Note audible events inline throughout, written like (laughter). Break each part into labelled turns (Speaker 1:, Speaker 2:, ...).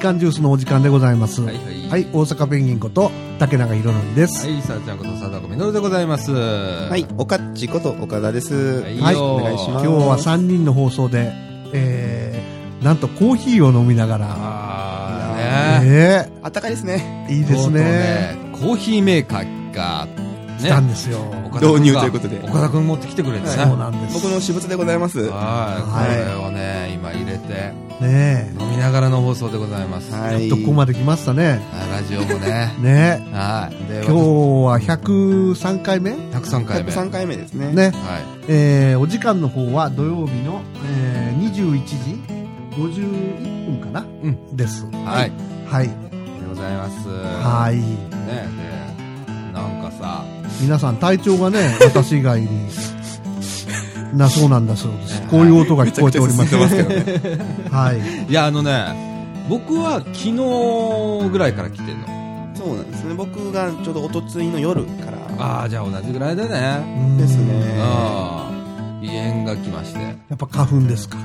Speaker 1: 間ジュースのお時間でございます。
Speaker 2: は
Speaker 1: はいい、
Speaker 2: はい
Speaker 1: 大阪ペンギンこと竹永宏典です。
Speaker 2: はい、さあちゃんこと貞子みのるでございます。は
Speaker 3: はい、おかっちこと岡田です。
Speaker 2: はい
Speaker 1: はい
Speaker 3: お願いします。
Speaker 1: 今日は3人の放送で、えー、なんとコーヒーを飲みなが
Speaker 2: あ
Speaker 1: ら、
Speaker 2: ーね。
Speaker 1: ね
Speaker 3: あったかいですね。
Speaker 1: えいいですね。
Speaker 2: とうとうね。コーヒーメーカーが、
Speaker 1: 来たん
Speaker 2: ね。
Speaker 1: ですよ。
Speaker 2: 岡田君が
Speaker 3: 導入ということで
Speaker 2: 岡田君持ってきてくれてね。
Speaker 1: そう
Speaker 2: は。
Speaker 1: なんです。
Speaker 3: 僕の私物でございます。はい
Speaker 2: これをね、今入れて、
Speaker 1: ね
Speaker 2: 飲みながらの放送でございます。はい。
Speaker 1: え、
Speaker 3: い。
Speaker 1: どこまで来ましたね。。
Speaker 2: ラジオもね
Speaker 1: (laughs) ねえ、
Speaker 2: はい。で、
Speaker 1: 今日は103回目
Speaker 2: 私103回目。
Speaker 3: 103回目ですね。。
Speaker 1: ね。
Speaker 2: はい。
Speaker 1: えーお時間の方は土曜日の、えー21時51分かな、
Speaker 2: ん
Speaker 1: です。
Speaker 2: はい。
Speaker 1: はい。
Speaker 2: でございます。
Speaker 1: はい。
Speaker 2: い。ねで、なんかさ、
Speaker 1: 皆さん体調がね、私以外に、なそうなんだそうです
Speaker 2: ね。
Speaker 1: こういう音が
Speaker 3: め
Speaker 1: 聞
Speaker 3: ちゃ
Speaker 1: こえ
Speaker 3: くち
Speaker 1: て
Speaker 3: ゃ
Speaker 1: おり
Speaker 3: 進
Speaker 1: ま
Speaker 3: ん
Speaker 1: す
Speaker 3: で。ますけどね。
Speaker 1: はい。
Speaker 2: いや、あのね、僕は昨日ぐらいから来てんの。
Speaker 3: そうなんですね。僕がちょうどおとついの夜から。
Speaker 2: ああ、じゃあ同じぐらいだね。
Speaker 1: うん
Speaker 3: です
Speaker 2: うん。
Speaker 3: ね
Speaker 2: 胃炎が来まして、
Speaker 1: やっぱ花粉ですか。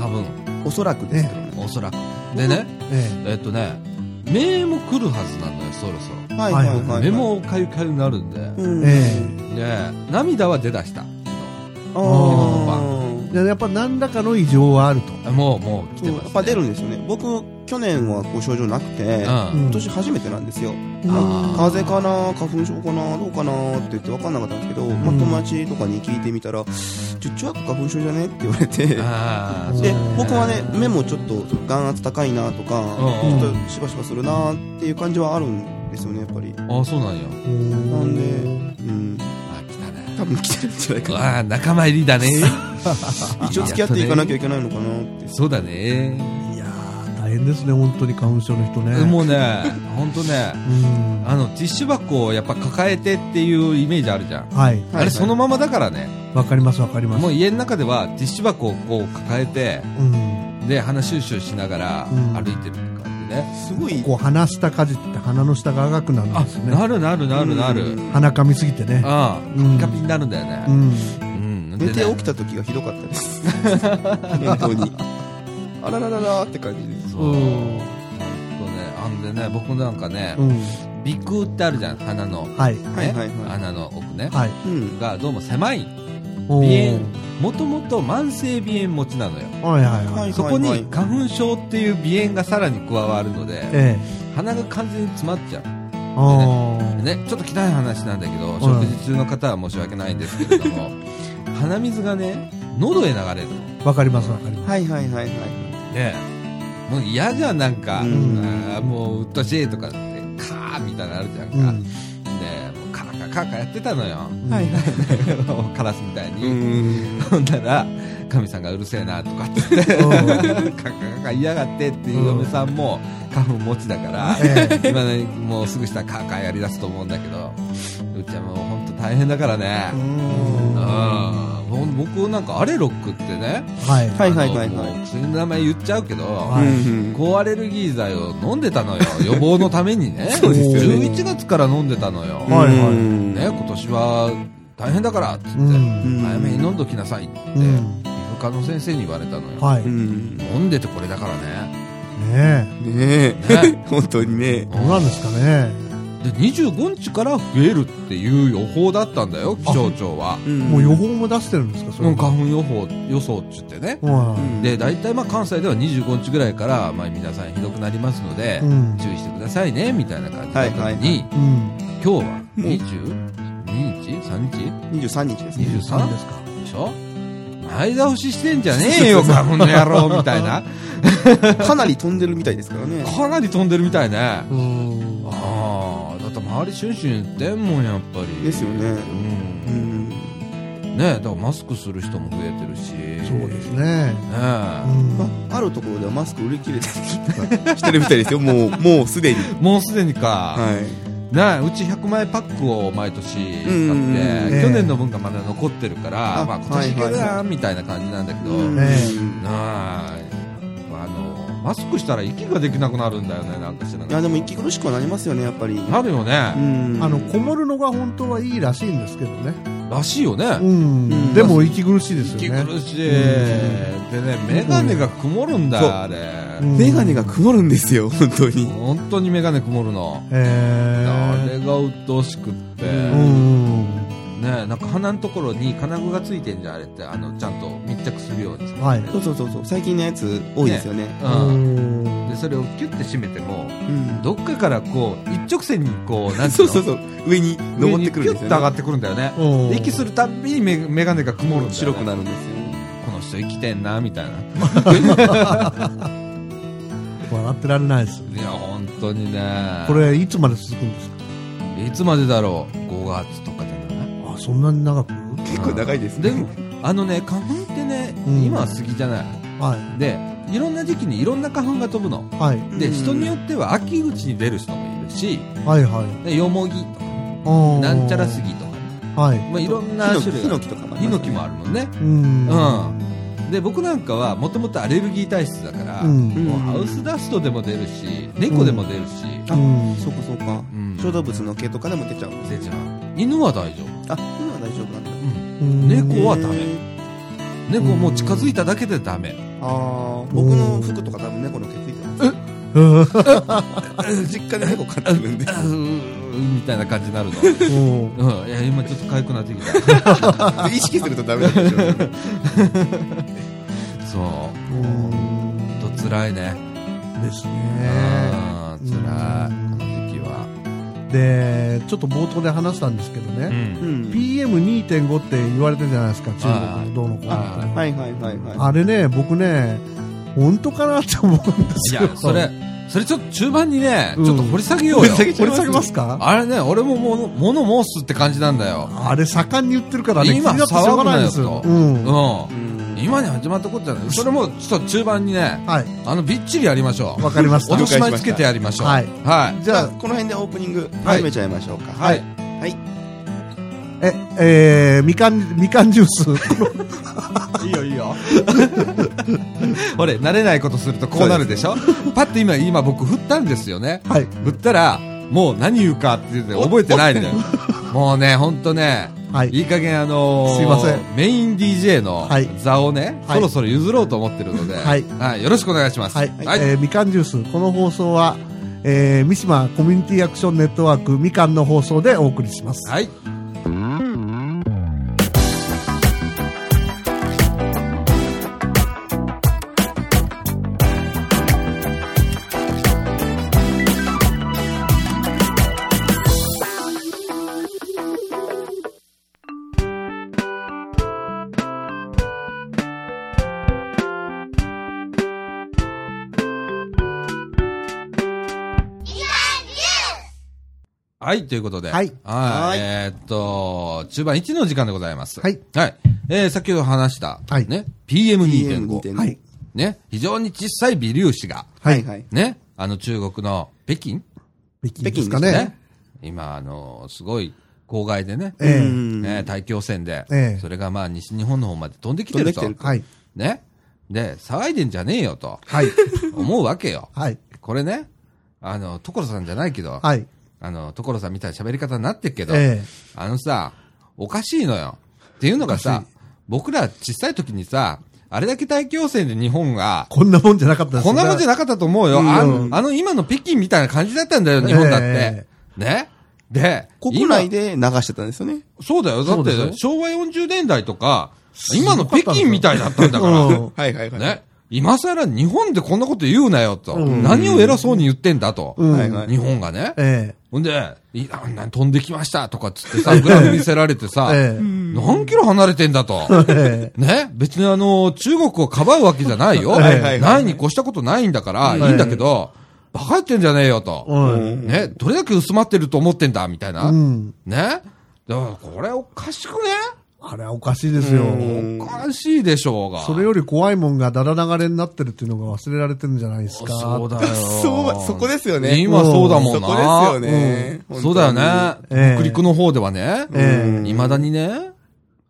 Speaker 2: 多分、
Speaker 3: おそらくですけどね。
Speaker 2: おそらく。でね、
Speaker 1: え
Speaker 2: えっとね、目も来るはずなのよ、そろそ
Speaker 3: はい
Speaker 1: はい
Speaker 2: ろ。目。もかゆかゆになるんで。
Speaker 3: うん。
Speaker 1: え
Speaker 2: で、涙は出だした。
Speaker 3: あー
Speaker 1: えでやっぱ何らかの異常はあると。
Speaker 2: もう、もう来
Speaker 3: そう
Speaker 2: て
Speaker 3: や
Speaker 2: ます、
Speaker 3: っぱ出るんですよね。僕、去年はこう症状なくて、今
Speaker 2: うん。
Speaker 1: うん
Speaker 3: 年初めてなんですよ。
Speaker 2: あー
Speaker 3: 風邪かな花粉症かなどうかなって言って分かんなかったんですけど、まあ、
Speaker 1: うん
Speaker 3: 友達とかに聞いてみたら「ちょちょ花粉症じゃね?」って言われてで
Speaker 2: あ
Speaker 1: ーそう
Speaker 3: 僕はね目もちょっと眼圧高いなとか
Speaker 2: うん
Speaker 3: ちょっとしばしばするなっていう感じはあるんですよねやっぱり
Speaker 2: あ、あそうなんや。
Speaker 1: なん
Speaker 3: でうん
Speaker 2: あ、来たね。
Speaker 3: 多分来てるんじゃないか
Speaker 2: ああ、仲間入りだね。
Speaker 3: な (laughs) 一応付き合っていかなきゃいけないのかなって
Speaker 2: そうだね。
Speaker 1: いやー、大変ですね、本当に花粉症の人ね。
Speaker 2: (laughs) もうね、ほんとね、
Speaker 1: うん
Speaker 2: あの、ティッシュ箱をやっぱ抱えてっていうイメージあるじゃん。
Speaker 1: はい。
Speaker 2: あれそのままだからね、
Speaker 1: わかります、わかります。
Speaker 2: もう家の中ではティッシュ箱をこう抱えて、
Speaker 1: うん。
Speaker 2: で、鼻シューシューしながら
Speaker 1: うん
Speaker 2: 歩いてるって感じね。
Speaker 3: すごい
Speaker 1: こう鼻下かじって鼻の下が赤くなるん
Speaker 2: あ
Speaker 1: です、
Speaker 2: な
Speaker 1: ね。
Speaker 2: るなるなるな
Speaker 3: う
Speaker 2: る。
Speaker 3: ん
Speaker 1: 鼻かみすぎてね。
Speaker 2: ああ、カ
Speaker 1: うん
Speaker 2: ピカピになるんだよ
Speaker 1: う
Speaker 2: ね。
Speaker 1: ん。
Speaker 2: うん。で
Speaker 3: 寝
Speaker 2: ね
Speaker 3: て起きた時がひどかったです本当にあららららって感じです
Speaker 2: そう。
Speaker 1: う
Speaker 2: ほん
Speaker 1: ん。
Speaker 2: とね、あんでね、僕なんかね
Speaker 1: う、ん。
Speaker 2: 鼻腔ってあるじゃん、鼻の。
Speaker 1: はい。
Speaker 3: はい
Speaker 2: ね
Speaker 3: はいはい
Speaker 2: 穴の奥ね。
Speaker 1: はい。
Speaker 3: うん
Speaker 2: が、どうも狭い。
Speaker 1: お
Speaker 2: 鼻
Speaker 1: ー
Speaker 2: 炎。もともと慢性鼻炎持ちなのよ。
Speaker 1: はいはいは。
Speaker 3: はいい
Speaker 2: そこ
Speaker 3: は
Speaker 2: に
Speaker 3: い
Speaker 2: 花粉症っていう鼻炎がさらに加わるので、
Speaker 1: ええ。
Speaker 2: 鼻が完全に詰まっちゃう。
Speaker 1: あー
Speaker 2: ね、ちょっと汚い話なんだけど、
Speaker 1: ん
Speaker 2: 食事中の方は申し訳ないんですけれども、鼻水がね、喉へ流れるの。
Speaker 1: わかりますわかります。
Speaker 3: はいはいはいはい
Speaker 2: ねもう嫌じゃん、なんか、
Speaker 3: うん
Speaker 2: あーもううっとしいとかって、カーみたいなのあるじゃんか。
Speaker 1: うん
Speaker 2: ねもうカーカーカーカーやってたのよ。
Speaker 3: はいはい
Speaker 2: カラスみたいに。
Speaker 3: ん
Speaker 2: ほんなら、神さんがうるせえなとかって (laughs) 言って、カーカーカーカー嫌がってっていう嫁さんも、花粉持ちだ
Speaker 1: (laughs)
Speaker 2: から、
Speaker 1: (laughs) ええ
Speaker 2: (laughs) 今ね、もうすぐしたらカーカーやりだすと思うんだけど、うっちゃんもう本当大変だからね。
Speaker 3: うん
Speaker 2: あーほん僕なんかアレロックってね、
Speaker 1: はい。
Speaker 3: はいはいはい
Speaker 2: あの
Speaker 3: はい
Speaker 2: もう薬の名前言っちゃうけど、
Speaker 1: は
Speaker 3: うん
Speaker 2: 抗アレルギー剤を飲んでたの
Speaker 1: (laughs)
Speaker 2: よ、予防のためにね、
Speaker 1: そうですよね
Speaker 2: 11月から飲んでたのよ、
Speaker 1: んはいはい
Speaker 3: うん
Speaker 2: ね、今年は大変だからって言って、
Speaker 1: うん。
Speaker 2: 早めに飲んどきなさいって、
Speaker 1: うん。
Speaker 2: 皮膚科の先生に言われたのよ、
Speaker 1: はい。
Speaker 3: う
Speaker 1: ね
Speaker 3: んね
Speaker 2: 飲んでてこれだから
Speaker 1: (laughs)
Speaker 2: ね、
Speaker 1: え。
Speaker 3: え
Speaker 1: (laughs)
Speaker 2: ね
Speaker 3: 本当にね
Speaker 1: どうなんですかね。
Speaker 2: で25日から増えるっていう予報だったんだよ、気象庁は。
Speaker 1: もう予
Speaker 3: よ
Speaker 1: 報も出してるんですか、それ
Speaker 2: う
Speaker 1: は。
Speaker 2: ん花粉予報予想って言ってね、
Speaker 1: は
Speaker 2: で大体まあ関西では25日ぐらいから、まあ、皆さんひどくなりますので、
Speaker 1: い。うん。
Speaker 2: 注意してくださいねみたいな感じだったのに、
Speaker 3: はいはいは
Speaker 1: うん。
Speaker 2: 今日は22日 ?3 日
Speaker 3: 23日ですね
Speaker 1: そうで
Speaker 2: ?23
Speaker 1: すか。
Speaker 2: でしょ前倒ししてんじゃねえよ、花粉の野郎みたいな。
Speaker 3: かなり飛んでるみたいですから
Speaker 2: (laughs)
Speaker 3: ね
Speaker 2: かなり飛んでるみたいね。あ
Speaker 1: うん。
Speaker 2: あ、だって周りシュンシュン言ってんもん、やっぱり。
Speaker 3: ですよね
Speaker 2: う。
Speaker 3: うんん
Speaker 2: ねえ、だからマスクする人も増えてるし。
Speaker 1: そうで
Speaker 2: ね
Speaker 1: すね。う
Speaker 2: え。
Speaker 1: ん。
Speaker 3: まあるところではマスク売り切れてしてるみたいで
Speaker 2: (laughs)
Speaker 3: すよもうもうすでに
Speaker 2: もうすでにか。
Speaker 3: はい
Speaker 2: なあうち100枚パックを毎年買って、
Speaker 3: うんうんうん
Speaker 1: ええ
Speaker 2: 去年の分がまだ残ってるから、
Speaker 3: あ
Speaker 2: まあ、今年いける
Speaker 3: はいはい
Speaker 2: なみたいな感じなんだけど、
Speaker 3: うん
Speaker 2: なああのマスクしたら息ができなくなるんだよねなんかしなが
Speaker 3: いやでも息苦しくはなりますよねやっぱりう
Speaker 2: なるよね
Speaker 3: ん
Speaker 1: あのこもるのが本当はいいらしいんですけどね、
Speaker 2: らしいよね、
Speaker 1: うん
Speaker 3: うん
Speaker 1: でも息苦しいです
Speaker 2: 息
Speaker 1: よね
Speaker 2: 苦しいでね
Speaker 1: ん
Speaker 2: 眼鏡が曇るんだ
Speaker 3: そう
Speaker 2: よあれ、
Speaker 1: うん
Speaker 3: メガネが曇るんですよ本当に
Speaker 2: 本当に眼鏡曇るの、
Speaker 1: え
Speaker 2: あ
Speaker 1: ー
Speaker 2: れが鬱陶しくって、
Speaker 1: うん
Speaker 2: ねなんか鼻のところに金具がついてんじゃんあれってあのちゃんと密着するようにさ
Speaker 1: はい
Speaker 3: そうそうそうそう最近のやつ多いですよね
Speaker 2: うん
Speaker 1: うん
Speaker 2: でそれをキュッて締めても
Speaker 3: うん
Speaker 2: どっかからこう一直線にこうなんてい
Speaker 3: (laughs) そう
Speaker 2: の
Speaker 3: うそうそう上に
Speaker 2: 上
Speaker 3: 登
Speaker 2: に
Speaker 3: っ
Speaker 2: キ
Speaker 3: てく
Speaker 2: ュ
Speaker 3: る
Speaker 2: ッ
Speaker 3: んです
Speaker 2: て
Speaker 3: よ
Speaker 2: 上
Speaker 3: ね
Speaker 2: がってくるんだよね
Speaker 1: うん
Speaker 2: で息するたんびにめ眼鏡が曇るんだよ、ね、
Speaker 3: 白くなるんですよ
Speaker 2: この人生きてんなみ (laughs) たいない
Speaker 1: 笑ってられないです
Speaker 2: や本当にね
Speaker 1: これいつまで続くんですか
Speaker 2: いつまでだろう5月とかじゃない
Speaker 1: あそんなに長く
Speaker 3: 結構長いです
Speaker 2: で
Speaker 3: ね
Speaker 2: もあのね花粉ってね、
Speaker 1: うん
Speaker 2: 今は杉じゃない
Speaker 1: は
Speaker 2: でいろんな時期にいろんな花粉が飛ぶの
Speaker 1: いはい
Speaker 2: で
Speaker 3: うん
Speaker 2: 人によっては秋口に出る人もいるし
Speaker 1: はいはい
Speaker 2: でよもぎとか
Speaker 1: うん
Speaker 2: なんちゃら杉とか、
Speaker 1: はい
Speaker 2: まあ、いろんな種類
Speaker 3: ヒノキヒノキとかもあり
Speaker 2: ヒ
Speaker 3: ますよね
Speaker 2: ノキもあるもんね
Speaker 1: うん
Speaker 2: で僕なんかはもともとアレルギー体質だから、
Speaker 1: うん
Speaker 2: もうハウスダストでも出るし猫でも出るし、
Speaker 1: う
Speaker 3: あ
Speaker 1: ん
Speaker 3: そうかそうか
Speaker 2: うん
Speaker 3: 小動物の毛とかでも出ちゃうんです
Speaker 2: 出ちゃう犬は大丈夫、
Speaker 3: あ今は大丈夫なんだ
Speaker 1: うん
Speaker 2: 猫はダメ
Speaker 3: メ
Speaker 2: 猫もう近づいただけでダメ、
Speaker 3: ああ僕の服とか多分猫の毛ついてます
Speaker 1: うん
Speaker 3: 実家で猫飼っ
Speaker 2: (laughs)
Speaker 3: てるんで
Speaker 2: うーんみたいな感じになるの、
Speaker 1: (laughs) うん
Speaker 2: うん、いや今ちょっと痒くなってきた
Speaker 3: 意識するとダメなんでしょう
Speaker 2: (laughs)
Speaker 3: ね
Speaker 2: そう
Speaker 1: うん
Speaker 2: ほんと辛いね
Speaker 1: です
Speaker 2: うん
Speaker 1: ね
Speaker 2: 辛いこの時期は
Speaker 1: でちょっと冒頭で話したんですけど
Speaker 2: う
Speaker 1: ね、
Speaker 2: ん、
Speaker 1: PM2.5 って言われてるじゃないですか中
Speaker 2: は
Speaker 1: 国
Speaker 2: い
Speaker 1: でどうのこうの
Speaker 2: は
Speaker 1: あ
Speaker 3: はいはいはいはい
Speaker 1: あれね僕ね本当かなって思うんです
Speaker 2: い
Speaker 1: よ
Speaker 2: やそれそれちょっと中盤にね、
Speaker 1: うん
Speaker 2: ちょっと掘り下げよう
Speaker 1: 掘
Speaker 2: よ
Speaker 1: り下げ掘り下げますか
Speaker 2: あれね俺ももの物申すって感じなんだよ
Speaker 1: あれ盛んに言ってるからね気に
Speaker 2: 今
Speaker 1: なってしょうがないですよ
Speaker 2: 騒、ぐ
Speaker 1: う
Speaker 2: なんう
Speaker 3: うんん
Speaker 2: 今に始まったことじゃないそれもちょっと中盤にね
Speaker 1: はい
Speaker 2: あのびっちりやりましょう
Speaker 1: わかりまし
Speaker 2: 落
Speaker 1: た
Speaker 2: とし前つけてやりましょう
Speaker 1: はい
Speaker 2: はい
Speaker 1: じゃあ
Speaker 3: この辺でオープニング
Speaker 2: はい
Speaker 3: 始めちゃいましょうか
Speaker 2: はい
Speaker 3: はい
Speaker 1: ええーみかんみかんジュース (laughs)
Speaker 2: いいよいいよほれ慣れないことするとこうなるでしょパッて今今僕振ったんですよね
Speaker 1: はい
Speaker 2: 振ったらもう何言うかって言って (laughs) 覚えてないんだよもうねほんとね
Speaker 1: はい
Speaker 2: いい加減あのー
Speaker 1: すいません
Speaker 2: メイン DJ の
Speaker 1: はい
Speaker 2: 座をね、
Speaker 1: はい
Speaker 2: そろそろ譲ろうと思ってるので、
Speaker 1: はい
Speaker 2: よろしくお願いします。
Speaker 1: はい、
Speaker 2: はい
Speaker 1: えーみかんジュースこの放送は、えー三島コミュニティアクションネットワークみかんの放送でお送りします
Speaker 2: はいはい、ということで。
Speaker 1: はい
Speaker 2: は。
Speaker 3: はいい
Speaker 2: えーっと、中盤1の時間でございます。
Speaker 1: はい。
Speaker 2: はい。えー先ほど話した、
Speaker 1: はい
Speaker 2: ね、PM2.5。
Speaker 3: PM2.5
Speaker 1: はい
Speaker 2: ね、非常に小さい微粒子が、
Speaker 3: はいはい
Speaker 2: ね、あの中国の北京
Speaker 1: 北京ですか
Speaker 3: 北京
Speaker 1: ね
Speaker 2: ね、今、あの、すごい郊外でね、
Speaker 1: ええ
Speaker 3: うん
Speaker 2: ね、大気汚染で、
Speaker 1: ええ
Speaker 2: それがまあ西日本の方まで飛んできてると。
Speaker 3: 飛んできて
Speaker 1: はい
Speaker 2: ね。で、騒いでんじゃねえよと
Speaker 1: はい
Speaker 2: 思うわ
Speaker 1: (laughs)
Speaker 2: けよ。
Speaker 1: はい
Speaker 2: これね、あの、所さんじゃないけど、
Speaker 1: はい
Speaker 2: あの、所さんみたいな喋り方になってるけど、
Speaker 1: ええ
Speaker 2: あのさ、おかしいのよ。っていうのがさ、僕ら小さい時にさ、あれだけ大気汚染で日本が、
Speaker 1: こんなもんじゃなかったです
Speaker 2: こんなもんじゃなかったと思うよ。あの
Speaker 1: うん
Speaker 2: あの、今の北京みたいな感じだったんだよ、日本だって
Speaker 1: え。
Speaker 2: ね。で、
Speaker 3: 国内で流してたんですよね
Speaker 2: 今そうだよ。だ
Speaker 1: そう
Speaker 2: っ
Speaker 1: です
Speaker 2: て、
Speaker 1: よ
Speaker 2: 昭和40年代とか、
Speaker 1: ごか
Speaker 2: 今
Speaker 1: ったん
Speaker 2: の
Speaker 1: ですよ
Speaker 2: 北京みたいだったんだから。
Speaker 1: うん
Speaker 3: はいはいはい
Speaker 2: ね。今更日本でこんなこと言うなよと。
Speaker 1: うん
Speaker 2: 何を偉そうに言ってんだと。
Speaker 1: うん
Speaker 3: はいはい
Speaker 2: 日本がね。
Speaker 1: え
Speaker 2: ほんで、いあんなに飛んできましたとかつってさ、グ (laughs) ラフ見せられてさ、
Speaker 1: ええ
Speaker 2: 何キロ離れてんだと。
Speaker 1: え (laughs) え
Speaker 2: ね別にあの、中国をかばうわけじゃないよ。
Speaker 1: はいはいはい
Speaker 2: ないに越したことないんだから、
Speaker 1: うん
Speaker 2: いいんだけど、バカやってんじゃねえ
Speaker 1: え
Speaker 2: よ
Speaker 1: う
Speaker 2: と。
Speaker 1: ん
Speaker 2: ねどれだけ薄まってると思ってんだみたいな。
Speaker 1: う
Speaker 2: ね
Speaker 1: ん
Speaker 2: だからこれおかしくね
Speaker 1: あれはおかしいですよ
Speaker 3: うん
Speaker 2: おかしいでしょうが。
Speaker 1: それより怖いもんがだら流れになってるっていうのが忘れられてるんじゃないですか
Speaker 2: そうだよ。
Speaker 3: (laughs) そうそこですよね
Speaker 2: 今そうだもんな。
Speaker 3: そこですよね
Speaker 2: そうだよね。
Speaker 1: ええ
Speaker 2: 北陸の方ではね、
Speaker 1: え
Speaker 2: 未だにね、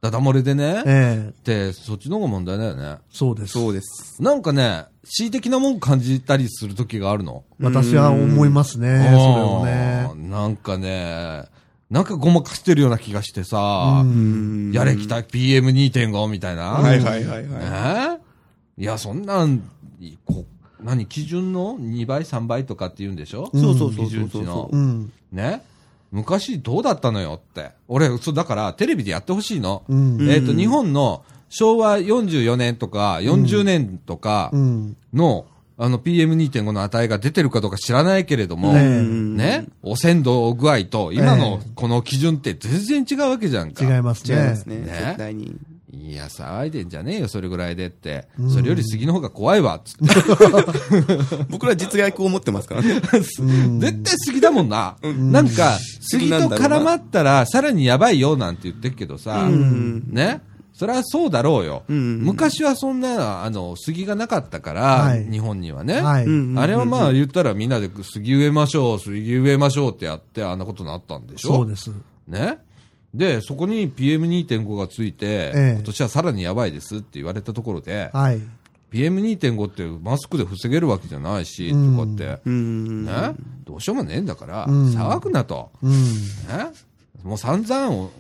Speaker 2: ダダ漏れでね、
Speaker 1: ええ
Speaker 2: って、そっちの方が問題だよね。
Speaker 1: そうです。
Speaker 3: そうです。
Speaker 2: なんかね、恣意的なもん感じたりする時があるの。
Speaker 1: 私は思いますね、それをね
Speaker 2: あ。ーなんかね、なんかごまかしてるような気がしてさ、
Speaker 3: うん
Speaker 2: やれきた PM2.5 みたいな。
Speaker 3: はいはいはいはい。
Speaker 2: ねいや、そんなん、いこ何、基準の2倍、3倍とかって言うんでしょ
Speaker 3: そうそうそうそうそう
Speaker 2: 基準値の
Speaker 1: う。ん。
Speaker 2: ね昔どうだったのよって。俺、そう、だからテレビでやってほしいの。
Speaker 1: うん。
Speaker 2: えっと、日本の昭和44年とか40年とか
Speaker 1: うん。
Speaker 2: の、あの PM2.5 の値が出てるかどうか知らないけれども、
Speaker 1: ね
Speaker 3: うん
Speaker 2: ね、汚染度具合と今の
Speaker 1: ええ
Speaker 2: この基準って全然違うわけじゃんか。
Speaker 1: 違います
Speaker 3: 違い
Speaker 1: ね
Speaker 3: ま。すね。
Speaker 2: ね
Speaker 3: 絶対に。
Speaker 2: いや、騒いでんじゃねえよ、それぐらいでって。
Speaker 1: うん
Speaker 2: それより杉の方が怖いわ、つって。
Speaker 3: 僕ら実害こう思ってますからね。
Speaker 1: うん
Speaker 2: 絶対杉だもんな。なんか、杉と絡まったら、さらにやばいよ、なんて言ってるけどさ、
Speaker 3: ん
Speaker 2: ね。それはそうだろうよ。
Speaker 3: うん
Speaker 2: 昔はそんな、あの、杉がなかったから、
Speaker 1: はい
Speaker 2: 日本にはね。
Speaker 1: はい。
Speaker 3: うん
Speaker 2: あれはまあ言ったらみんなで杉植えましょう、杉植えましょうってやってあんなことになったんでしょ
Speaker 1: そうです。
Speaker 2: ね。で、そこに PM2.5 がついて、
Speaker 1: ええ
Speaker 2: 今年はさらにやばいですって言われたところで、
Speaker 1: はい。
Speaker 2: PM2.5 ってマスクで防げるわけじゃないし、
Speaker 1: うん
Speaker 2: とかって、
Speaker 3: うん。
Speaker 2: ね、どうしようもねえんだから、
Speaker 1: うん
Speaker 2: 騒ぐなと、
Speaker 1: うん。
Speaker 2: ね、もう散々、うん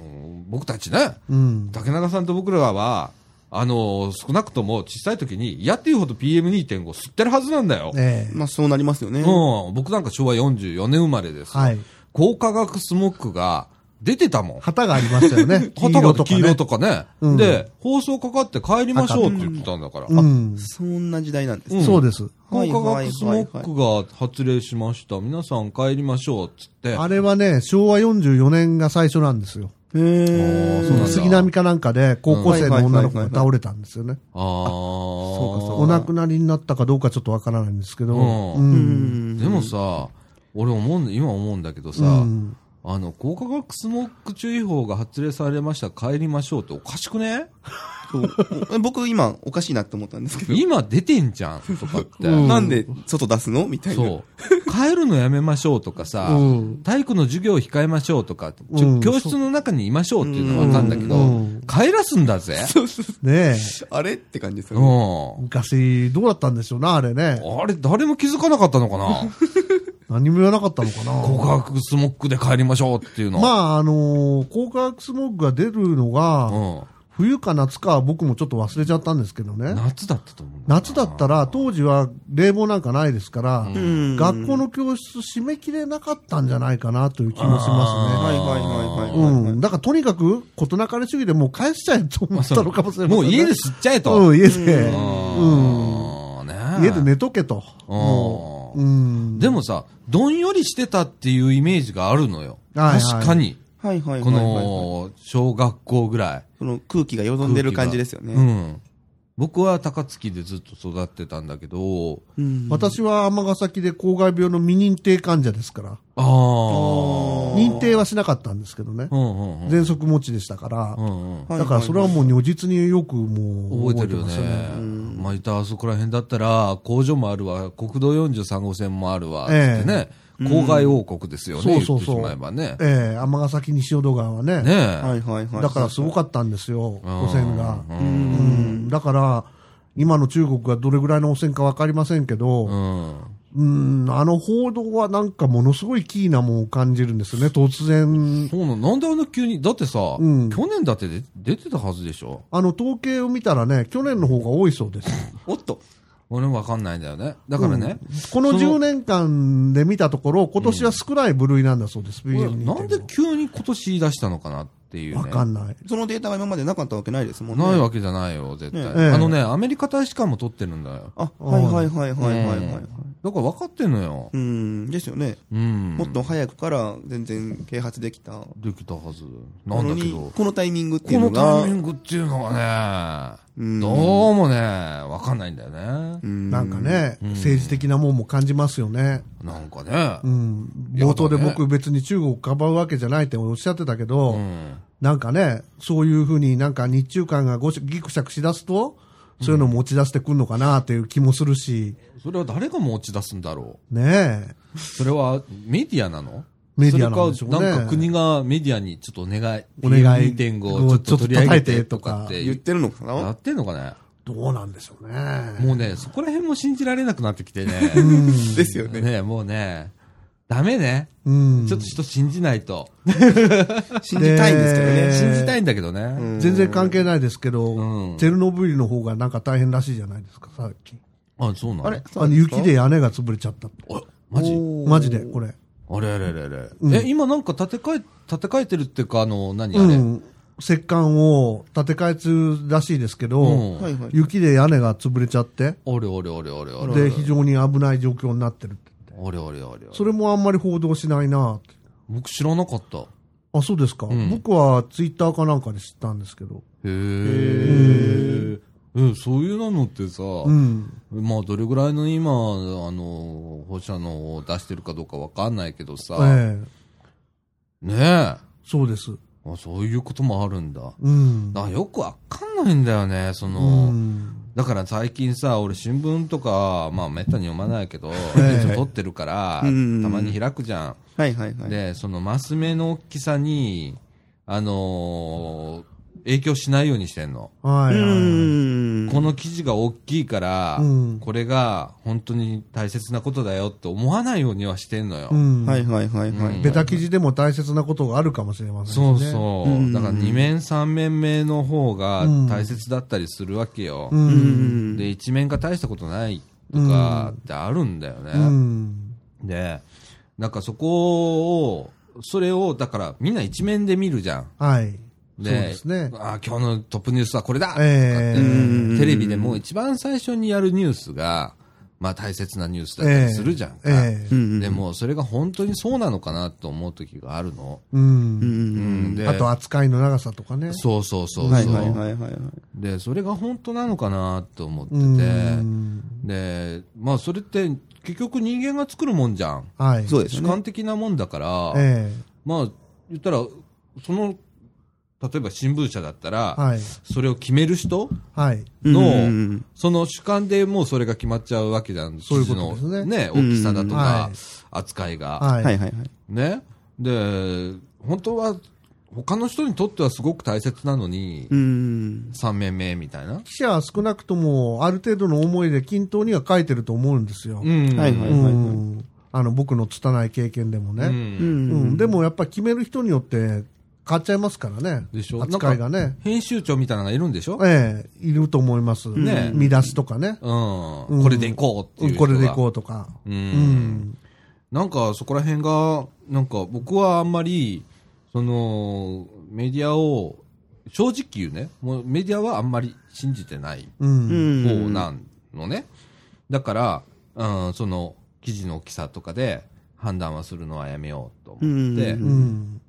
Speaker 2: 僕たちね、
Speaker 1: うん。
Speaker 2: 竹中さんと僕らは、あの少なくとも小さい時に嫌っていうほど PM2.5 吸ってるはずなんだよ。
Speaker 1: ええ。
Speaker 3: まあそうなりますよね。
Speaker 2: うん、僕なんか昭和44年生まれです。
Speaker 1: はい。
Speaker 2: 高化学スモッグが出てたもん。
Speaker 1: 旗がありましたよ
Speaker 2: (laughs)
Speaker 1: ね。黄色とか、ね。
Speaker 2: 黄色とかね。
Speaker 1: うん
Speaker 2: で、放送かかって帰りましょうって言ってたんだから。
Speaker 1: う
Speaker 2: あ
Speaker 1: ん。
Speaker 3: そんな時代なんです。
Speaker 2: うん
Speaker 1: そうです。
Speaker 2: 高化
Speaker 3: はいはいはいは
Speaker 2: 学
Speaker 3: い
Speaker 2: スモッグが発令しました。皆さん帰りましょうっつって。
Speaker 1: あれはね、昭和44年が最初なんですよ。
Speaker 2: あ
Speaker 3: へ
Speaker 2: ー
Speaker 3: ー
Speaker 2: そうなんだ
Speaker 1: 杉並かなんかで高校生の女の子が倒れたんですよね。
Speaker 2: あー
Speaker 3: そうかそう
Speaker 1: お亡くなりになったかどうかちょっとわからないんですけど。
Speaker 2: う
Speaker 3: う
Speaker 1: うん。
Speaker 3: ん。
Speaker 2: でもさ、俺思うんだ、今思うんだけどさ、
Speaker 1: うん
Speaker 2: あの、高化学スモッグ注意報が発令されました。帰りましょうっておかしくね
Speaker 3: そう僕今おかしいなって思ったんですけど。
Speaker 2: 今出てんじゃんとかって。
Speaker 1: うん
Speaker 3: なんで外出すのみたいな。
Speaker 2: そう。帰るのやめましょうとかさ、
Speaker 1: うん
Speaker 2: 体育の授業を控えましょうとか、ちょ
Speaker 1: うん
Speaker 2: 教室の中にいましょうっていうのはわかんだけど、
Speaker 1: うん
Speaker 2: 帰らすんだぜ。
Speaker 1: ねえ。
Speaker 3: あれって感じです
Speaker 2: う
Speaker 3: よね。
Speaker 2: ん。
Speaker 1: 昔、どうだったんでしょうな、あれね。
Speaker 2: あれ、誰も気づかなかったのかな
Speaker 1: 何も言わなかったのかな。
Speaker 2: 告白スモックで帰りましょうっていうの。
Speaker 1: まあ、あのー、高化学スモッグが出るのが、
Speaker 2: うん。
Speaker 1: 冬か夏かは僕もちょっと忘れちゃったんですけどね。
Speaker 2: 夏だったと思う。
Speaker 1: 夏だったら、当時は冷房なんかないですから、
Speaker 3: ん
Speaker 1: 学校の教室締め切れなかったんじゃないかなという気もしますね。
Speaker 3: はいはいはいはい。
Speaker 1: うん。だからとにかく、事なかれ主義でもう返しちゃえと思ったのかもしれません、ね。
Speaker 2: もう家で吸っちゃえと。
Speaker 1: うん、家で。
Speaker 2: うん。ねえ
Speaker 1: 家で寝とけと。
Speaker 2: うん
Speaker 1: もう。うん。
Speaker 2: でもさ、どんよりしてたっていうイメージがあるのよ。
Speaker 1: はいはい
Speaker 2: 確かに。
Speaker 3: はいはいはいはい。
Speaker 2: この、小学校ぐらい。
Speaker 3: その空気がよどんでる感じですよ
Speaker 2: う
Speaker 3: ね。
Speaker 2: ん。僕は高槻でずっと育ってたんだけど、
Speaker 3: うん
Speaker 1: 私は尼崎で公害病の未認定患者ですから、
Speaker 2: ああ。
Speaker 1: 認定はしなかったんですけどね
Speaker 2: う、んうんうん。
Speaker 1: 喘息持ちでしたから
Speaker 2: う、んうん。
Speaker 3: はい
Speaker 1: だからそれはもう如実によくもう
Speaker 2: 覚えてるよ
Speaker 1: ま
Speaker 2: ね
Speaker 1: す。
Speaker 2: まあ、いたあそこら辺だったら、工場もあるわ、国道43号線もあるわ、つってね、郊外王国ですよね、
Speaker 1: そうそうそう
Speaker 2: 言ってしまえばね。
Speaker 1: ええ尼崎西淀川はね
Speaker 2: ね
Speaker 3: はいはいはい。
Speaker 1: だからすご
Speaker 3: く。
Speaker 1: かったんですよ、
Speaker 2: うん
Speaker 1: 汚染が。
Speaker 2: う。
Speaker 3: うんん。
Speaker 1: うんだから、今の中国がどれぐらいの汚染かわかりませんけ
Speaker 2: う
Speaker 1: ど、
Speaker 2: ん。
Speaker 1: うん、あの報道はなんかものすごいキーなもんを感じるんですよね、突然。
Speaker 2: そうなのなんであんな急に、だってさ、
Speaker 1: うん
Speaker 2: 去年だってで出てたはずでしょ
Speaker 1: あの統計を見たらね、去年の方が多いそうです。
Speaker 3: おっと。
Speaker 2: 俺もわかんないんだよね。だからね、
Speaker 1: この
Speaker 2: その
Speaker 1: 10年間で見たところ、今年は少ない部類なんだそうです、
Speaker 2: これ
Speaker 1: BM2.5
Speaker 2: なんで急に今年言い出したのかなっていう、ね。
Speaker 1: わかんない。
Speaker 3: そのデータが今までなかったわけないですもんね。
Speaker 2: ないわけじゃないよ、絶対。
Speaker 3: ね
Speaker 1: ええ
Speaker 2: あのね、アメリカ大使館も取ってるんだよ。
Speaker 3: あ、はいはいはいはいはいはいはい。
Speaker 2: だから分かってんのよ。
Speaker 3: うん。ですよね。
Speaker 2: うん。
Speaker 3: もっと早くから全然啓発できた。
Speaker 2: できたはず。なんだけ
Speaker 3: なのに
Speaker 2: ど。
Speaker 3: このタイミングってい
Speaker 2: こ
Speaker 3: うの
Speaker 2: の
Speaker 3: が。
Speaker 2: タイミングっていうのが
Speaker 3: うん
Speaker 2: ね、どうもね、分かんないんだよね。
Speaker 3: うん
Speaker 1: なんか。ね、政治的なもんも感じますよね。
Speaker 2: なんかね
Speaker 1: う。ん。
Speaker 2: いや
Speaker 1: 冒頭で
Speaker 2: だね
Speaker 1: 僕別に中国をかばうわけじゃないっておっしゃってたけど、
Speaker 2: うん。
Speaker 1: なんかね、そういうふうになんか日中間がごしぎくしゃくしだすと、そういうのを持ち出してくるのかなっていう気もするし、
Speaker 2: それは誰が持ち出すんだろう。
Speaker 1: ねえ。
Speaker 2: それはメディアなの
Speaker 1: メデ
Speaker 2: そ
Speaker 1: ィ
Speaker 2: れ
Speaker 1: アなんでし
Speaker 2: か
Speaker 1: ょ、うね。
Speaker 2: なんか国がメディアにちょっとお願い、
Speaker 1: お願い
Speaker 2: PM2.5 をちょっと取り上げてとかっ
Speaker 1: ち
Speaker 2: て
Speaker 3: 言ってるのか
Speaker 2: や
Speaker 3: な
Speaker 2: ってんのかね
Speaker 1: どうなんでしょうね。
Speaker 2: もうね、そこら辺も信じられなくなってきてね。
Speaker 1: うん
Speaker 3: ですよね。
Speaker 2: ねもうね、ダメね。
Speaker 1: うん
Speaker 2: ちょっと人信じないと。
Speaker 1: え
Speaker 3: 信じたいんですけどね
Speaker 1: ー。
Speaker 2: 信じたいんだけどね。
Speaker 3: うん
Speaker 1: 全然関係ないですけど、
Speaker 2: うん
Speaker 1: チェルノブイリの方がなんか大変らしいじゃないですか、最近。
Speaker 2: あ、そうなの
Speaker 3: あれ
Speaker 1: あの雪で屋根が潰れちゃったって。
Speaker 2: あマジ
Speaker 3: おー
Speaker 1: マジで、これ。
Speaker 2: あれあれあれあれ。
Speaker 1: うん
Speaker 2: え、今なんか建て替え、建て替えてるっていうか、あの、何あ
Speaker 1: う
Speaker 2: れ。
Speaker 1: ん。石棺を建て替え中らしいですけど、
Speaker 2: うん
Speaker 3: はいはい。
Speaker 1: 雪で屋根が潰れちゃって、
Speaker 2: あれあれあれあれあれ。
Speaker 1: で、非常に危ない状況になってるって。
Speaker 2: あれあれあれ。
Speaker 1: それもあんまり報道しないなって
Speaker 2: 僕知らなかった。へ
Speaker 1: あ、そうですか。
Speaker 2: ん
Speaker 1: 僕はツイッターかなんかで知ったんですけど。
Speaker 2: え。うん、そういうのってさ、
Speaker 1: うん。
Speaker 2: まあ、どれぐらいの今、あの、放射能を出してるかどうかわかんないけどさ、
Speaker 1: ええ。
Speaker 2: ねえあ、
Speaker 1: そうです。
Speaker 2: そういうこともあるんだ。
Speaker 1: うん。
Speaker 2: だからよくわかんないんだよね、そうの、
Speaker 1: ん。
Speaker 2: だから最近さ、俺新聞とか、まあめったに読まないけど、
Speaker 1: ええ
Speaker 2: 撮ってるから、た
Speaker 3: うん
Speaker 2: まに開くじゃ
Speaker 3: はいはい
Speaker 2: ん。
Speaker 3: はい。
Speaker 2: で、そのマス目の大きさに、あのー影響しないようにしてんの。
Speaker 1: は
Speaker 3: う
Speaker 1: いはいはい。
Speaker 3: ーん。
Speaker 2: この記事が大きいから、
Speaker 1: うん
Speaker 2: これが本当に大切なことだよって思わないようにはしてんのよ。
Speaker 1: うん。
Speaker 3: はいはいはいは
Speaker 2: うん
Speaker 3: い。
Speaker 1: ベタ記事でも大切なことがあるかもしれませんし
Speaker 2: そ
Speaker 1: ね。
Speaker 2: うそうう。
Speaker 3: ん
Speaker 2: だから2面3面目の方が大切だったりするわけよ。
Speaker 1: う。
Speaker 3: うんん。
Speaker 2: で、一面が大したことないとかってあるんだよね。
Speaker 1: うん。
Speaker 2: で、なんかそこを、それを、だからみんな一面で見るじゃん。
Speaker 1: はい。そう
Speaker 2: で
Speaker 1: ですね。
Speaker 2: あー今日のトップニュースはこれだ、
Speaker 1: え
Speaker 2: とか
Speaker 1: え。
Speaker 2: ってテレビでも一番最初にやるニュースが、まあ大切なニュースだったりするじゃんか。
Speaker 1: ええ。
Speaker 3: ん
Speaker 2: で、も、それが本当にそうなのかなと思う時があるの。
Speaker 1: う。
Speaker 3: うん。
Speaker 2: うんん、で
Speaker 1: あと扱いの長さとかね。
Speaker 2: そうそうそうそう、
Speaker 3: はいはいはいはいはい。
Speaker 2: で、それが本当なのかなと思ってて、
Speaker 1: うん。
Speaker 2: で、まあそれって結局人間が作るもんじゃん。
Speaker 1: はい。
Speaker 3: そうです
Speaker 2: 主
Speaker 3: ね。
Speaker 2: 観的なもんだから、
Speaker 1: え
Speaker 2: まあ、言ったら、その、例えば新聞社だったら、
Speaker 1: え。はい。
Speaker 2: それを決める人
Speaker 1: はい。
Speaker 2: の、
Speaker 3: うん
Speaker 2: その主観でもうそれが決まっちゃうわけじゃん。
Speaker 1: そういうことですね
Speaker 2: 記事のね、大きさだとか
Speaker 1: うん、
Speaker 2: 扱いが、
Speaker 1: は。
Speaker 3: はいいはいはい。
Speaker 2: ね。で、本当は、他の人にとってはすごく大切なのに、
Speaker 3: うん。
Speaker 2: 三面目みたいな。
Speaker 1: 記者は少なくとも、ある程度の思いで均等には書いてると思うんですよ。
Speaker 2: ん
Speaker 3: はいはい
Speaker 1: うん。あの、僕の拙い経験でも
Speaker 2: う
Speaker 1: ね。
Speaker 3: う
Speaker 1: う
Speaker 3: ん
Speaker 1: ん
Speaker 3: ん。
Speaker 1: でもやっぱ決める人によって変わっちゃいますからね。
Speaker 2: でしょ
Speaker 1: 扱いがね。
Speaker 2: 編集長みたいなのがいるんでしょ
Speaker 1: ええ、いると思います。
Speaker 2: ね
Speaker 1: 見出しとかね。
Speaker 2: う
Speaker 1: うん
Speaker 2: ん。これでいこうっていう人
Speaker 1: こ
Speaker 2: が。
Speaker 1: れでいこうとか。
Speaker 2: う。
Speaker 1: うんん。
Speaker 2: なんかそこら辺が、なんか僕はあんまり、その、メディアを、正直言うね、もうメディアはあんまり信じてない
Speaker 1: うん。
Speaker 2: 方
Speaker 3: ん
Speaker 2: なんのね。だから、うん、その、記事の大きさとかで判断はするのはやめようと思って
Speaker 3: う
Speaker 1: う、ん。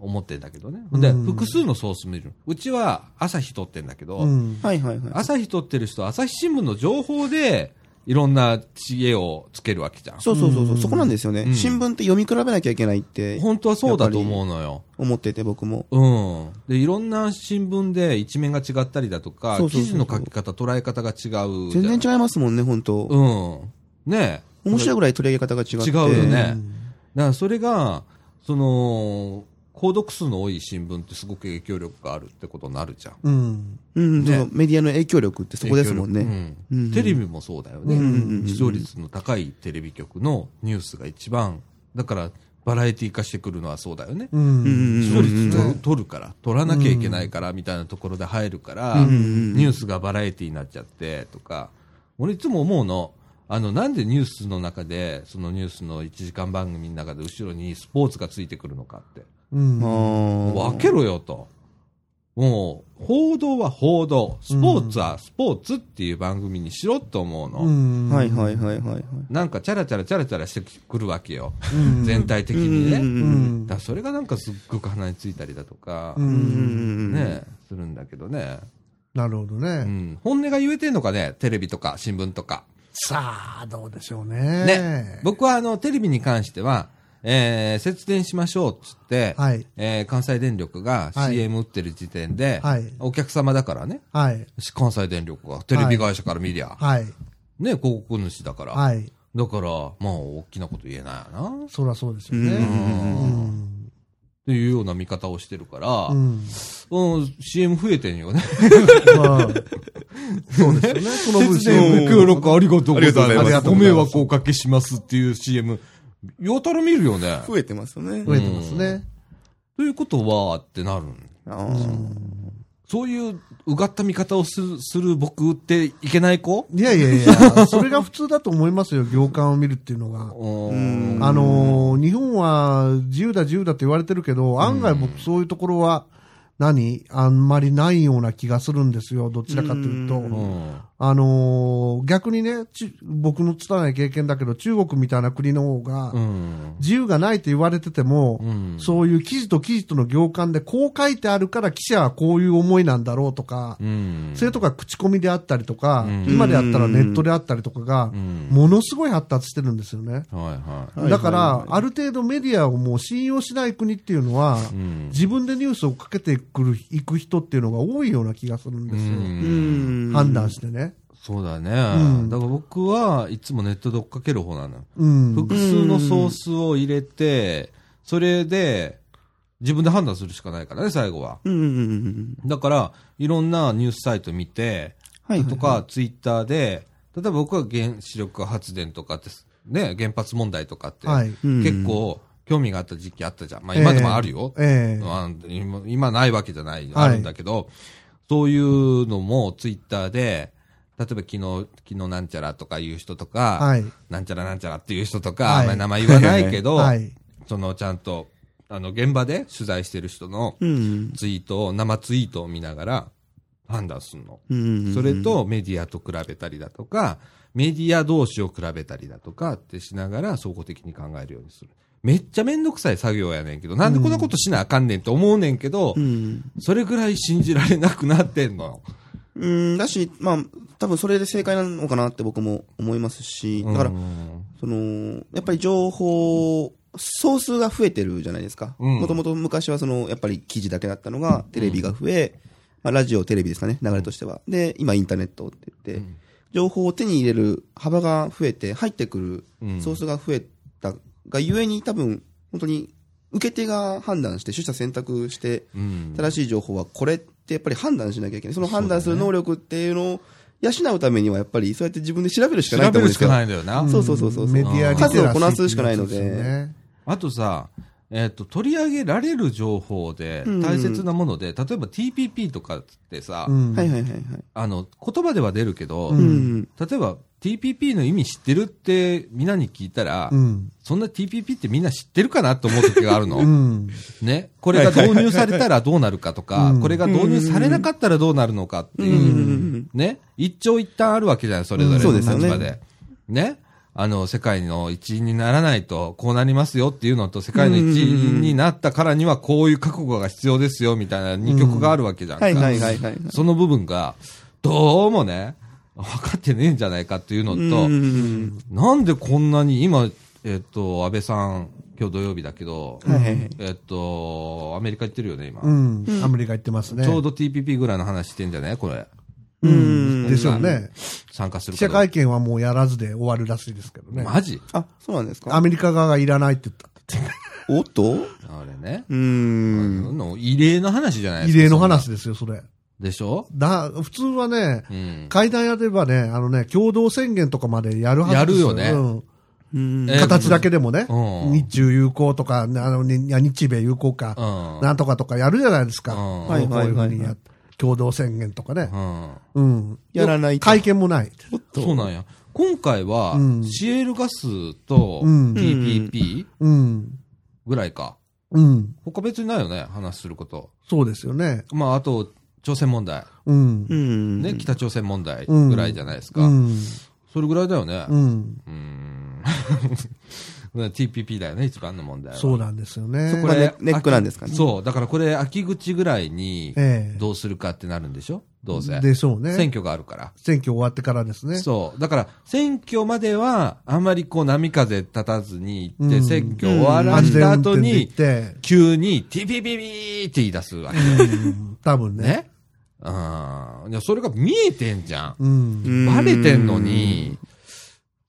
Speaker 2: 思ってんだけどね。
Speaker 1: うん
Speaker 2: で、複数のソース見る。うちは朝日撮ってんだけど、
Speaker 1: うん。
Speaker 3: はいはいはい。
Speaker 2: 朝日撮ってる人は朝日新聞の情報で、いろんな知恵をつけるわけじゃん。
Speaker 3: そうそうそうそう、
Speaker 1: うん
Speaker 3: そこなんですよね、
Speaker 2: うん
Speaker 3: 新聞って読み比べなきゃいけないって
Speaker 2: 本当はそうだと思うのよ。
Speaker 3: 思ってて、僕も。
Speaker 2: うん。で、いろんな新聞で一面が違ったりだとか、
Speaker 3: そうそうそうそう
Speaker 2: 記事の書き方、捉え方が違うじゃん。
Speaker 3: 全然違いますもんね、本当、
Speaker 2: うん。ね
Speaker 3: 面白いぐらい取り上げ方が違って。
Speaker 2: 違うよね
Speaker 1: うん
Speaker 2: だからそれが、その、購読数の多い新聞ってすごく影響力があるってことになるじゃん。
Speaker 1: うん。
Speaker 3: うん、
Speaker 2: ね
Speaker 3: そうそうメディアの影響力ってそこですもんね。
Speaker 2: う
Speaker 3: うんん
Speaker 2: テレビもそうだよね、
Speaker 1: うん
Speaker 2: 視聴率の高いテレビ局のニュースが一番、だからバラエティ化してくるのはそうだよね。
Speaker 1: う。
Speaker 3: うんん
Speaker 2: 視聴率
Speaker 1: う
Speaker 2: と
Speaker 1: ん
Speaker 2: 取るから、取らなきゃいけないからみたいなところで入るから、
Speaker 3: ん
Speaker 2: ニュースがバラエティになっちゃってとか、俺いつも思うの、あの、なんでニュースの中で、そのニュースの1時間番組の中で後ろにスポーツがついてくるのかって。
Speaker 1: うん。
Speaker 2: 分
Speaker 3: 分
Speaker 2: けろよと。もう、報道は報道、スポーツはスポーツっていう番組にしろと思うの。
Speaker 1: うん
Speaker 3: はいはいはいはいはい。
Speaker 2: なんかチャラチャラチャラチャラしてくるわけよ。
Speaker 1: うん
Speaker 2: 全体的にね。
Speaker 3: う
Speaker 1: うんん
Speaker 2: だからそれがなんかすっごく鼻についたりだとか、
Speaker 1: う
Speaker 3: うんうん
Speaker 1: ん
Speaker 3: うん
Speaker 2: ね、するんだけどね。
Speaker 1: なるほど
Speaker 2: う
Speaker 1: ね。
Speaker 2: ん。本音が言えてんのかね、テレビとか新聞とか。
Speaker 1: さあ、どうでしょうね。
Speaker 2: ね。僕はあの、テレビに関しては、えー、節電しましょうっつって、
Speaker 1: はい。
Speaker 2: えー、関西電力が
Speaker 1: はい
Speaker 2: CM 打ってる時点で、
Speaker 1: はい
Speaker 2: お客様だからね、
Speaker 1: はい。
Speaker 2: 関西電力がテレビ会社から見りゃ、
Speaker 1: はい。
Speaker 2: ね、広告主だから、
Speaker 1: はい。
Speaker 2: だから、まあ、大きなこと言えないよな。っ
Speaker 1: そりゃそうですよ
Speaker 3: うん
Speaker 1: ね。
Speaker 2: ていうような見方をしてるから
Speaker 1: う、ん。
Speaker 2: うん、CM 増えてんよね。
Speaker 1: まあ、そうです
Speaker 2: (laughs)
Speaker 1: よね。この分
Speaker 3: 然
Speaker 1: CM。
Speaker 2: 協力ありがとうござい
Speaker 3: ありがとうござい
Speaker 2: ま
Speaker 3: ます
Speaker 2: す。ご迷惑をおかけしますっていう CM、よたら見るよね。
Speaker 3: 増えてますよね。
Speaker 1: 増えてますね。
Speaker 2: ということは、ってなるん。
Speaker 3: あー
Speaker 2: そういううがった見方をするする僕っていけない子
Speaker 1: いやいやいや、それが普通だと思いますよ、行間を見るっていうのが。
Speaker 2: うん。
Speaker 1: あのー日本は自由だ自由だって言われてるけど、案外僕そういうところは、何あんまりないような気がするんですよ、どちらかというと。
Speaker 2: うん。
Speaker 1: あのー逆にね、ち僕の拙い経験だけど、中国みたいな国の方が
Speaker 2: う、ん。
Speaker 1: 自由がないと言われてても、
Speaker 2: うん
Speaker 1: そういう記事と記事との行間でこう書いてあるから記者はこういう思いなんだろうとか、
Speaker 2: うん。
Speaker 1: それとか口コミであったりとか、
Speaker 2: うん
Speaker 1: 今であったらネットであったりとかが
Speaker 2: う、ん。
Speaker 1: ものすごい発達してるんですよね。
Speaker 2: はいはい。
Speaker 3: はい
Speaker 1: だから、
Speaker 3: はいはい
Speaker 1: ある程度メディアをもう信用しない国っていうのは、
Speaker 2: うん。
Speaker 1: 自分でニュースをかけてくる、行く人っていうのが多いような気がするんですよ。
Speaker 2: うん
Speaker 3: うん
Speaker 1: 判断してね。
Speaker 2: そうだね。
Speaker 1: ん
Speaker 2: だから僕はいつもネットで追っかける方なのよ。
Speaker 1: うん。
Speaker 2: 複数のソースを入れて、それで自分で判断するしかないからね、最後は。
Speaker 3: うんうんうんうん。
Speaker 2: だから、いろんなニュースサイト見て、
Speaker 3: はい。
Speaker 2: とか、ツイッターで、例えば僕は原子力発電とかって、ね、原発問題とかって、
Speaker 1: はい。
Speaker 3: うん
Speaker 2: 結構興味があった時期あったじゃん。まあ
Speaker 1: ええ
Speaker 2: 今でもあるよ。
Speaker 1: ええ
Speaker 2: あの今今ないわけじゃない、
Speaker 1: はい
Speaker 2: あるんだけど、そういうのもツイッターで、例えば昨日、昨日なんちゃらとかいう人とか、
Speaker 1: はい
Speaker 2: なんちゃらなんちゃらっていう人とか、
Speaker 1: はい
Speaker 2: まあ名前言わないけ
Speaker 1: (laughs)
Speaker 2: ど、
Speaker 1: はい。
Speaker 2: そのちゃんと、あの、現場で取材してる人の
Speaker 3: うん
Speaker 2: ツイートを、生ツイートを見ながら判断するの。
Speaker 3: うんうん。
Speaker 2: それとメディアと比べたりだとか、メディア同士を比べたりだとかってしながら総合的に考えるようにする。めっちゃめんどくさい作業やねんけど、なんでこんなことしなあかんねんと思うねんけど
Speaker 3: う、ん。
Speaker 2: それぐらい信じられなくなってんのよ。
Speaker 3: うん、だし、まあ、多分それで正解なのかなって僕も思いますし、だから
Speaker 2: う、ん
Speaker 3: その、やっぱり情報、総数が増えてるじゃないですか。
Speaker 2: うん
Speaker 3: もともと昔はその、やっぱり記事だけだったのが、テレビが増え、まあ、ラジオ、テレビですかね、流れとしては。で、今インターネットって言って、情報を手に入れる幅が増えて、入ってく
Speaker 2: う
Speaker 3: る
Speaker 2: ん
Speaker 3: ソースが増えたがゆえに多分、本当に、受け手が判断して、取捨選択して、
Speaker 2: うん。
Speaker 3: 正しい情報はこれってやっぱり判断しなきゃいけない。その判断する能力っていうのを養うためにはやっぱりそうやって自分で調べるしかない
Speaker 2: 調
Speaker 3: と
Speaker 2: べ
Speaker 3: 思
Speaker 2: る
Speaker 3: うん
Speaker 2: し
Speaker 3: ですけ
Speaker 2: か
Speaker 3: ど。
Speaker 2: ないんだよな。
Speaker 3: そうそうそうそう。
Speaker 1: メディアリテラシ
Speaker 3: 数
Speaker 1: ー
Speaker 3: をこなすしかないの
Speaker 1: ってやつすよ
Speaker 3: で。
Speaker 1: ね。
Speaker 2: あとさ、えっ、と、取り上げられる情報で、
Speaker 3: うん
Speaker 2: 大切なもので、例えば TPP とかってさ、
Speaker 1: うん。
Speaker 3: はいはいはいはい。
Speaker 2: あの、言葉では出るけど、
Speaker 1: うん
Speaker 3: うん。
Speaker 2: 例えば TPP の意味知ってるってみんなに聞いたら、
Speaker 1: うん。
Speaker 2: そんな TPP ってみんな知ってるかなと思う時がある
Speaker 1: う
Speaker 2: の。
Speaker 1: ん。
Speaker 2: ね。これが導入されたらどうなるかとか、
Speaker 1: うん
Speaker 2: これが導入されなかったらどうなるのかって
Speaker 3: う
Speaker 2: いう、
Speaker 3: ん。
Speaker 2: ね。一長一短あるわけじゃない、それぞれ
Speaker 3: そ
Speaker 2: の
Speaker 3: うです
Speaker 2: 立場
Speaker 3: よね
Speaker 2: で。ね。あの、世界の一員にならないと、こうなりますよっていうのと、世界の一員になったからには、こういう覚悟が必要ですよ、みたいな二曲があるわけじゃんか。
Speaker 3: はいはいはいはい。
Speaker 2: その部分が、どうもね、分かってねえんじゃないかっていうの
Speaker 3: う
Speaker 2: と、
Speaker 3: ん
Speaker 2: なんでこんなに今、えっと、安倍さん、今日土曜日だけど、
Speaker 3: はいはいはい。
Speaker 2: えっと、アメリカ行ってるよね、今。
Speaker 1: うん。アメリカ行ってますね。
Speaker 2: ちょうど TPP ぐらいの話してんじゃねこれ。
Speaker 3: うん。
Speaker 1: でしょうね。
Speaker 2: 参加する
Speaker 1: 記
Speaker 2: か
Speaker 1: 者
Speaker 2: どう
Speaker 1: 会見はもうやらずで終わるらしいですけどね。
Speaker 2: マジ
Speaker 3: あ、そうなんです
Speaker 1: ア
Speaker 3: か
Speaker 1: メリカ側がいらないって言ったって。
Speaker 3: おっと
Speaker 2: あれね。
Speaker 3: う
Speaker 2: あ
Speaker 3: ん。
Speaker 2: の異例の話じゃないで
Speaker 1: 異
Speaker 2: すか。
Speaker 1: 例の話ですよ、それ。
Speaker 2: でしょ
Speaker 1: だ、普通はね、
Speaker 2: うん。
Speaker 1: 会談やればね、あのね、共同宣言とかまでやるはずです
Speaker 2: やるよ
Speaker 1: ね。
Speaker 3: うん
Speaker 1: うん形だけでもね、
Speaker 2: うん
Speaker 1: 日中友好とか、あの、にいや日米友好
Speaker 2: う
Speaker 1: か、
Speaker 2: ん。
Speaker 1: なんとかとかやるじゃないですか。
Speaker 2: うん
Speaker 1: こう
Speaker 3: はい
Speaker 1: こう
Speaker 3: はいいうは
Speaker 1: ふう
Speaker 3: い
Speaker 1: にや共同宣言とかね
Speaker 2: う。ん。
Speaker 1: うん。
Speaker 3: やらないと
Speaker 1: 会見もない。
Speaker 2: そうなんや。今回は
Speaker 1: う、ん
Speaker 2: シエルガスと
Speaker 1: うん
Speaker 2: TPP
Speaker 1: うん。
Speaker 2: ぐらいか。
Speaker 1: うん。
Speaker 2: 他別にないよね、話すること。
Speaker 1: そうですよね。
Speaker 2: まあ、あと、朝鮮問題、
Speaker 1: うん。
Speaker 3: うん。
Speaker 2: ね、北朝鮮問題ぐらいじゃないですか。
Speaker 1: うん。
Speaker 2: それぐらいだよね。
Speaker 1: うん。
Speaker 2: うーん。TPP だよね、一番の問題は。
Speaker 1: そうなんですよね。
Speaker 3: そこがネネックなんですかね。
Speaker 2: そう、だからこれ、秋口ぐらいに、
Speaker 1: ええ
Speaker 2: どうするかってなるんでしょどうせ。
Speaker 1: でしょうね。
Speaker 2: 選挙があるから。
Speaker 1: 選挙終わってからですね。
Speaker 2: そう。だから、選挙までは、あまりこう、波風立たずに行って、
Speaker 1: うん
Speaker 2: 選挙終わら
Speaker 1: 安
Speaker 2: し
Speaker 1: 全
Speaker 2: た
Speaker 1: 運
Speaker 2: 後
Speaker 1: 転で行
Speaker 2: に
Speaker 1: っ、て、
Speaker 2: 急に TPP って言い出すわけ。
Speaker 1: 多分ね。
Speaker 2: ね。うん。いや、それが見えてんじゃん。
Speaker 1: うん。
Speaker 3: うん
Speaker 2: バレてんのに、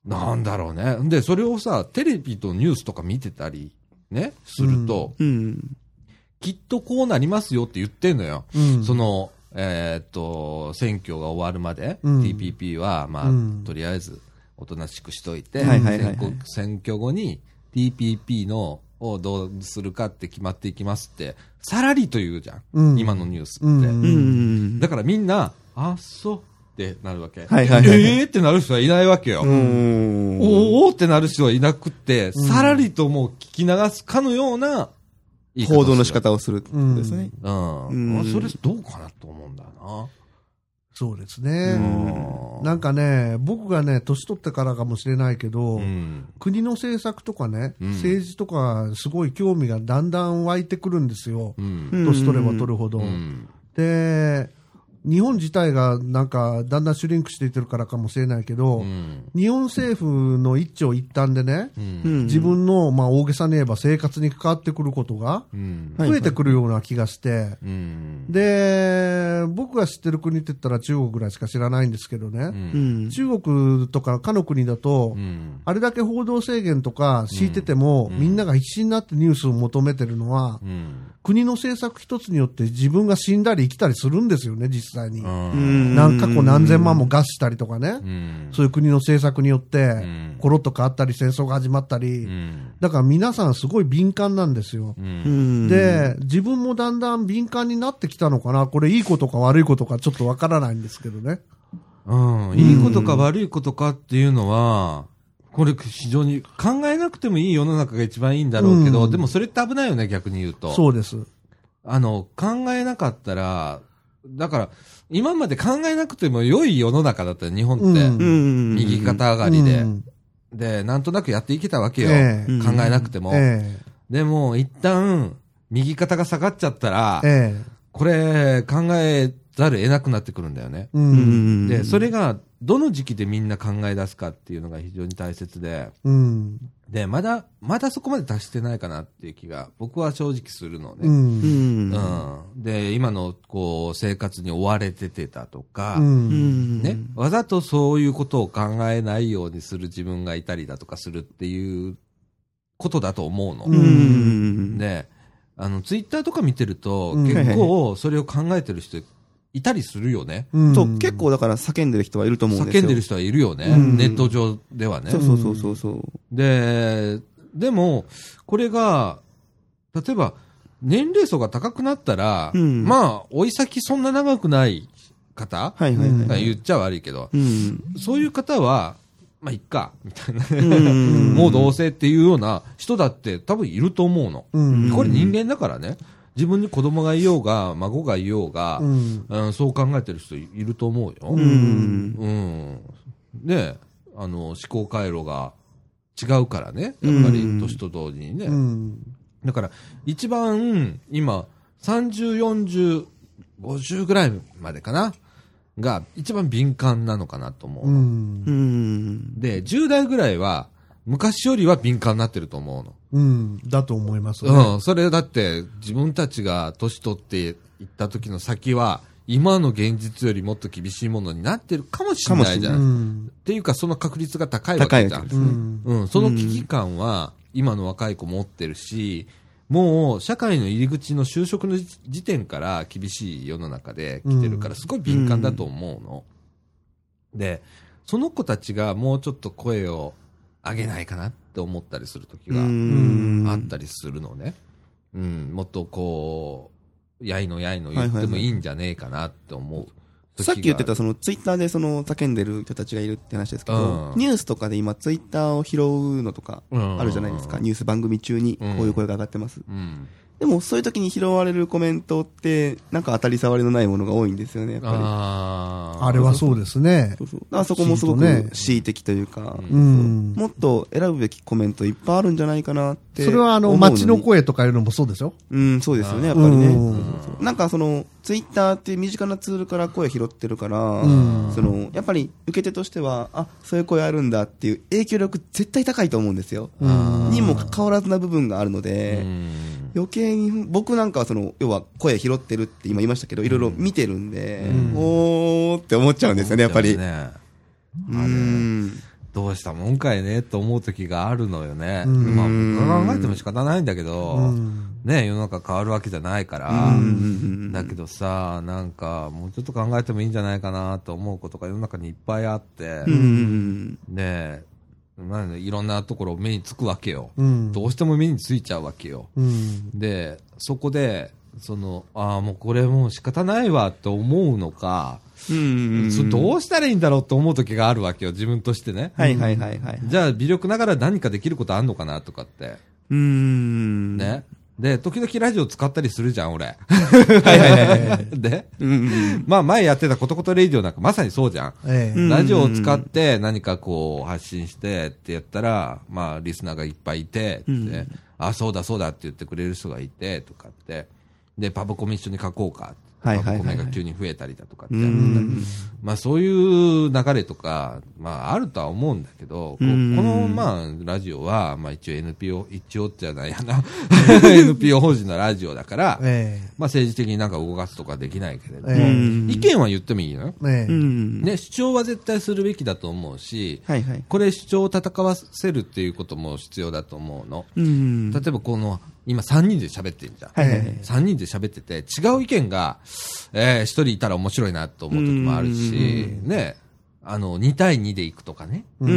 Speaker 2: なんだろうね。で、それをさ、テレビとニュースとか見てたり、ね、すると、
Speaker 3: うん。
Speaker 2: きっとこうなりますよって言ってんのよ。
Speaker 1: うん
Speaker 2: その、えーっと、選挙が終わるまで、
Speaker 1: うん
Speaker 2: TPP は、まあ、
Speaker 1: うん
Speaker 2: とりあえず、おとなしくしといて、
Speaker 3: はいはいはいは
Speaker 2: 選
Speaker 3: い
Speaker 2: 挙選挙後に TPP の、をどうするかって決まっていきますって、さらりと言うじゃん。
Speaker 1: うん
Speaker 2: 今のニュースって。
Speaker 1: うん
Speaker 3: うんうん。
Speaker 2: だからみんな、あ、そうってなるわけ。
Speaker 3: はいはいはい
Speaker 2: えーってなる人はいないわけよ。
Speaker 3: うん。
Speaker 2: おーおーってなる人はいなくって、
Speaker 1: うん
Speaker 2: さらりともう聞き流すかのような言いをする
Speaker 3: 報道の仕。方をするってことですね。
Speaker 2: うん。
Speaker 3: うん
Speaker 2: それどうかなと思うんだよ
Speaker 1: そうです
Speaker 2: な。
Speaker 1: ね。
Speaker 2: う
Speaker 1: なんかね、僕がね、年取ってからかもしれないけど、
Speaker 2: うん。
Speaker 1: 国の政策とかね、
Speaker 2: うん
Speaker 1: 政治とか、すごい興味がだんだん湧いてくるんですよ。
Speaker 2: うん。
Speaker 1: 年取れば取る
Speaker 3: る。
Speaker 1: ほど。
Speaker 2: うん。
Speaker 1: で、日本自体がなんか、だんだんシュリンクしていってるからかもしれないけど、
Speaker 2: うん。
Speaker 1: 日本政府の一長一短でね、
Speaker 2: うん
Speaker 3: うん
Speaker 1: 自。分の、まあ大げさに言えば生活に関わってくることが
Speaker 2: うん。
Speaker 3: はい
Speaker 1: 増えてくるような気がして、
Speaker 2: うん。
Speaker 1: で、僕が知ってる国って言ったら中国ぐらいしか知らないんですけど
Speaker 2: う
Speaker 1: ね、
Speaker 2: ん。
Speaker 3: ん。
Speaker 1: 中国とか他の国だと、
Speaker 2: うん。
Speaker 1: あれだけ報道制限とか敷いてても、
Speaker 2: うん
Speaker 1: みんなが必死になってニュースを求めてるのは、
Speaker 2: うん。
Speaker 1: 国の政策一つによって自分が死んだり生きたりするんですよね、実際に。
Speaker 2: うん。
Speaker 1: なんかこう何千万も餓死したりとかね
Speaker 2: う、ん。
Speaker 1: そういう国の政策によって
Speaker 2: ん、
Speaker 1: コロッと変わったり戦争が始まった
Speaker 2: う
Speaker 1: り、
Speaker 2: ん。
Speaker 1: だから皆さんすごい敏感なんですよ。
Speaker 2: う。
Speaker 3: うんん。
Speaker 1: で、自分もだんだん敏感になってきたのかな、これいいことか悪いことかちょっとわからないんですけどね。
Speaker 2: うん、いいことか悪いことかっていうのは、これ非常に考えなくてもいい世の中が一番いいんだろうけど、
Speaker 1: うん
Speaker 2: でもそれって危ないよね、逆に言うと。
Speaker 1: そうです。
Speaker 2: あの、考えなかったら、だから、今まで考えなくても良い世の中だったよ、日本って。
Speaker 1: うん
Speaker 3: うん。
Speaker 2: 右肩上がりで、
Speaker 1: うん
Speaker 2: で、なんとなくやっていけたわけよ。
Speaker 1: え
Speaker 3: うん
Speaker 2: 考えなくても。
Speaker 1: ええ
Speaker 2: でも、一旦、右肩が下がっちゃったら
Speaker 1: え、え
Speaker 2: これ、考えざる得なくなってくるんだよね。
Speaker 1: う。
Speaker 3: うんん。
Speaker 2: で、それが、どの時期でみんな考え出すかっていうのが非常に大切で、
Speaker 1: うん。
Speaker 2: で、まだ、まだそこまで達してないかなっていう気が、僕は正直するのね。
Speaker 1: う。
Speaker 3: うんん。
Speaker 2: うんで、今の、こう、生活に追われててたとか、
Speaker 1: うん。
Speaker 2: ね、わざとそういうことを考えないようにする自分がいたりだとかするっていうことだと思うの。
Speaker 1: う
Speaker 3: うん。
Speaker 2: で、あの、ツイッターとか見てると、
Speaker 1: うん
Speaker 2: 結構、それを考えてる人、いたりするよね。
Speaker 1: うん
Speaker 3: そう、結構だから叫んでる人はいると思うんですよ。
Speaker 2: 叫んでる人はいるよね。
Speaker 1: うん
Speaker 2: ネット上ではね
Speaker 3: そ。うそうそうそうそう。
Speaker 2: で、でも、これが、例えば、年齢層が高くなったら、
Speaker 3: うん
Speaker 2: まあ、追い先そんな長くない方、
Speaker 3: はいはい
Speaker 1: うん
Speaker 2: ま
Speaker 3: は
Speaker 2: あ
Speaker 3: い。
Speaker 2: 言っちゃ悪いけど、
Speaker 3: うん。
Speaker 2: そういう方は、まあ、いっか、みたいな、
Speaker 3: (laughs) うん
Speaker 2: もうどうせっていうような人だって多分いると思うの。
Speaker 1: うん。
Speaker 2: これ人間だからね。自分に子供がいようが、孫がいようが、
Speaker 1: うん。
Speaker 2: うん、そう考えてる人いると思うよ。
Speaker 3: うん。
Speaker 2: うん。ねあの、思考回路が違うからね。やっぱ
Speaker 3: うん
Speaker 2: り、年と同時にね。
Speaker 1: うん。
Speaker 2: だから、一番、今、30、40、50ぐらいまでかなが、一番敏感なのかなと思う。
Speaker 1: うん
Speaker 3: う。ん。
Speaker 2: で、10代ぐらいは、昔よりは敏感になってると思うの。
Speaker 1: うん。だと思いますね。
Speaker 2: うん、それだって、自分たちが年取っていった時の先は、今の現実よりもっと厳しいものになってるかもしれないじゃ。
Speaker 1: うんん。
Speaker 2: っていうか、その確率が高いわ
Speaker 3: 高い
Speaker 2: け
Speaker 3: わ
Speaker 2: じゃ
Speaker 3: け
Speaker 2: ん
Speaker 3: で。
Speaker 1: う
Speaker 3: すね。
Speaker 1: ん。
Speaker 2: うん、その危機感は、今の若い子持ってるし、もう、社会の入り口の就職の時点から厳しい世の中で来てるか
Speaker 1: う
Speaker 2: ら、すごい敏感だと思うの。で、その子たちがもうちょっと声を上げないかなって思ったりするときが、
Speaker 3: うん
Speaker 2: あったりするのね。うん、もっとこう、やいのやいの言っ
Speaker 3: はい
Speaker 2: て
Speaker 3: はい
Speaker 2: も
Speaker 3: はい
Speaker 2: いいんじゃねえかなって思う。
Speaker 3: さっき言ってた、その、ツイッターでその、叫んでる人たちがいるって話ですけど、
Speaker 2: うん
Speaker 3: ニュースとかで今、ツイッターを拾うのとか、
Speaker 2: うん
Speaker 3: あるじゃないですか。ニュース番組中に、こういう声が上がってます。
Speaker 2: うん。
Speaker 3: でも、そういう時に拾われるコメントって、なんか当たり障りのないものが多いんですよね、やっぱ
Speaker 2: あー
Speaker 1: あれはそうですね
Speaker 3: り。。そうそう。だからそこもすごく
Speaker 1: きっとね
Speaker 3: 恣意的というか、
Speaker 2: う
Speaker 1: うん。
Speaker 3: もっと選ぶべきコメントいっぱいあるんじゃないかなって。
Speaker 1: それはあの、
Speaker 3: 思うに
Speaker 1: 街の。声とかいうのもそうでしょ
Speaker 3: うん、そうですよね、やっぱり
Speaker 1: う
Speaker 3: ね。
Speaker 1: ん
Speaker 3: そうそうそうなんかその、ツイッターって身近なツールから声拾ってるから、
Speaker 1: ん
Speaker 3: その、やっぱり受け手としては、あ、そういう声あるんだっていう影響力絶対高いと思うんですよ。
Speaker 2: あー
Speaker 3: にもかかわらずな部分があるの
Speaker 2: う
Speaker 3: で、
Speaker 2: ん
Speaker 3: 余計に、僕なんかはその、要は声拾ってるって今言いましたけど、いろいろ見てるんで、
Speaker 2: うん
Speaker 3: おーって思っちゃうんですよね、やっぱり。
Speaker 2: ね
Speaker 3: うん。
Speaker 2: どうしたもんかいねと思う時があるのよね。
Speaker 1: うん
Speaker 2: まあ僕が考えても仕方ないんだけど、
Speaker 1: うん
Speaker 2: ね、世の中変わるわけじゃないから、
Speaker 3: うん
Speaker 2: だけどさ、なんかもうちょっと考えてもいいんじゃないかなと思うことが世の中にいっぱいあって、
Speaker 3: うんうん
Speaker 2: ねえ、なんでいろんなところ目につくわけよ。
Speaker 1: うん。
Speaker 2: どうしても目についちゃうわけよ。
Speaker 1: うん。
Speaker 2: で、そこで、その、ああ、もうこれもう仕方ないわと思うのか、
Speaker 3: うんうん
Speaker 2: そどうしたらいいんだろうと思う時があるわけよ、自分としてね。
Speaker 3: はいはいはいはい。
Speaker 2: じゃあ、微力ながら何かできることあんのかなとかって。
Speaker 3: うーん。。
Speaker 2: ね。で、時々ラジオ使ったりするじゃん、俺。
Speaker 3: はいはいはいはい。
Speaker 2: (laughs) で、
Speaker 3: うんうん
Speaker 2: まあ前やってたことことレイディオなんかまさにそうじゃん。
Speaker 1: ええ。
Speaker 3: ん
Speaker 2: ラジオを使って何かこう発信してってやったら、まあリスナーがいっぱいいて、って
Speaker 3: うん
Speaker 2: あ、そうだそうだって言ってくれる人がいて、とかって。で、パブコメ一緒に書こうか。
Speaker 3: はいはい
Speaker 2: パ
Speaker 3: はいはい
Speaker 2: ブコメが急に増えたりだとかって
Speaker 3: う
Speaker 2: やってた
Speaker 3: ん。
Speaker 2: まあそういう流れとか、まああるとは思うんだけど、ここ
Speaker 3: うん
Speaker 2: のまあラジオは、まあ一応 NPO、一応じゃないや
Speaker 3: (laughs)
Speaker 2: な、NPO 法人のラジオだから、
Speaker 1: え
Speaker 2: まあ政治的になんか動かすとかできないけれど
Speaker 1: え
Speaker 2: も、
Speaker 3: うん
Speaker 2: 意見は言ってもいいのよ。
Speaker 1: え。え
Speaker 3: う
Speaker 1: え。
Speaker 3: ん。。
Speaker 2: ね、主張は絶対するべきだと思うし、
Speaker 3: はいはい。
Speaker 2: これ主張を戦わせるっていうことも必要だと思うの。
Speaker 3: うん。
Speaker 2: 例えばこの、今3人で喋ってるじゃん。
Speaker 3: はいはいはい。
Speaker 2: 3人で喋ってて、違う意見が、えー、1人いたら面白いなと思う時もあるし、ね、あの、2対2で行くとかね。
Speaker 3: う
Speaker 2: あ
Speaker 3: ん。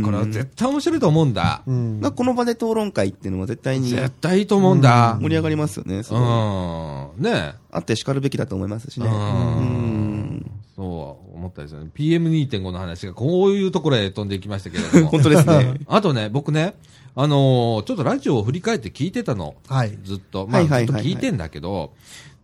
Speaker 2: ーこれは絶対面白いと思うんだ。
Speaker 1: うん。
Speaker 3: まあこの場で討論会っていうのは絶対に
Speaker 2: 絶対いいと思うんだ。
Speaker 3: 盛り上がりますよね。す
Speaker 2: う
Speaker 3: ごい
Speaker 2: ん。ね
Speaker 3: あって叱るべきだと思いますし
Speaker 2: う
Speaker 3: ね。
Speaker 2: ん。そう思ったですよね。PM2.5 の話がこういうところへ飛んでいきましたけれども。
Speaker 3: (laughs) 本当ですね。
Speaker 2: あとね、僕ね、あのーちょっとラジオを振り返って聞いてたの。
Speaker 1: はい。
Speaker 2: ずっと。まあ、ず
Speaker 3: はい
Speaker 2: っ
Speaker 3: はい
Speaker 2: と
Speaker 3: はいはい
Speaker 2: 聞いてんだけど、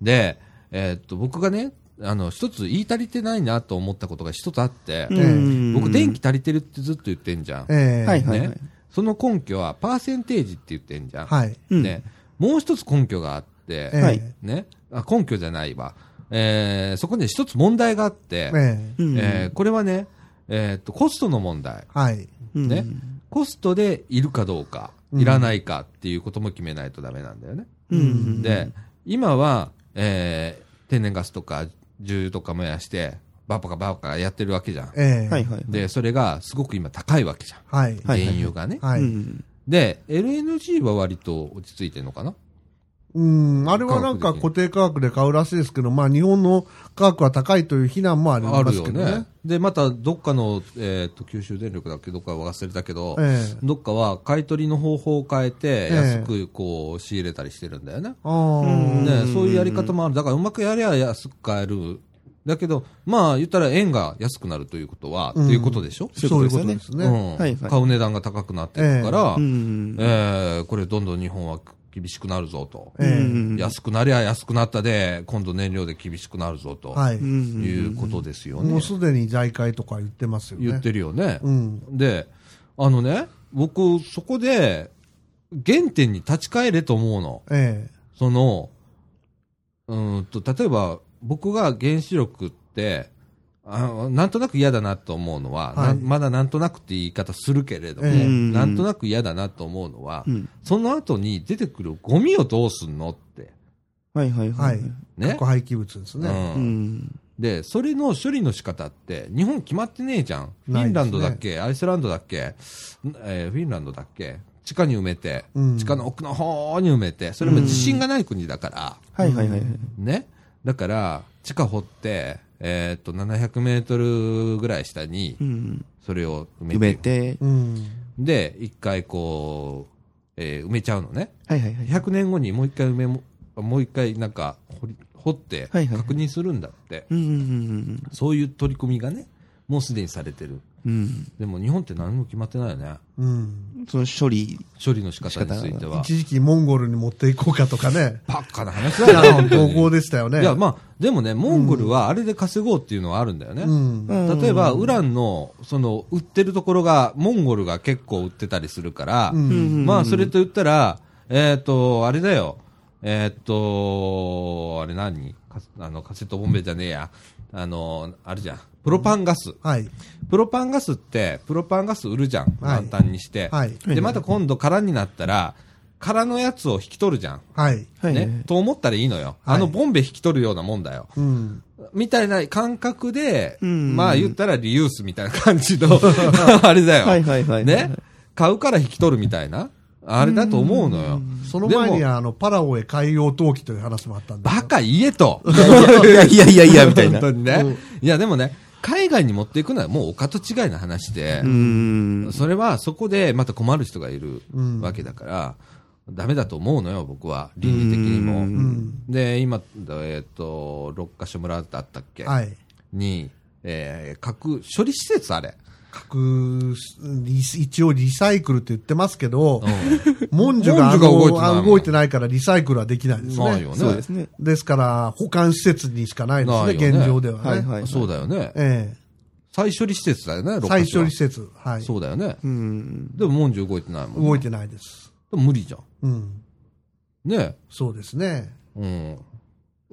Speaker 2: で、えーっと、僕がね、あの、一つ言い足りてないなと思ったことが一つあって、
Speaker 3: うん
Speaker 2: 僕、電気足りてるってずっと言ってんじゃん。
Speaker 1: ええ。
Speaker 3: はいはいはい
Speaker 2: ね。。その根拠は、パーセンテージって言ってんじゃん。
Speaker 1: はい。
Speaker 3: うん
Speaker 2: ね。もう一つ根拠があって、
Speaker 1: ええ。
Speaker 3: はい
Speaker 2: ね。あ、根拠じゃないわ。えーそこに一つ問題があって、
Speaker 1: え
Speaker 2: え
Speaker 1: え。
Speaker 3: うん
Speaker 2: ーこれはね、えーっと、コストの問題。
Speaker 1: はい。
Speaker 2: ね、コストでいるかどうか、いらないかっていうことも決めないとダメなんだよね。
Speaker 3: うん。
Speaker 2: で、今は、えー天然ガスとか重油とか燃やして、バカバカやってるわけじゃん。
Speaker 1: ええ。
Speaker 3: はいはい。
Speaker 2: で、それがすごく今高いわけじゃん。
Speaker 1: はい。
Speaker 3: はい
Speaker 2: 原油がね。
Speaker 1: は
Speaker 3: う
Speaker 1: い。
Speaker 3: ん
Speaker 2: で、LNG は割と落ち着いてるのかな
Speaker 1: うん。あれはなんか固定価格で買うらしいですけど、まあ日本の価格は高いという非難もあり
Speaker 2: あ
Speaker 1: ま
Speaker 2: る
Speaker 1: す
Speaker 2: よ
Speaker 1: けどね
Speaker 2: ね。。で、またどっかの、えーっと、九州電力だっけどっかは忘れたけど、
Speaker 1: ええ。
Speaker 2: どっかは買い取りの方法を変えて、
Speaker 1: ええ
Speaker 2: 安くこう仕入れたりしてるんだよね。
Speaker 1: あ
Speaker 3: うん
Speaker 1: あ。
Speaker 2: ね、そういうやり方もある。だからうまくやりゃ安く買える。だけど、まあ言ったら円が安くなるということは、
Speaker 1: うん
Speaker 2: ということでしょ、
Speaker 1: そういうことです
Speaker 2: う
Speaker 1: ね。
Speaker 2: ん
Speaker 3: はいはい
Speaker 2: 買う値段が高くなってるから、
Speaker 3: う
Speaker 2: え
Speaker 3: ん。
Speaker 2: ーこれどんどん日本は厳しくなるぞと。
Speaker 1: ええ。
Speaker 2: 安くなりゃ安くなったで、今度燃料で厳しくなるぞと、
Speaker 1: はい
Speaker 2: い、。うことですよね。
Speaker 1: もうすでに財界とか言ってますよね。
Speaker 2: 言ってるよね。
Speaker 1: うん。
Speaker 2: で、あのね、僕そこで原点に立ち返れと思うの。
Speaker 1: え
Speaker 2: その、うーんと、例えば、僕が原子力って、あなんとなく嫌だなと思うのは、
Speaker 1: はい
Speaker 2: なまだなんとなくって言い方するけれども、
Speaker 1: ええ
Speaker 2: なんとなく嫌だなと思うのは、
Speaker 3: うん
Speaker 2: その後に出てくるゴミをどうすんのって、
Speaker 3: はいはい
Speaker 1: え。
Speaker 3: は
Speaker 1: はいい。。
Speaker 2: ね
Speaker 1: 核。廃棄物ですね。
Speaker 2: う
Speaker 3: うんん。
Speaker 2: で、それの処理の仕方って、日本決まってねえじゃん。フ
Speaker 1: ないですね
Speaker 2: ィンランドだっけ、アイスランドだっけ、んえーフィンランドだっけ地下に埋めて、
Speaker 1: うん
Speaker 2: 地下の奥の方に埋めて、それも自信がない国だから、
Speaker 3: はいはいはい。
Speaker 2: ね。だから、地下掘って、えーっと、700メートルぐらい下に
Speaker 3: う、ん。
Speaker 2: それを埋めて
Speaker 3: 埋めて。
Speaker 1: うん。
Speaker 2: で、一回こう、えー埋めちゃうのね。
Speaker 3: はいはいはい。
Speaker 2: 100年後にもう一回埋めも、もう一回なんか掘り掘って
Speaker 3: はいはい
Speaker 2: 確認するんだって、
Speaker 3: うんうん
Speaker 2: そういう取り組みがね、もうすでにされてる。
Speaker 3: うんうん。
Speaker 2: でも日本って何も決まってないよね。
Speaker 1: うん。
Speaker 3: その処理。
Speaker 2: 処理の仕方については。
Speaker 1: 一時期モンゴルに持っていこうかとか
Speaker 2: (laughs)
Speaker 1: ね。
Speaker 2: バカな話だ
Speaker 1: いや
Speaker 2: よな、本当
Speaker 1: 投
Speaker 2: に。
Speaker 1: 稿でしたよね。
Speaker 2: いや、まあ、でもね、モンゴルはあれで稼ごうっていうのはあるんだよね。
Speaker 1: うん。
Speaker 2: 例えば、
Speaker 3: うん
Speaker 2: ウランの、その、売ってるところが、モンゴルが結構売ってたりするから、
Speaker 1: うん。
Speaker 2: まあ、それと言ったら、えっ、と、あれだよ、えっ、と、あれ何カセあの、カセットボンベじゃねえや。あの、あれじゃん。プロパンガス。
Speaker 1: はい。
Speaker 2: プロパンガスって、プロパンガス売るじゃん。
Speaker 1: は
Speaker 2: 簡
Speaker 1: い
Speaker 2: 単にして。
Speaker 1: はい
Speaker 2: で、また今度空になったら、空のやつを引き取るじゃん。
Speaker 1: はい。
Speaker 3: はいはいは
Speaker 2: ね。
Speaker 3: い。
Speaker 2: と思ったらいいのよ。あの、ボンベ引き取るようなもんだよ。
Speaker 1: うん。
Speaker 2: みたいな感覚で、
Speaker 3: うん
Speaker 2: まあ言ったらリユースみたいな感じ
Speaker 3: (laughs)
Speaker 2: の、あれだよ。
Speaker 3: はいはいはい。
Speaker 2: ね。買うから引き取るみたいな、あれだと思うのよ。
Speaker 1: その前に
Speaker 2: でも
Speaker 1: あの、パラオへ海洋投機という話もあったんで。
Speaker 2: バカ言えと。
Speaker 3: (laughs) いやいやいやいや、みたい
Speaker 2: (laughs)
Speaker 3: な。
Speaker 2: 本当
Speaker 3: う
Speaker 2: にね、いやでもね、海外に持っていくのはもうおと違いの話で、
Speaker 3: ーん。
Speaker 2: それはそこでまた困る人がいる
Speaker 1: うん
Speaker 2: わけだから、ダメだと思うのよ、僕は。倫理的にも。
Speaker 3: う
Speaker 1: う
Speaker 3: ん
Speaker 1: ん。
Speaker 2: で、今、えっ、と、六ヶ所村だったっけ、
Speaker 1: はい。
Speaker 2: に、えー核処理施設あれ。
Speaker 1: 核、リ一応リサイクルって言ってますけど、
Speaker 2: う
Speaker 1: 文殊が
Speaker 2: 文殊が動いてない
Speaker 1: あの動いてないからリサイクルはできないです
Speaker 2: な
Speaker 1: ね
Speaker 2: い。よ
Speaker 3: そう
Speaker 2: ね
Speaker 3: です。ね。
Speaker 1: ですから、保管施設にしかないですね、
Speaker 2: ないよね
Speaker 1: 現状ではね。
Speaker 3: はいはい。
Speaker 2: そうだよね。
Speaker 1: え
Speaker 2: 再処理施設だよね、
Speaker 1: え
Speaker 2: 六ヶ
Speaker 1: 再処
Speaker 2: 所は
Speaker 1: 理施設、はい。
Speaker 2: そうだよね。
Speaker 3: うん。
Speaker 2: でも、文字動いてないもん、
Speaker 1: 動いてないです。
Speaker 2: でも無理じゃん。
Speaker 1: うん。
Speaker 2: ね
Speaker 1: そうですね。
Speaker 2: え。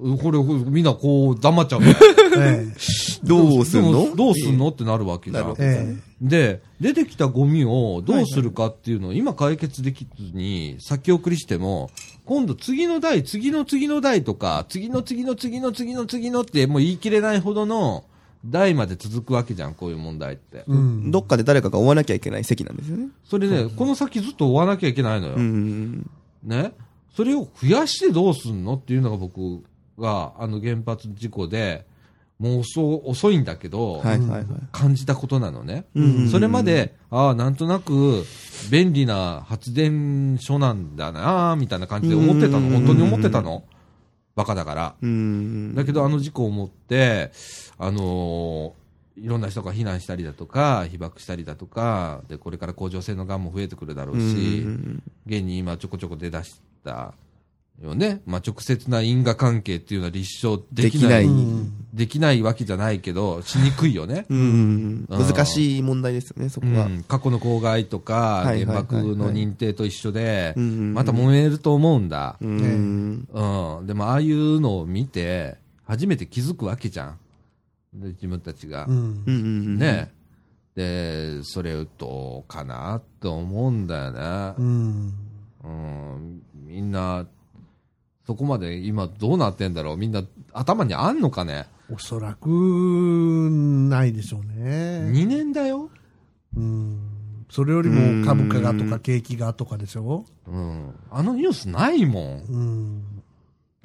Speaker 2: うん。これ、みんなこう、黙っちゃうね。
Speaker 1: え
Speaker 3: (laughs) どうすん
Speaker 2: で
Speaker 3: の
Speaker 2: もどうすんのってなるわけじゃ
Speaker 3: なる
Speaker 2: ん
Speaker 3: ほ
Speaker 1: え。。え
Speaker 2: で、出てきたゴミをどうするかっていうのを今解決できずに先送りしても、今度次の代、次の次の代とか、次の次の次の次の次のってもう言い切れないほどの代まで続くわけじゃん、こういう問題って
Speaker 1: え。。うん。
Speaker 3: どっかで誰かが追わなきゃいけない席なんですよね。
Speaker 2: それね、この先ずっと追わなきゃいけないのよ
Speaker 3: う。ん。
Speaker 2: ね。それを増やしてどうすんのっていうのが僕が、あの原発事故で、もう遅遅いんだけど、
Speaker 3: はいはいはい。
Speaker 2: 感じたことなのね。
Speaker 3: うん
Speaker 2: それまで、ああ、なんとなく便利な発電所なんだなあ、みたいな感じで思ってたの。
Speaker 3: うん
Speaker 2: 本当に思ってたの。バカだから。
Speaker 3: うん。
Speaker 2: だけど、あの事故をもって、あのーいろんな人が避難したりだとか、被爆したりだとか、で、これから甲状腺のがんも増えてくるだろうし、
Speaker 3: うん
Speaker 2: 現に今ちょこちょこ出だしたよね。まあ、直接な因果関係っていうのは立証できない。
Speaker 3: でき
Speaker 2: でき
Speaker 1: う
Speaker 2: ない
Speaker 1: ん
Speaker 2: わけじゃないけど、しにくいよね。
Speaker 3: うん。
Speaker 2: あー
Speaker 3: 難しい問題ですよね、そこ
Speaker 2: う
Speaker 3: は。
Speaker 2: ん、過去の公害とか、
Speaker 3: はいはいはい
Speaker 2: 原爆の認定と一緒で、
Speaker 3: うん
Speaker 2: また揉めると思うんだ。
Speaker 3: うん。
Speaker 2: うん。でも、ああいうのを見て、初めて気づくわけじゃん。で自分たちが。
Speaker 1: うん
Speaker 3: う。ん。
Speaker 2: ねで、それどうかなと思うんだよ
Speaker 1: う
Speaker 2: ね。
Speaker 1: ん。
Speaker 2: うん。みんな、そこまで今どうなってんだろうみんな頭にあんのかね
Speaker 1: おそらく、ないでしょうね。
Speaker 2: ?2 年だよ
Speaker 1: うん。それよりも株価がとか景気がとかでしょ
Speaker 2: うん。あのニュースないもん。
Speaker 1: うん。
Speaker 2: ね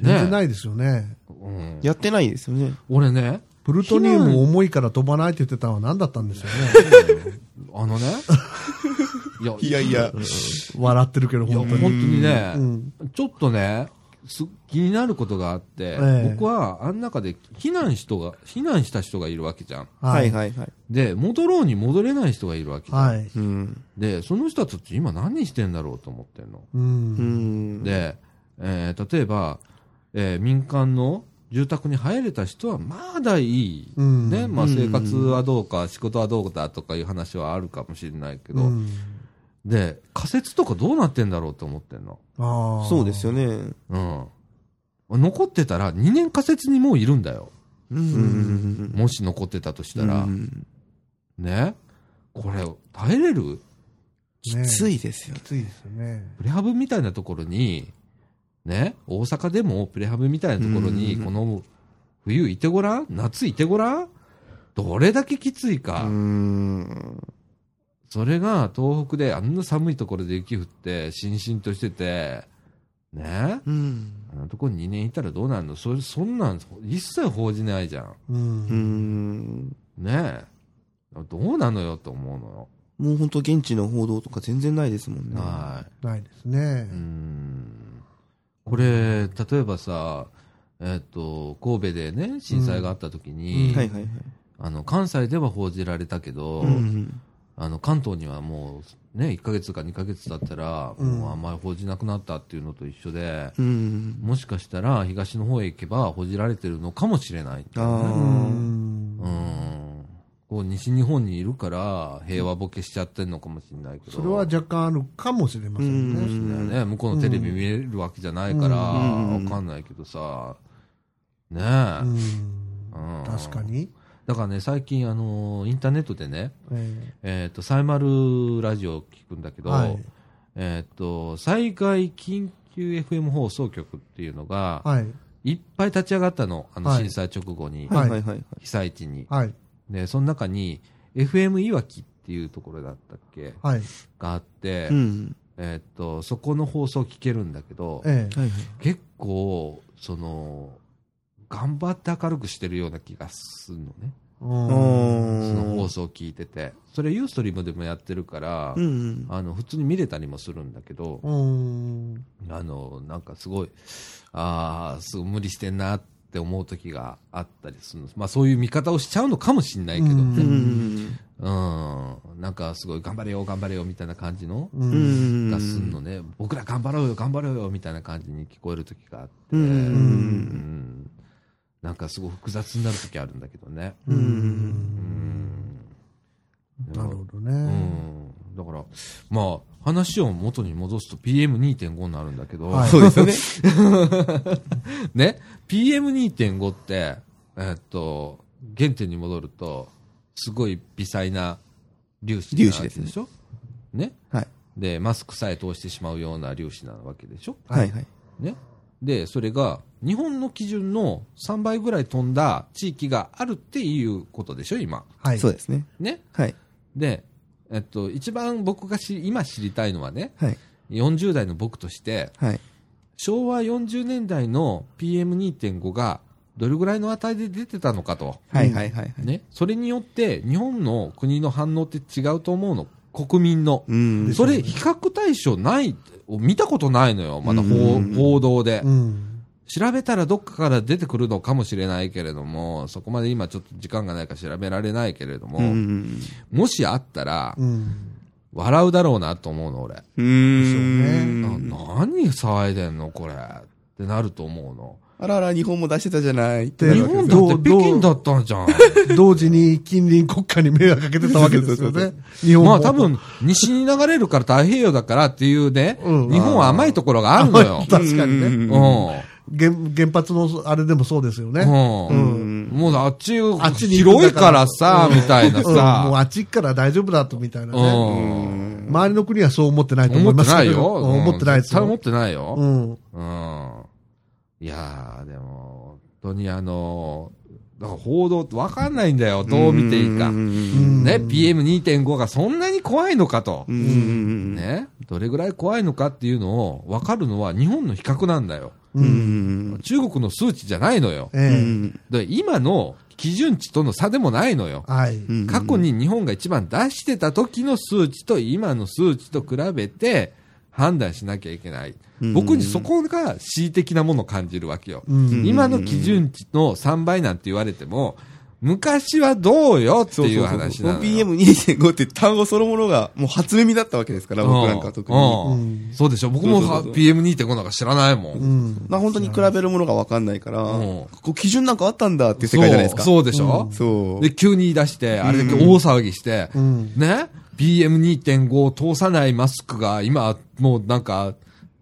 Speaker 1: 全然ないですよね。
Speaker 2: うん。
Speaker 3: やってないですよね。
Speaker 2: 俺ね、
Speaker 1: プルトニウム重いから飛ばないって言ってたのは何だったんですよね。(laughs)
Speaker 2: あのね。いや、
Speaker 3: いや。
Speaker 1: 笑ってるけど、
Speaker 2: いや、
Speaker 1: 本
Speaker 2: 本
Speaker 1: 当
Speaker 2: 当
Speaker 1: に。
Speaker 2: にね
Speaker 1: う、ん。
Speaker 2: ちょっとね、す気になることがあって、
Speaker 1: ええ
Speaker 2: 僕はあん中で避難人が、避難した人がいるわけじゃん。
Speaker 3: はい。はいはい。
Speaker 2: で、戻ろうに戻れない人がいるわけじゃん。
Speaker 1: はい。
Speaker 3: うん。
Speaker 2: で、その人たち今何してんだろうと思ってんの。
Speaker 1: う。
Speaker 3: うんん。
Speaker 2: で、えー例えば、えー民間の住宅に入れた人はまだいい。
Speaker 1: うん
Speaker 2: ね、まあ
Speaker 3: うん
Speaker 2: 生活はどうか、仕事はどうだとかいう話はあるかもしれないけど、
Speaker 1: うん
Speaker 2: で、仮説とかどうなってんだろうと思ってんの。
Speaker 1: ああ。
Speaker 3: そうですよね。
Speaker 2: うん。残ってたら2年仮説にもういるんだよ。
Speaker 3: うん。
Speaker 2: もし残ってたとしたら。
Speaker 3: うん
Speaker 2: ね。これ、耐えれる
Speaker 3: きついですよ
Speaker 1: き。ついですよね。
Speaker 2: プレハブみたいなところに、ね、大阪でもプレハブみたいなところに、
Speaker 3: うん
Speaker 2: この冬いてごらん夏いてごらんどれだけきついうか。
Speaker 3: ん。
Speaker 2: それが東北であんな寒いところで雪降って、しんしんとしてて、ね。
Speaker 3: うん。
Speaker 2: あのとこに2年いたらどうなるのそれ、そんなん一切報じないじゃん。
Speaker 1: う。
Speaker 3: うんん。
Speaker 2: ねえ。どうなのよと思うのよ。
Speaker 3: もう本当現地の報道とか全然ないですもんね。
Speaker 2: は
Speaker 1: ないです
Speaker 2: い。
Speaker 1: ね
Speaker 2: うー。ん。これ、例えばさ、えっ、と、神戸でね、震災があった時に、
Speaker 1: うん
Speaker 3: はいはいはい。
Speaker 2: あの、関西では報じられたけど、
Speaker 3: うん
Speaker 2: あの、関東にはもう、ね、1ヶ月か2ヶ月経ったら、
Speaker 1: うん
Speaker 2: もうあんまり報じなくなったっていうのと一緒で、
Speaker 3: うん。
Speaker 2: もしかしたら東の方へ行けば報じられてるのかもしれない。
Speaker 3: あ
Speaker 1: う
Speaker 3: あ。
Speaker 1: ん
Speaker 2: う。ん。こう、西日本にいるから、平和ボケしちゃってんのかもしれないけど。
Speaker 1: それは若干あるかもしれません
Speaker 3: う
Speaker 1: ね。
Speaker 3: ん
Speaker 2: ね、向こうのテレビ見れるわけじゃないから、
Speaker 3: うん
Speaker 2: わかんないけどさ、ねえ
Speaker 1: う、ん。
Speaker 2: うん
Speaker 1: 確か。に。
Speaker 2: だからね、最近、あのーインターネットでね、
Speaker 1: え
Speaker 2: えっ、と、サイマルラジオを聞くんだけ
Speaker 1: え
Speaker 2: ど、
Speaker 1: はい。
Speaker 2: えっ、と、災害緊急 FM 放送局っていうのが、
Speaker 1: はい。
Speaker 2: いっぱい立ち上がったの、あの
Speaker 1: はい
Speaker 2: 震災直後に、
Speaker 1: はい
Speaker 3: はいはいはい。
Speaker 2: 被災地に。
Speaker 1: はい。
Speaker 2: で、その中に、FM いわきっていうところだったっけ
Speaker 1: はい。
Speaker 2: があって、
Speaker 3: うん。
Speaker 2: えーっと、そこの放送聞けるんだけど、
Speaker 1: ええ。
Speaker 3: はいはい。
Speaker 2: 結構、その、頑張って明るくしてるような気がするのね。
Speaker 1: うん
Speaker 2: その放
Speaker 3: おー。
Speaker 2: 送聞いてて。それユーストリームでもやってるから、
Speaker 3: うんうん。
Speaker 2: あの、普通に見れたりもするんだけど、
Speaker 1: うん。
Speaker 2: あの、なんかすごい、ああ、すごい無理してんなって思う時があったりするのまあそういう見方をしちゃうのかもしんないけど、う
Speaker 1: うんん
Speaker 3: うんうん
Speaker 2: なんかすごい頑張れよ、頑張れよみたいな感じの、
Speaker 1: う。
Speaker 3: うん。うんん。
Speaker 2: がすんのね、僕ら頑張ろうよ、頑張ろうよみたいな感じに聞こえる時があって、
Speaker 3: うんう
Speaker 2: うんんなんかすごい複雑になる時あるんだけどね。
Speaker 1: う。
Speaker 2: うんんで
Speaker 1: な
Speaker 2: も
Speaker 1: るほど
Speaker 2: う
Speaker 1: ね。
Speaker 2: ん。だから、まあ、話を元に戻すと PM2.5 になるんだけど、
Speaker 1: はい
Speaker 3: そうですよね。
Speaker 2: (laughs) ね、PM2.5 って、えーっと、原点に戻ると、すごい微細な粒子な
Speaker 3: 粒
Speaker 2: わ
Speaker 3: 子
Speaker 2: け
Speaker 3: ですね
Speaker 2: でしょね
Speaker 3: はい。
Speaker 2: で、マスクさえ通してしまうような粒子なわけでしょ
Speaker 3: はいはい。
Speaker 2: ねで、それが、日本の基準の3倍ぐらい飛んだ地域があるっていうことでしょ今。
Speaker 1: (laughs) はい。
Speaker 3: そうですね。
Speaker 2: ね
Speaker 3: はい。で、
Speaker 2: えっと、一番僕が知り今知りたいのはね、
Speaker 3: はい。
Speaker 2: 40代の僕として、
Speaker 3: はい。
Speaker 2: 昭和40年代の PM2.5 がどれぐらいの値で出てたのかと、
Speaker 3: はいはいはいはい。
Speaker 2: ね、それによって日本の国の反応って違うと思うの、国民の。
Speaker 3: うん。
Speaker 2: それ、比較対象ない、見たことないのよ、まだ報,、
Speaker 3: うん
Speaker 2: 報道で
Speaker 1: う。ん。
Speaker 2: 調べたらどっかから出てくるのかもしれないけれども、そこまで今ちょっと時間がないから調べられないけれども、
Speaker 3: うん。
Speaker 2: もしあったら、
Speaker 1: うん。
Speaker 2: 笑うだろうなと思うの、俺。
Speaker 3: うん。
Speaker 2: な何騒いでんの、これ。ってなると思うの。
Speaker 3: あらあら、日本も出してたじゃない。ってな
Speaker 2: 日
Speaker 3: るわ
Speaker 2: 本
Speaker 3: けです
Speaker 2: だ
Speaker 3: よ
Speaker 2: って北京だったんじゃん。
Speaker 1: 同時に近隣国家に迷惑かけてたわけですよ
Speaker 3: そうそう
Speaker 1: ね。日本も。
Speaker 2: まあ多分、西に流れるから太平洋だからっていうね、
Speaker 1: うん
Speaker 2: 日本は甘いところがあるのよ。
Speaker 1: 確かにね。
Speaker 2: う。
Speaker 3: う
Speaker 2: う。
Speaker 3: んん
Speaker 1: 原原発のあれでもそうですよね。
Speaker 3: うんん。
Speaker 2: もうあっち、
Speaker 1: あっちに行く
Speaker 2: 広
Speaker 1: んだ
Speaker 2: いからさ、みたいな
Speaker 1: うんもう
Speaker 2: さ。
Speaker 1: あっち行くから大丈夫だとみたいな
Speaker 2: う
Speaker 1: ね。
Speaker 2: ん。
Speaker 1: 周りの国はそう思ってないと
Speaker 2: 思
Speaker 1: 思い
Speaker 2: っ
Speaker 1: ま
Speaker 2: て
Speaker 1: すけど
Speaker 2: ないよ。
Speaker 1: うん思ってないです
Speaker 2: 絶対思っ
Speaker 1: よ。
Speaker 2: てないよ。
Speaker 1: うん。
Speaker 2: うん。いやー、でも、本当にあのー、だから報道ってわかんないんだよ。どう見ていいか。ね、
Speaker 3: うん。
Speaker 2: PM2.5 がそんなに怖いのかと
Speaker 3: う。ん。。
Speaker 2: ね、どれぐらい怖いのかっていうのを分かるのは日本の比較なんだよ。
Speaker 1: う。
Speaker 3: うんん。
Speaker 2: 中国の数値じゃないのよ。
Speaker 3: う
Speaker 1: ええ。
Speaker 3: ん。
Speaker 2: で今の基準値との差でもないのよ。
Speaker 1: はい。
Speaker 2: 過去に日本が一番出してた時の数値と今の数値と比べて判断しなきゃいけない。僕にそこが恣意的なものを感じるわけよ。
Speaker 1: うん。
Speaker 2: 今の基準値の3倍なんて言われても、昔はどうよっていう話なのよ。
Speaker 3: PM2.5 って単語そのものがもう初耳だったわけですから、僕なんか特に。
Speaker 2: うんうん
Speaker 1: うん
Speaker 2: そうでしょ僕も
Speaker 3: そうそうそうそう
Speaker 2: PM2.5 なんか知らないもん。
Speaker 1: うん。
Speaker 3: まあ本当に比べるものが分かんないから、
Speaker 2: うん
Speaker 3: ここ基準なんかあったんだっていう世界じゃないですか。
Speaker 2: そうそうでしょ、
Speaker 3: そう。
Speaker 2: で、急に言い出して、あれだけ大騒ぎして、
Speaker 1: うん
Speaker 2: ね ?BM2.5 を通さないマスクが今、もうなんか、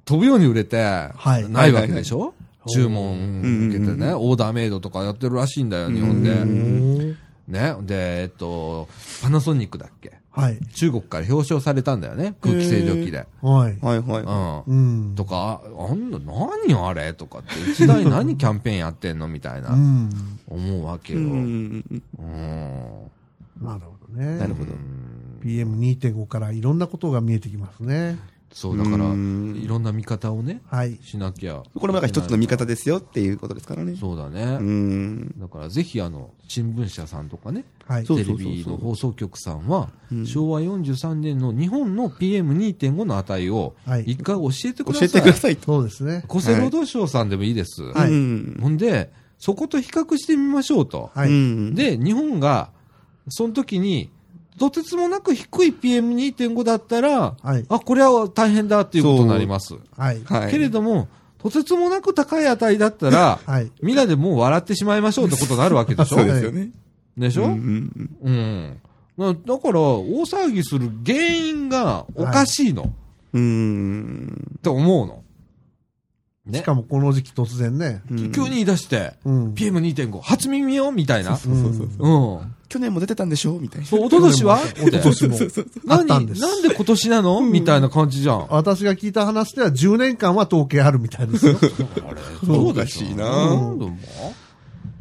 Speaker 2: 飛ぶように売れて、
Speaker 1: はい
Speaker 2: ないわけでしょ、注文受けてね、オーダーメイドとかやってるらしいんだよ、日本で。ねで、えっと、パナソニックだっけ
Speaker 1: はい。
Speaker 2: 中国から表彰されたんだよね、空気清浄機で。
Speaker 1: はい。
Speaker 3: はいはい。
Speaker 2: うん
Speaker 1: う。ん。
Speaker 2: とか、あんな、何あれとかって、一台何キャンペーンやってんのみたいうな、
Speaker 1: ん。
Speaker 2: 思うわけ
Speaker 3: う
Speaker 2: よ。うん。
Speaker 3: ん
Speaker 1: なるほどね。
Speaker 3: なるほど。
Speaker 1: PM2.5 からいろんなことが見えてきますね。
Speaker 2: そう、だから、
Speaker 3: うん
Speaker 2: いろんな見方をね、
Speaker 1: はい。
Speaker 2: しなきゃ。
Speaker 3: これもなんか一つの見方ですよっていうことですからね。
Speaker 2: そうだ
Speaker 3: う
Speaker 2: ね。
Speaker 3: ん。
Speaker 2: だから、ぜひ、あの、新聞社さんとかね、
Speaker 1: はい。
Speaker 3: そう
Speaker 2: テレビの放送局さんは
Speaker 3: うん、
Speaker 2: 昭和43年の日本の PM2.5 の値を
Speaker 1: はい、
Speaker 2: 一回教えて
Speaker 3: 教
Speaker 2: くださ
Speaker 3: え
Speaker 2: い。
Speaker 3: てくださいと。
Speaker 1: そうですね。
Speaker 2: 厚生労働省さんでもいいです。
Speaker 1: はい
Speaker 3: うん。
Speaker 2: ほんで、そこと比較してみましょうと。
Speaker 1: はい。
Speaker 3: うん、
Speaker 2: で、日本が、その時に、とてつもなく低い PM2.5 だったら、
Speaker 1: はい
Speaker 2: あ、これは大変だっていうことになります。
Speaker 1: はい。
Speaker 3: はい。
Speaker 2: けれども、とてつもなく高い値だったら、
Speaker 1: (laughs) はい。
Speaker 2: みんなでもう笑ってしまいましょうってことになるわけでしょ
Speaker 3: そうですよね。
Speaker 2: でしょ、う
Speaker 3: うん
Speaker 2: ん、
Speaker 3: うん
Speaker 2: なだから、大騒ぎする原因がおかしいの、
Speaker 3: うん。
Speaker 2: って思うの。ね
Speaker 1: しかもこの時期突然ね。
Speaker 3: うん
Speaker 2: 急に言い出して、
Speaker 1: うん。
Speaker 2: PM2.5、初耳よみたいな。うん。
Speaker 1: そうそう
Speaker 3: 去年も出てたんでしょみたいな。
Speaker 2: そう、おととしはって
Speaker 1: 今年も
Speaker 2: (laughs)
Speaker 1: あ
Speaker 2: 何
Speaker 1: ったんです。
Speaker 2: なんで今年なのみたいな感じじゃん。
Speaker 1: 私が聞いた話では10年間は統計あるみたいですよ。
Speaker 2: そう
Speaker 3: おかしいな
Speaker 2: なんだ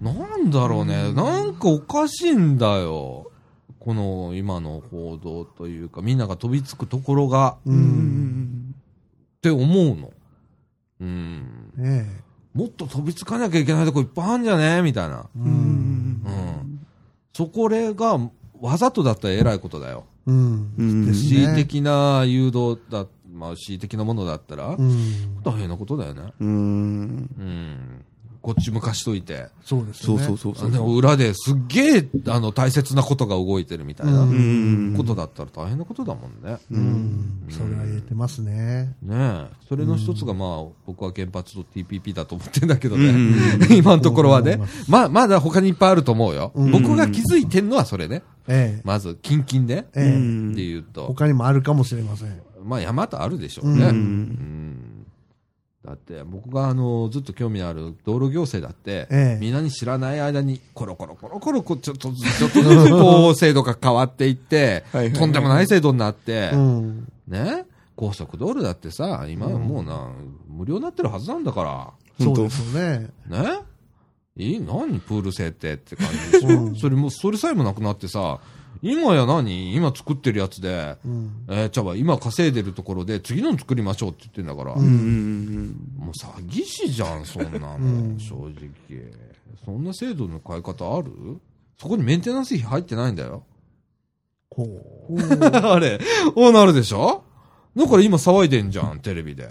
Speaker 2: なんだろうね。なんかおかしいんだよ。この今の報道というか、みんなが飛びつくところが、っ
Speaker 1: うん。
Speaker 2: て思うの。うん。
Speaker 1: ね
Speaker 2: もっと飛びつかなきゃいけないとこいっぱいあるんじゃねみたいな。
Speaker 1: え。うん。
Speaker 2: うん。そこれが、わざとだったらえらいことだよ。
Speaker 1: うん。
Speaker 3: うん
Speaker 1: ですね
Speaker 2: 恣意的な誘導だ、まあ恣意的なものだったら
Speaker 1: う、ん。
Speaker 2: 大変なことだよね。
Speaker 3: うん。
Speaker 2: うん。こっち向かしといて。
Speaker 1: そうです
Speaker 3: そ
Speaker 1: ね。
Speaker 3: うそうそうそ
Speaker 2: あ
Speaker 3: う。
Speaker 2: でも裏ですっげえ、あの、大切なことが動いてるみたいな
Speaker 1: うん
Speaker 2: ことだったら大変なことだもんね。
Speaker 1: うん。それは言えてますね。
Speaker 2: ねえ。それの一つが、まあ、僕は原発と TPP だと思ってんだけど
Speaker 3: う
Speaker 2: ね。
Speaker 3: ん
Speaker 2: (laughs) 今のところはね
Speaker 1: うん。
Speaker 2: まあ、まだ他にいっぱいあると思うよ。
Speaker 1: うん
Speaker 2: 僕が気づいてんのはそれね。
Speaker 1: ええ。
Speaker 2: まず、キンキンで。って
Speaker 1: え
Speaker 3: う
Speaker 1: え。
Speaker 3: ん
Speaker 2: いうと。
Speaker 1: 他にもあるかもしれません。
Speaker 2: まあ、山とあるでしょうね。
Speaker 1: う
Speaker 2: うんだって、僕があの、ずっと興味ある道路行政だって、
Speaker 1: ええ
Speaker 2: みんなに知らない間に、コロコロコロコロこ、ちょっとずつ、ちょっとずつ、こう、制度が変わっていって、
Speaker 3: はいはいはい
Speaker 2: とんでもない制度になって、
Speaker 1: うん。
Speaker 2: ね高速道路だってさ、今はもうな、無料になってるはずなんだか
Speaker 1: そ
Speaker 3: 本
Speaker 1: う
Speaker 3: 当
Speaker 1: ですよね。
Speaker 2: ら、ねいい何プール制定って感じでしょ、
Speaker 1: うん
Speaker 2: それも、それさえもなくなってさ、今や何今作ってるやつで、
Speaker 1: うん。
Speaker 2: えー、ちゃうわ今稼いでるところで次の作りましょうって言ってんだから、
Speaker 1: う
Speaker 3: うんん。
Speaker 2: もう詐欺師じゃん、そんなの、
Speaker 1: うん
Speaker 2: 正直。そんな制度の変え方あるそこにメンテナンス費入ってないんだ
Speaker 1: (laughs)
Speaker 2: よ。
Speaker 1: こう。
Speaker 2: あれ、おなるでしょだから今騒いでんじゃん、テレビで。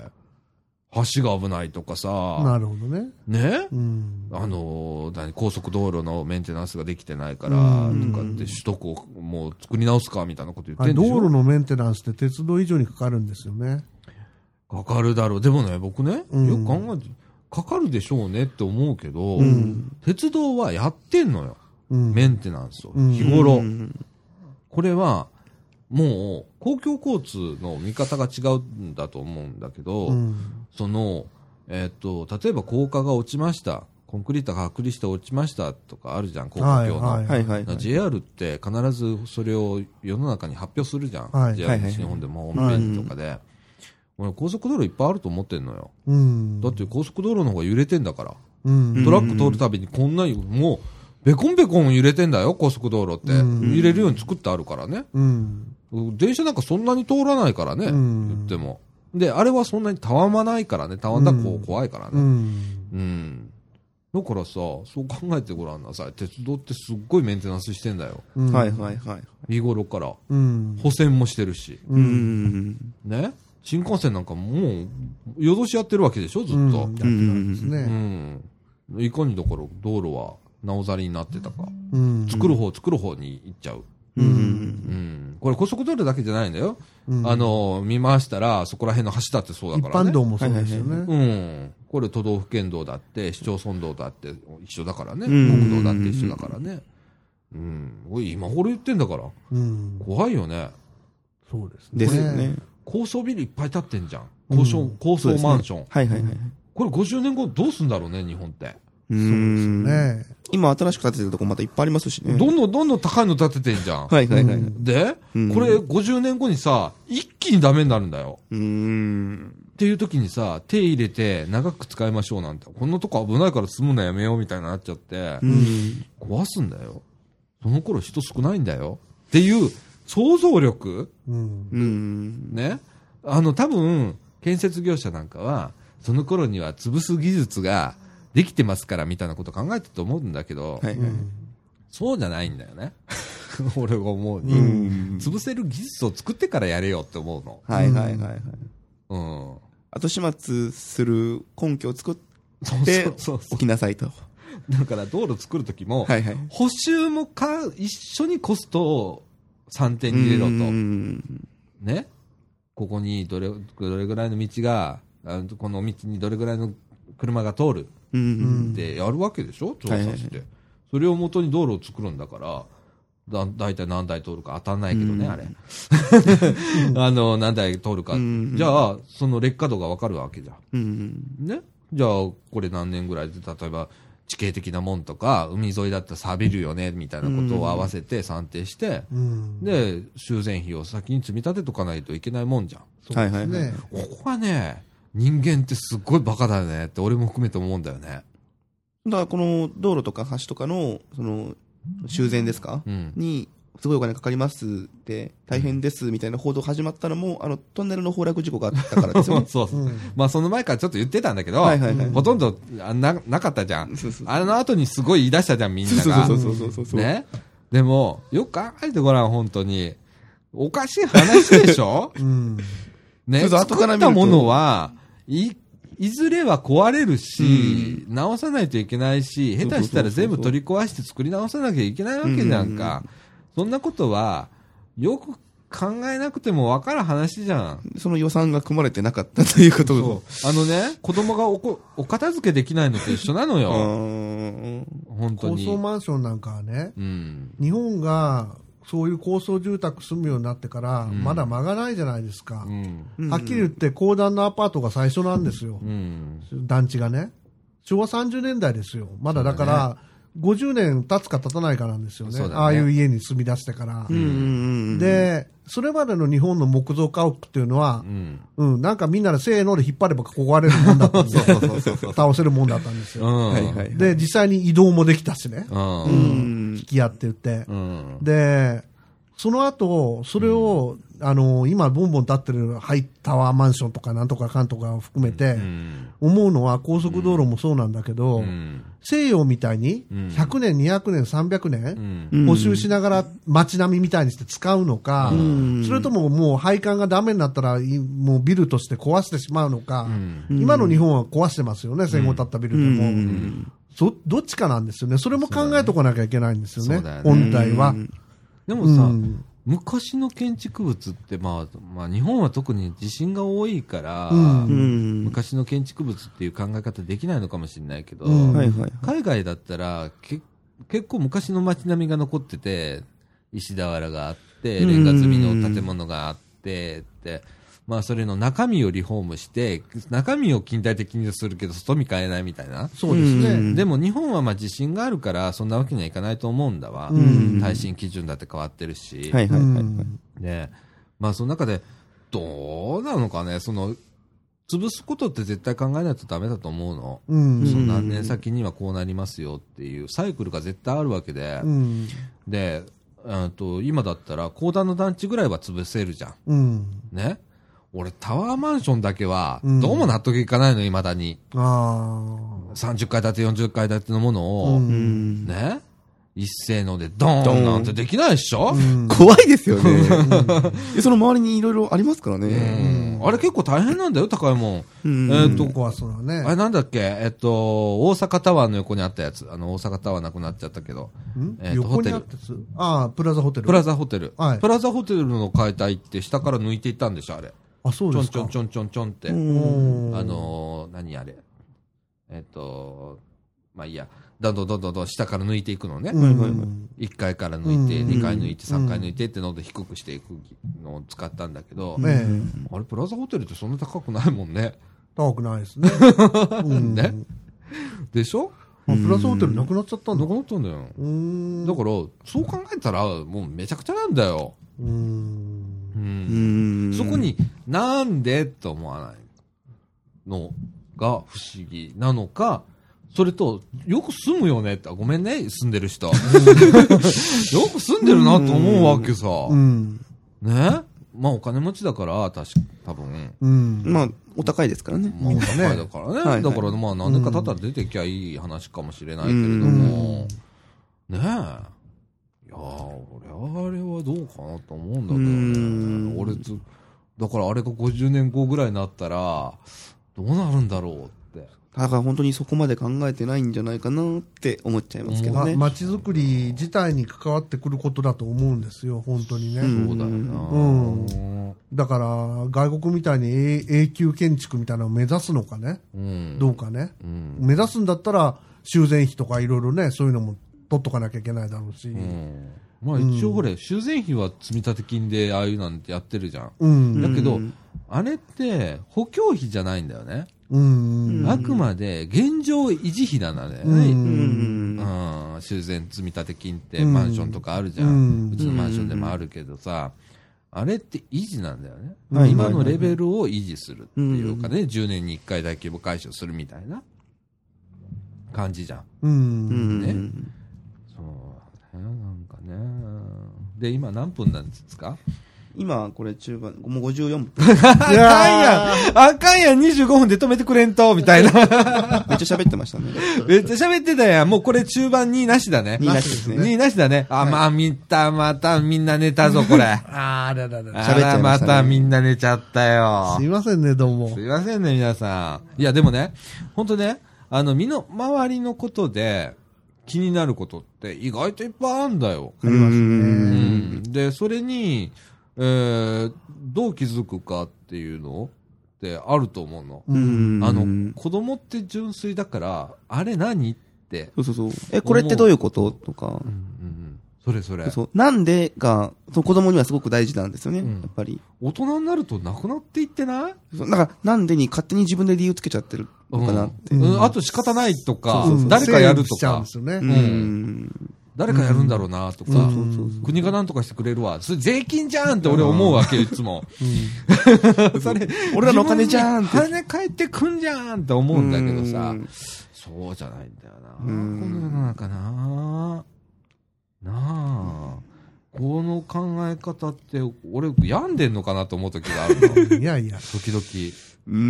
Speaker 2: 橋が危ないとかさ、
Speaker 1: なるほどね。
Speaker 2: ね
Speaker 1: うん。
Speaker 2: あのー何高速道路のメンテナンスができてないから、
Speaker 1: うん
Speaker 2: とかって首都高もう作り直すかみたいなこと言っ
Speaker 1: あれ
Speaker 2: てんで
Speaker 1: 道
Speaker 2: しょ
Speaker 1: 路のメンテナンスって鉄道以上にかかるんですよね。
Speaker 2: かかるだろう。でもね、僕ね、よ
Speaker 1: うん
Speaker 2: く考えて、かかるでしょうねって思うけど、
Speaker 1: ん
Speaker 2: 鉄道はやってんのよ。
Speaker 1: うん。
Speaker 2: メンテナンスを。
Speaker 1: うん
Speaker 2: 日頃。
Speaker 3: うん
Speaker 2: これは、もう、公共交通の見方が違うんだと思うんだけど、
Speaker 1: うん。
Speaker 2: その、えっと、例えば高架が落ちました。コンクリートが剥離して落ちましたとかあるじゃん、公
Speaker 1: は
Speaker 2: 共
Speaker 1: い
Speaker 2: の。
Speaker 1: はい
Speaker 3: はいはいはい。
Speaker 2: JR って必ずそれを世の中に発表するじゃん。
Speaker 1: はい
Speaker 2: JR 西日本でもホームページとかで。俺高速道路いっぱいあると思ってんのよ。
Speaker 1: うん。
Speaker 2: だって高速道路の方が揺れてんだから。
Speaker 1: うん。
Speaker 2: トラック通るたびにこんなに、もう、ベコンベコン揺れてんだよ、高速道路って。
Speaker 1: うん
Speaker 2: 揺れるように作ってあるからね。
Speaker 1: うん。
Speaker 2: 電車なんかそんなに通らないからね、
Speaker 1: うん
Speaker 2: 言っても。で、あれはそんなにたわまないからね、たわんだらこ
Speaker 1: うん
Speaker 2: う怖いから
Speaker 1: う
Speaker 2: ね。
Speaker 1: ん。
Speaker 2: うん。だからさ、そう考えてごらんなさい。鉄道ってすっごいメンテナンスしてんだよ。
Speaker 1: うん
Speaker 3: はいはいはい。
Speaker 2: 日頃から。
Speaker 1: うん。
Speaker 2: 補選もしてるし。
Speaker 1: う。
Speaker 3: うんん。
Speaker 2: ね新幹線なんかもう、夜通しやってるわけでしょ、ずっ
Speaker 1: うんや
Speaker 2: と
Speaker 1: って。たんです
Speaker 2: う
Speaker 1: ね。
Speaker 2: ん。いかにだから道路は、なおざりになってたか。
Speaker 1: うん。
Speaker 2: 作る方、作る方に行っちゃう。
Speaker 3: う。
Speaker 2: うんん。これ高速道路だけじゃないんだよ。
Speaker 1: うん
Speaker 2: あの、見回したら、そこら辺の橋だってそうだ
Speaker 1: 一
Speaker 2: からね。
Speaker 1: 般道もそうですよね。
Speaker 2: うん。これ都道府県道だって、市町村道だって一緒だからね。
Speaker 3: うん
Speaker 2: 国道だって一緒だからね。うん。おい今頃言ってんだから。
Speaker 1: うん。
Speaker 2: 怖いよね。
Speaker 1: そうですね。
Speaker 3: ですよね。
Speaker 2: 高層ビルいっぱい建ってんじゃん。高層、高層マンション。
Speaker 3: はいはいはい。
Speaker 2: これ50年後どうすんだろうね、日本って。
Speaker 3: うん。
Speaker 1: ねえ。
Speaker 3: 今新しく建ててるとこまたいっぱいありますしね。
Speaker 2: どんどんどんどん高いの建ててんじゃん。
Speaker 3: はいはいはい。う
Speaker 2: で、
Speaker 3: うん
Speaker 2: これ50年後にさ、一気にダメになるんだよ。
Speaker 3: ーん。
Speaker 2: っていう時にさ、手入れて長く使いましょうなんて、こんなとこ危ないから住むのやめようみたいになっちゃって
Speaker 3: う、ん。
Speaker 2: 壊すんだよ。その頃人少ないんだよ。っていう想像力
Speaker 1: うん。
Speaker 3: うん。
Speaker 2: ね。あの、多分、建設業者なんかは、その頃には潰す技術ができてますからみたいなこと考えてると思うんだけど、
Speaker 3: はいは
Speaker 1: う
Speaker 3: い。
Speaker 1: ん。
Speaker 2: そうじゃないんだよね。 (laughs) 俺が思う
Speaker 3: う
Speaker 2: に。
Speaker 3: ん。
Speaker 2: 潰せる技術を作ってからやれよって思うの。
Speaker 3: はいはいはいはい。
Speaker 2: うん。
Speaker 3: 後始末する根拠を作っ
Speaker 2: そう
Speaker 3: て
Speaker 2: そうそうそ
Speaker 3: おきなさいと。
Speaker 2: う。だから道路作る時も、
Speaker 3: はいはい。
Speaker 2: 補修もか、一緒にコストを3点に入れろ
Speaker 3: う
Speaker 2: と。
Speaker 3: ん
Speaker 2: ね。ここにどれ、どれぐらいの道が、あこの道にどれぐらいの車が通る
Speaker 3: う
Speaker 1: うん
Speaker 3: ん。
Speaker 2: ってやるわけでしょ調査
Speaker 3: はいはい
Speaker 2: して。それをもとに道路を作るんだから、だ、だいたい何台通るか当たんないけどね、
Speaker 3: うん
Speaker 2: あれ。 (laughs) あの、何台通るか。
Speaker 3: うん
Speaker 2: じゃあ、その劣化度がわかるわけじゃん。
Speaker 3: うん。
Speaker 2: ね。じゃあ、これ何年ぐらいで、例えば、地形的なもんとか、海沿いだったら錆びるよね、みたいなことを合わせて算定して、
Speaker 1: うん。
Speaker 2: で、修繕費を先に積み立てとかないといけないもんじゃん。
Speaker 3: はいはいはい。
Speaker 1: ね。
Speaker 2: ここはね、人間ってすっごいバカだよねって、俺も含めて思うんだよね。
Speaker 3: だからこの道路とか橋とかの、その、修繕ですか
Speaker 2: うん。
Speaker 3: に、すごいお金かかりますって、大変ですみたいな報道始まったのも、あの、トンネルの崩落事故があったからです
Speaker 2: そ
Speaker 3: よ
Speaker 2: う (laughs)
Speaker 3: ね。
Speaker 2: そうそう。
Speaker 1: うん
Speaker 2: まあ、その前からちょっと言ってたんだけど、
Speaker 3: はいはいはい。
Speaker 2: ほとんどあななかったじゃん。
Speaker 3: そうそう
Speaker 2: あの後にすごい言い出したじゃん、みんなが。
Speaker 3: そうそうそうそう (laughs) そう。
Speaker 2: ね。でも、よく考えてごらん、本当に。おかしい話でしょ
Speaker 1: うん。
Speaker 2: ね。
Speaker 3: そうそう後
Speaker 2: 作
Speaker 3: から
Speaker 2: っ
Speaker 3: 見ると
Speaker 2: たものは、い、いずれは壊れるし、直さないといけないし、下手したら全部取り壊して作り直さなきゃいけないわけじゃんか。そんなことは、よく考えなくても分かる話じゃん。
Speaker 3: その予算が組まれてなかったということを。
Speaker 2: あのね、子供がおこ、お片付けできないのと一緒なの
Speaker 3: う
Speaker 2: よ。
Speaker 3: ーん
Speaker 2: 本当
Speaker 1: 高層
Speaker 2: に。
Speaker 1: マンションなんかはね、
Speaker 2: うん。
Speaker 1: 日本がそういう高層住宅住むようになってから、
Speaker 2: ん
Speaker 1: まだ間がないじゃないですか
Speaker 2: う。ん。
Speaker 1: はっきり言って、高段のアパートが最初なんですよ
Speaker 2: う。ん。
Speaker 1: 団地がね。昭和30年代ですよ。まだだから、50年経つか経たないかなんですよね。
Speaker 2: そうだね
Speaker 1: ああいう家に住み出してから。
Speaker 3: うんうんうんうん、
Speaker 1: で、それまでの日本の木造家屋っていうのは
Speaker 2: う、ん。
Speaker 1: うん、なんかみんなでせーので引っ張れば壊れるもんだったんですよ。倒せるもんだったんです
Speaker 2: う
Speaker 1: よ。
Speaker 2: ん。
Speaker 3: はいはい。
Speaker 1: で、実際に移動もできたしね。
Speaker 2: う。
Speaker 3: うんん
Speaker 1: 引。き合って言って。
Speaker 2: うん。
Speaker 1: で、その後、それを、あの、今、ボンボン立ってるハイタワーマンションとかなんとかかんとかを含めて、
Speaker 2: うん。
Speaker 1: 思うのは高速道路もそうなんだけど、
Speaker 2: うん。
Speaker 1: 西洋みたいに
Speaker 2: うん
Speaker 1: 100年、200年、300
Speaker 2: う
Speaker 1: 年、
Speaker 2: ん。
Speaker 3: うん
Speaker 1: 補修しながら街並みみたいにして使うのか、
Speaker 3: ん
Speaker 1: それとももう配管がダメになったら、いもうビルとして壊してしまうのか、
Speaker 2: ん
Speaker 1: 今の日本は壊してますよね、戦後経ったビルでも。
Speaker 3: うん
Speaker 1: そどっちかなんですよね。それも考えとかなきゃいけないんですよ
Speaker 2: そ
Speaker 1: ね
Speaker 2: うだよ。ね
Speaker 1: 本体は。
Speaker 2: でも
Speaker 1: う
Speaker 2: さ、
Speaker 1: ん
Speaker 2: 昔の建築物って、まあ、まあ、日本は特に地震が多いから、
Speaker 1: うん
Speaker 3: うん
Speaker 2: 昔の建築物っていう考え方できないのかもしれないけど、
Speaker 1: うん
Speaker 3: はいはいはい。
Speaker 2: 海外だったら、け結構昔の街並みが残ってて、石俵があって、レンガ積みの建物があって、って、まあそれの中身をリフォームして、中身を近代的にするけど、外見変えないみたいな。
Speaker 1: そうです
Speaker 3: うん
Speaker 1: ね。
Speaker 2: でも日本はまあ地震があるから、そんなわけにはいかないと思うんだわ。
Speaker 1: うん
Speaker 2: 耐震基準だって変わってるし。
Speaker 3: はいは
Speaker 1: う
Speaker 3: いはい。
Speaker 1: ん
Speaker 2: ねまあその中で、どうなのかね、その、潰すことって絶対考えないとダメだと思うの。
Speaker 1: うん
Speaker 2: その何年先にはこうなりますよっていうサイクルが絶対あるわけで、
Speaker 1: うん
Speaker 2: で、うんと、今だったら高段の団地ぐらいは潰せるじゃん。
Speaker 1: うん
Speaker 2: ね。俺、タワーマンションだけは、
Speaker 1: うん
Speaker 2: どうも納得いかないの、未だに。
Speaker 1: あ
Speaker 2: 30階建て、40階建てのも
Speaker 1: あ。
Speaker 2: の
Speaker 1: う
Speaker 2: を、
Speaker 1: ん
Speaker 2: ね。一斉ので、ドーンなんてできないっしょ、
Speaker 1: うん
Speaker 3: 怖いですよね。でその周りにいろいろありますからね。
Speaker 2: うんあれ結構大変なんだよ、高いもん。
Speaker 3: うん
Speaker 2: えーっと、
Speaker 1: 怖そうだ
Speaker 2: あれ
Speaker 1: ね。
Speaker 2: なんだっけえっと、大阪タワーの横にあったやつ。あの、大阪タワーなくなっちゃったけど。
Speaker 1: ん
Speaker 2: えーと
Speaker 1: 横にあったやつああ、プラザホテル。
Speaker 2: プラザホテル。
Speaker 1: はい
Speaker 2: プラザホテルの解体って下から抜いていったんでしょあれ。
Speaker 1: あ、そう
Speaker 2: ちょ
Speaker 1: で
Speaker 2: ん
Speaker 1: す
Speaker 2: ちょ
Speaker 1: か
Speaker 2: んち。ょんちょんちょんって。
Speaker 1: うん
Speaker 2: あ、のー、何あれ。えっと、まあいいや。どんどんどんどんどん下から抜いていくのね。
Speaker 1: うん
Speaker 3: はいはいは
Speaker 2: 1階から抜いて、
Speaker 1: うん
Speaker 2: 2階抜いて、3階抜いてってので低くしていくのを使ったんだけど、
Speaker 1: ねえ
Speaker 2: あれプラザホテルってそんな高くないもんね。
Speaker 1: 高くないですね。うん
Speaker 2: ねでしょ
Speaker 1: あプラザホテルなくなっちゃった
Speaker 2: なん
Speaker 1: だ
Speaker 2: く。なったんだよ。
Speaker 1: うーん。
Speaker 2: だから、そう考えたら、もうめちゃくちゃなんだよ。
Speaker 1: うーん。
Speaker 2: うん
Speaker 3: うん
Speaker 2: そこ、になんでと思わないのが不思議なのか、それと、よく住むよねって、あごめんね、住んでる人。 (laughs) よく住んでるなと思うわけさ。
Speaker 1: うん。
Speaker 2: ねまあお金持ちだから、確か、多分。
Speaker 1: うん。
Speaker 3: まあ、お高いですからね。
Speaker 2: まあお高いだからね。
Speaker 3: はい
Speaker 2: だからまあ何年か経ったら出てきゃいい話かもしれないけれども、ねえ。いやー、俺あれはどうかなと思うんだけど
Speaker 3: う
Speaker 2: ね。
Speaker 3: ん
Speaker 2: 俺ず、だからあれが50年後ぐらいになったら、どうなるんだろうって。
Speaker 3: だから本当にそこまで考えてないんじゃないかなって思っちゃいますけど
Speaker 1: ま
Speaker 3: ね。
Speaker 1: 街づくり自体に関わってくることだと思うんですよ、本当にね。
Speaker 3: うん
Speaker 2: そうだよ
Speaker 1: うん
Speaker 2: な。
Speaker 1: だから、外国みたいに永永久建築みたいなのを目指すのかね、
Speaker 2: うん。
Speaker 1: どうかね。
Speaker 2: うん。
Speaker 1: 目指すんだったら、修繕費とかいろいろね、そういうのも取っとかなきゃいけないだろうし。
Speaker 2: うん。まあ一応ほれ、修繕費は積立金でああいうなんてやってるじゃん。
Speaker 1: うん。
Speaker 2: だけど、
Speaker 3: うん
Speaker 2: あれって補強費じゃないんだよね。
Speaker 1: うん。
Speaker 2: あくまで現状維持費なのだよ
Speaker 1: う。
Speaker 2: ね。
Speaker 3: うんん。
Speaker 2: うん、修繕積立金って
Speaker 1: うん
Speaker 2: マンションとかあるじゃん。う
Speaker 1: うん
Speaker 2: ちのマンションでもあるけどさ、あれって維持なんだよね。
Speaker 3: はい
Speaker 2: 今のレベルを維持するっていうかね、10年に1回大規模解消するみたいな感じじゃん。
Speaker 1: う。
Speaker 3: うんん。
Speaker 2: ねそうね、なんかね。で、今何分なんですか
Speaker 3: 今、これ中盤、もう54分。
Speaker 2: (laughs) あかんやんあかんやん !25 分で止めてくれんとみたいな。
Speaker 3: めっちゃ喋ってましたね。
Speaker 2: めっちゃ喋ってたやん。もうこれ中盤2なしだね。
Speaker 3: 2なしですね。
Speaker 2: 2なしだね。あ、まあ、見た、またみんな寝たぞ、これ。
Speaker 1: ああ、だだだだ。
Speaker 2: あら、またみんな寝ちゃったよ
Speaker 1: すい。ませんね、どうも
Speaker 2: す。いませんね、皆さん。いや、でもね、ほんとね、あの、身の回りのことで気になることって意外といっぱいあるんだよ。
Speaker 3: う。
Speaker 2: うんん。で、それに、えー、どう気づくかっていうのってあると思うの。
Speaker 3: うん。
Speaker 2: あの、子供って純粋だから、あれ何って。
Speaker 3: そうそうそう。え、これってどういうこととか
Speaker 2: う。んうん。それそれ。
Speaker 3: そう。なんでが、その子供にはすごく大事なんですよね。
Speaker 2: うん
Speaker 3: やっぱり。
Speaker 2: 大人になるとなくなっていってない
Speaker 3: そうだから、なんでに勝手に自分で理由つけちゃってるのかなって。
Speaker 2: うんうんあと仕方ないとか
Speaker 1: そうそうそ、う
Speaker 2: 誰かや
Speaker 1: 整
Speaker 2: ると
Speaker 1: 理しちゃうん
Speaker 2: か
Speaker 1: で、すよね。
Speaker 3: うん。
Speaker 2: 誰かやるんだろうなとか、
Speaker 1: うん
Speaker 3: そうそうそう
Speaker 2: 国がなんとかしてくれるわ。それ税金じゃんって俺思うわけよ、いつも。それ、
Speaker 3: 俺らのお金じゃんって
Speaker 2: 自分に金返ってくんじゃんって思うんだけどさ
Speaker 3: う、ん
Speaker 2: そうじゃないんだよな。こ
Speaker 3: ん
Speaker 2: の世の中ななあ。この考え方って、俺、病んでんのかなと思う時があるの。時
Speaker 1: いやいや。
Speaker 2: 々。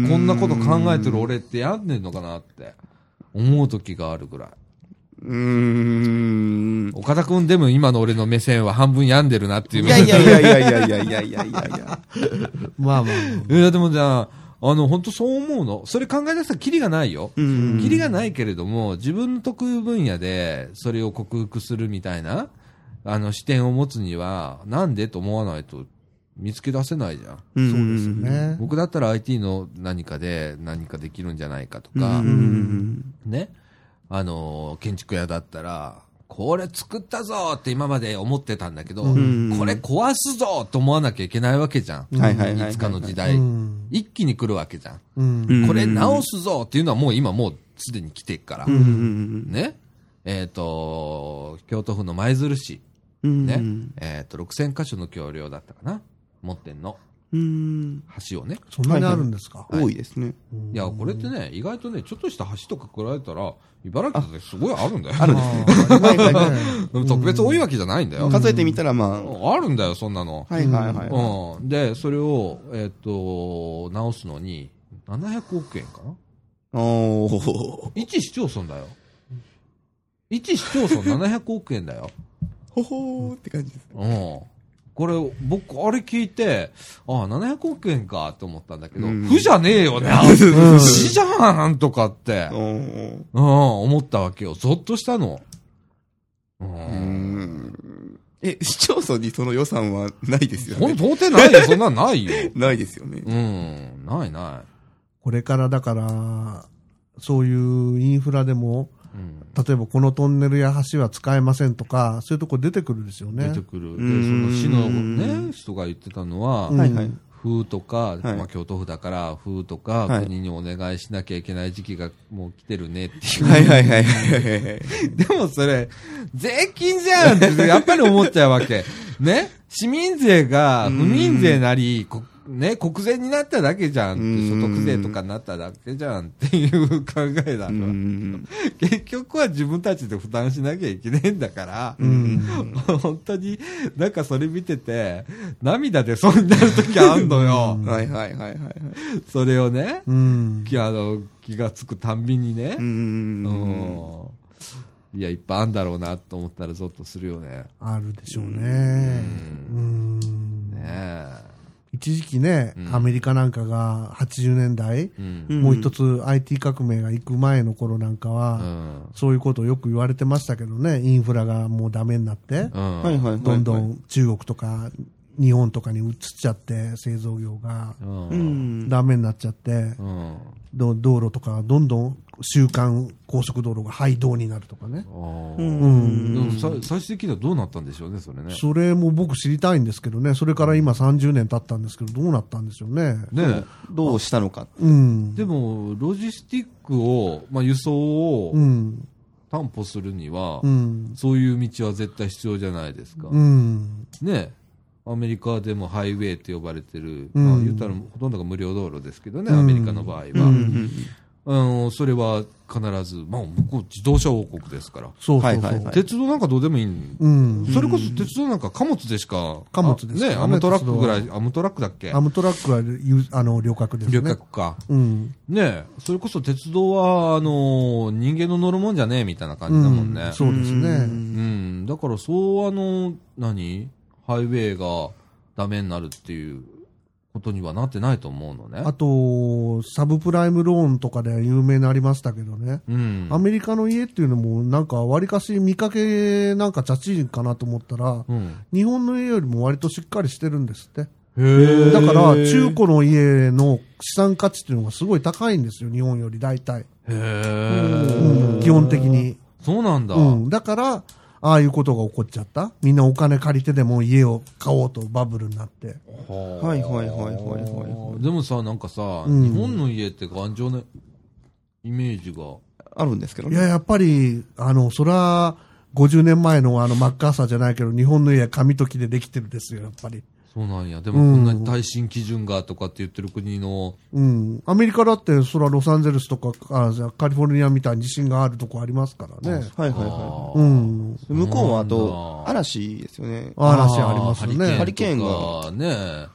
Speaker 3: こ
Speaker 2: こんなこと考えてる。俺って病んでんのかなって思う時があるぐらい。
Speaker 3: うーん。
Speaker 2: 岡田くんでも今の俺の目線は半分病んでるなっていう。
Speaker 3: いやいやいやいやいやいやいやいやいやいや。
Speaker 1: まあまあま
Speaker 2: いやでもじゃあ、あの、本当そう思うの。それ考え出したらキリがないよ。
Speaker 3: うん
Speaker 2: キリがないけれども、自分の得意分野でそれを克服するみたいな、あの視点を持つには、なんでと思わないと見つけ出せないじゃん。
Speaker 3: そ
Speaker 1: あ。
Speaker 3: うで
Speaker 1: ですよ。ね。
Speaker 2: 僕だったら IT の何かで何かできるんじゃないかとか、
Speaker 3: うん。
Speaker 2: ね、あのー建築屋だったら、これ作ったぞって今まで思ってたんだけど、
Speaker 3: ん
Speaker 2: これ壊すぞと思わなきゃいけないわけじゃん。
Speaker 3: はいはいはいはい。
Speaker 2: いつかの時
Speaker 1: う
Speaker 2: 代。
Speaker 1: ん。
Speaker 2: 一気に来るわけじゃん。
Speaker 1: うん。
Speaker 3: うん
Speaker 2: これ直すぞっていうのはもう今もうすでに来てるから。
Speaker 3: うん。
Speaker 2: ね。えっ、と、京都府の舞鶴市。
Speaker 3: うん。
Speaker 2: ね。えっ、と、6000箇所の橋梁だったかな。持ってんの。
Speaker 3: うん。
Speaker 2: 橋をね。
Speaker 1: そんなにあるんですか
Speaker 3: 多いですね。
Speaker 2: いや、これってね、意外とね、ちょっとした橋とか比べたら、茨城ってすごいあるんだよ。
Speaker 3: あるんですね。はいはいはい。
Speaker 2: うん特別多いわけじゃないんだよ。
Speaker 3: 数えてみたら、ま
Speaker 2: あるんだよ、そんなの
Speaker 3: あ。。はいはいはい。
Speaker 2: うん。で、それを、えっ、と、直すのに、700億円かな
Speaker 3: おー。
Speaker 2: 一市町村だよ。一市町村700億円だよ。
Speaker 3: ほほーって感じです。
Speaker 2: うん。これ、僕、あれ聞いて、ああ、700億円かと思ったんだけど、
Speaker 3: うん
Speaker 2: 負じゃねえよね。
Speaker 1: ん
Speaker 2: 市じゃん、なんとかって。
Speaker 3: おー。
Speaker 2: うん、思ったわけよ。ゾッとしたの。う。
Speaker 3: うんん。え、市町村にその予算はないですよ
Speaker 2: ほん
Speaker 3: ね。
Speaker 2: 到底ない
Speaker 3: (laughs)
Speaker 2: よ、そんなんないよ。
Speaker 3: ないですよね。
Speaker 2: うん、ないな
Speaker 1: これからだから、そういうインフラでも、
Speaker 2: い。うん。
Speaker 1: 例えばこのトンネルや橋は使えませんとか、そういうとこ出てくるですよね
Speaker 2: 出て。くる。で、その
Speaker 3: ん
Speaker 2: 市のね、人が言ってたのは、
Speaker 1: うん
Speaker 3: はいはい。
Speaker 2: 風とか、
Speaker 3: い
Speaker 2: まあ京都府だから、風とか、
Speaker 3: はい
Speaker 2: 国にお願いしなきゃいけない時期がもう来てるねっていう。
Speaker 3: はいはいはいはいはい。
Speaker 2: でもそれ、税金じゃんってやっぱり思っちゃうわ
Speaker 3: (laughs)
Speaker 2: け。ね市民税が不民税なり、こね、国税になっただけじゃんって、
Speaker 3: うん
Speaker 2: 所得税とかになっただけじゃんっていう考えだ
Speaker 3: う
Speaker 2: の。
Speaker 3: ん。
Speaker 2: 結局は自分たちで負担しなきゃいけないんだから、本当になんかそれ見てて、涙出そうになる時あんのよ。
Speaker 3: はいはいはいはいはい。
Speaker 2: それをね、
Speaker 1: うん。
Speaker 2: きあの気がつくたんびにね
Speaker 3: う、ん。
Speaker 2: うんいや、いっぱいあんだろうなと思ったらゾッとするよね。
Speaker 1: あるでしょうね。うん。
Speaker 2: ねえ。
Speaker 1: 一時期ね、アメリカなんかが80年代、
Speaker 2: うん。
Speaker 3: うん
Speaker 1: もう一つ IT 革命が行く前の頃なんか
Speaker 2: う
Speaker 1: は、
Speaker 2: ん。
Speaker 1: そういうことをよく言われてましたけどね、インフラがもうダメになって、
Speaker 2: うん。
Speaker 3: はいはいはい。
Speaker 1: どんどん中国とか日本とかに移っちゃって、製造業が
Speaker 2: うん。
Speaker 3: う
Speaker 2: うん。
Speaker 3: ん。
Speaker 1: ダメになっちゃって、
Speaker 2: うん。
Speaker 1: ど道路とかどんどん週間高速道路が廃道になるとかね。
Speaker 2: あ
Speaker 3: う
Speaker 2: ー
Speaker 1: うん。
Speaker 2: でもさ最終的にはどうなったんでしょうね、それね。
Speaker 1: それも僕知りたいんですけどね、それから今30年経ったんですけど、どうなったんでしょうね。
Speaker 2: ね
Speaker 3: どうしたのか。
Speaker 1: うん。
Speaker 2: でも、ロジスティックを、まあ、輸送を
Speaker 1: うん。
Speaker 2: 担保するには、
Speaker 1: うん。
Speaker 2: そういう道は絶対必要じゃないですか。
Speaker 1: うん。
Speaker 2: ねアメリカでもハイウェイって呼ばれてる、
Speaker 1: うん
Speaker 2: まあ、言ったらほとんどが無料道路ですけどね、
Speaker 1: うん
Speaker 2: アメリカの場合は。
Speaker 1: う
Speaker 3: うんん。
Speaker 2: あのそれは必ず、まあ、向こう自動車王国ですから、
Speaker 1: そうそう
Speaker 3: は
Speaker 1: そ。
Speaker 3: いうはいはい
Speaker 2: 鉄道なんかどうでもいいん
Speaker 1: うん。
Speaker 2: それこそ鉄道なんか貨物でしか、
Speaker 1: 貨物ですから
Speaker 2: ね、
Speaker 1: ね
Speaker 2: アムトラックぐらい、アムトラックだっけ
Speaker 1: アムトラックはゆあの旅客ですね。
Speaker 2: 旅客か。
Speaker 1: うん。
Speaker 2: ねそれこそ鉄道は、あの人間の乗るもんじゃねえみたいな感じだもんね。
Speaker 1: うんそうですね
Speaker 2: うん、だからそう、あの何ハイウェイがダメになるっていうことにはなってないと思うのね
Speaker 1: あ。と、サブプライムローンとかで有名になりましたけどね。
Speaker 2: うん。
Speaker 1: アメリカの家っていうのも、なんか、わりかし見かけなんか、チャチいかなと思ったら、
Speaker 2: うん。
Speaker 1: 日本の家よりも割としっかりしてるんですって。
Speaker 2: へー
Speaker 1: だから、中古の家の資産価値っていうのがすごい高いんですよ、日本より大体。
Speaker 2: へ
Speaker 1: う
Speaker 2: え
Speaker 1: ん、基本的に。
Speaker 2: そうなんだ。
Speaker 1: うん。だから、ああいうことが起こっちゃった。みんなお金借りてでも家を買おうとバブルになって。
Speaker 3: はいはいはいはいはいはい。
Speaker 2: でもさ、なんかさ、
Speaker 1: うん
Speaker 2: 日本の家って頑丈なイメージが。
Speaker 3: あるんですけど
Speaker 1: いや、
Speaker 3: ね。
Speaker 1: やっぱり、あの、そら、50年前のあの、マッカーサーじゃないけど、日本の家は紙と木でできてるですよ、やっぱり。
Speaker 2: そうなんや。でもこんなに耐震基準がとかって言ってる国の、
Speaker 1: うん。アメリカだって、そら、ロサンゼルスとか、あじゃあカリフォルニアみたいに地震があるとこありますからね。
Speaker 3: はいはいは
Speaker 2: あー
Speaker 1: うん。
Speaker 3: い。向こうは
Speaker 2: そうな
Speaker 3: あ
Speaker 2: ん
Speaker 3: と、
Speaker 2: だ
Speaker 3: 嵐ですよね。
Speaker 1: 嵐ありますよね。
Speaker 2: ハ
Speaker 3: ハ
Speaker 2: リ
Speaker 3: リ
Speaker 2: ケ
Speaker 3: ケ
Speaker 2: ー
Speaker 3: ー
Speaker 2: ン
Speaker 3: ン
Speaker 2: と
Speaker 3: と
Speaker 2: かね、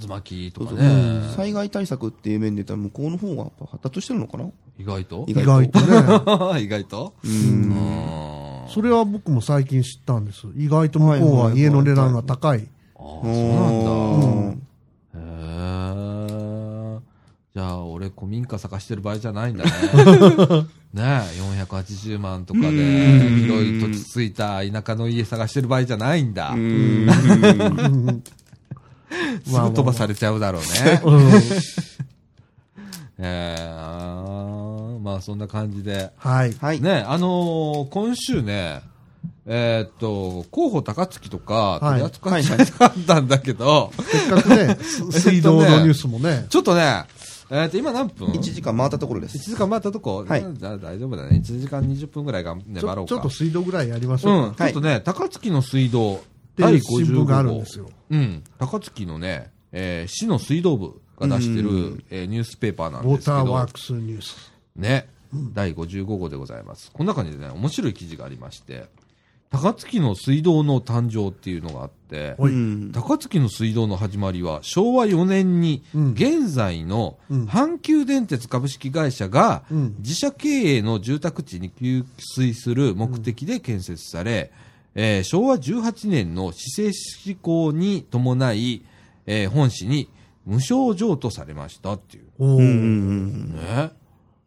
Speaker 2: 竜巻と
Speaker 3: そう
Speaker 2: か
Speaker 3: そう
Speaker 2: ね、
Speaker 3: 災害対策っていう面で言ったら向こうの方がやっぱ発達してるのかな
Speaker 2: 意外と
Speaker 3: 意
Speaker 1: 意外とね。
Speaker 2: (laughs) 意外と
Speaker 3: う。
Speaker 2: うんん。あ
Speaker 1: それは僕も最近知ったんです。意外と向こうは家の値段が高い。
Speaker 2: あ、そ
Speaker 3: あ
Speaker 2: うなんだ。
Speaker 3: ん
Speaker 2: へえ。じゃあ、俺、古民家探してる場合じゃないんだね。ねえ、480万とかで、広い土地ついた田舎の家探してる場合じゃないんだ。 (laughs)
Speaker 3: うん。
Speaker 1: うん
Speaker 2: すぐ飛ばされちゃうだろうね。
Speaker 1: うん
Speaker 2: えー、まあ、そんな感じで。
Speaker 1: はい。
Speaker 3: はい。
Speaker 2: ね、あのー今週ね、えーっと、候補高槻とか、
Speaker 1: はい
Speaker 2: 取り扱っちゃいなかったんだけど、
Speaker 1: せっかくね、水道のニュースもね。
Speaker 2: ちょっとね、えーっと、今何分
Speaker 3: 1時間回ったところで
Speaker 2: 一
Speaker 3: す。
Speaker 2: 時間待ったとこ、
Speaker 3: はい
Speaker 2: じゃあ大丈夫だね。1時間20分ぐらいが
Speaker 1: ち
Speaker 2: 粘ろ
Speaker 1: ょ
Speaker 2: うか。
Speaker 1: ちょっと水道ぐらいやりまし
Speaker 2: う、
Speaker 1: ょうんか。
Speaker 2: ちょっとね、高槻の水道、
Speaker 1: って
Speaker 2: 第
Speaker 1: いう新
Speaker 2: 55
Speaker 1: 聞
Speaker 2: 号
Speaker 1: があるんですよ。
Speaker 2: うん、高槻のね、えー市の水道部が出してる、えーニュースペーパーなん
Speaker 1: ウォ
Speaker 2: で
Speaker 1: ー
Speaker 2: すけ
Speaker 1: ターワ
Speaker 2: ど
Speaker 1: ー、クスニュース。
Speaker 2: ね、第55号でございます。この中にね、面白い記事がありまして、高槻の水道の誕生っていうのがあって、
Speaker 1: は
Speaker 3: う
Speaker 1: い
Speaker 3: ん。
Speaker 2: 高槻の水道の始まりは昭和4年に
Speaker 1: うん
Speaker 2: 現在の
Speaker 1: うん
Speaker 2: 阪急電鉄株式会社が
Speaker 1: うん
Speaker 2: 自社経営の住宅地に給水する目的で建設され、えー昭和18年の市政施行に伴い、えー本市に無償譲渡されましたっていう。
Speaker 1: お
Speaker 3: うんう
Speaker 1: ー
Speaker 3: ん
Speaker 2: ね。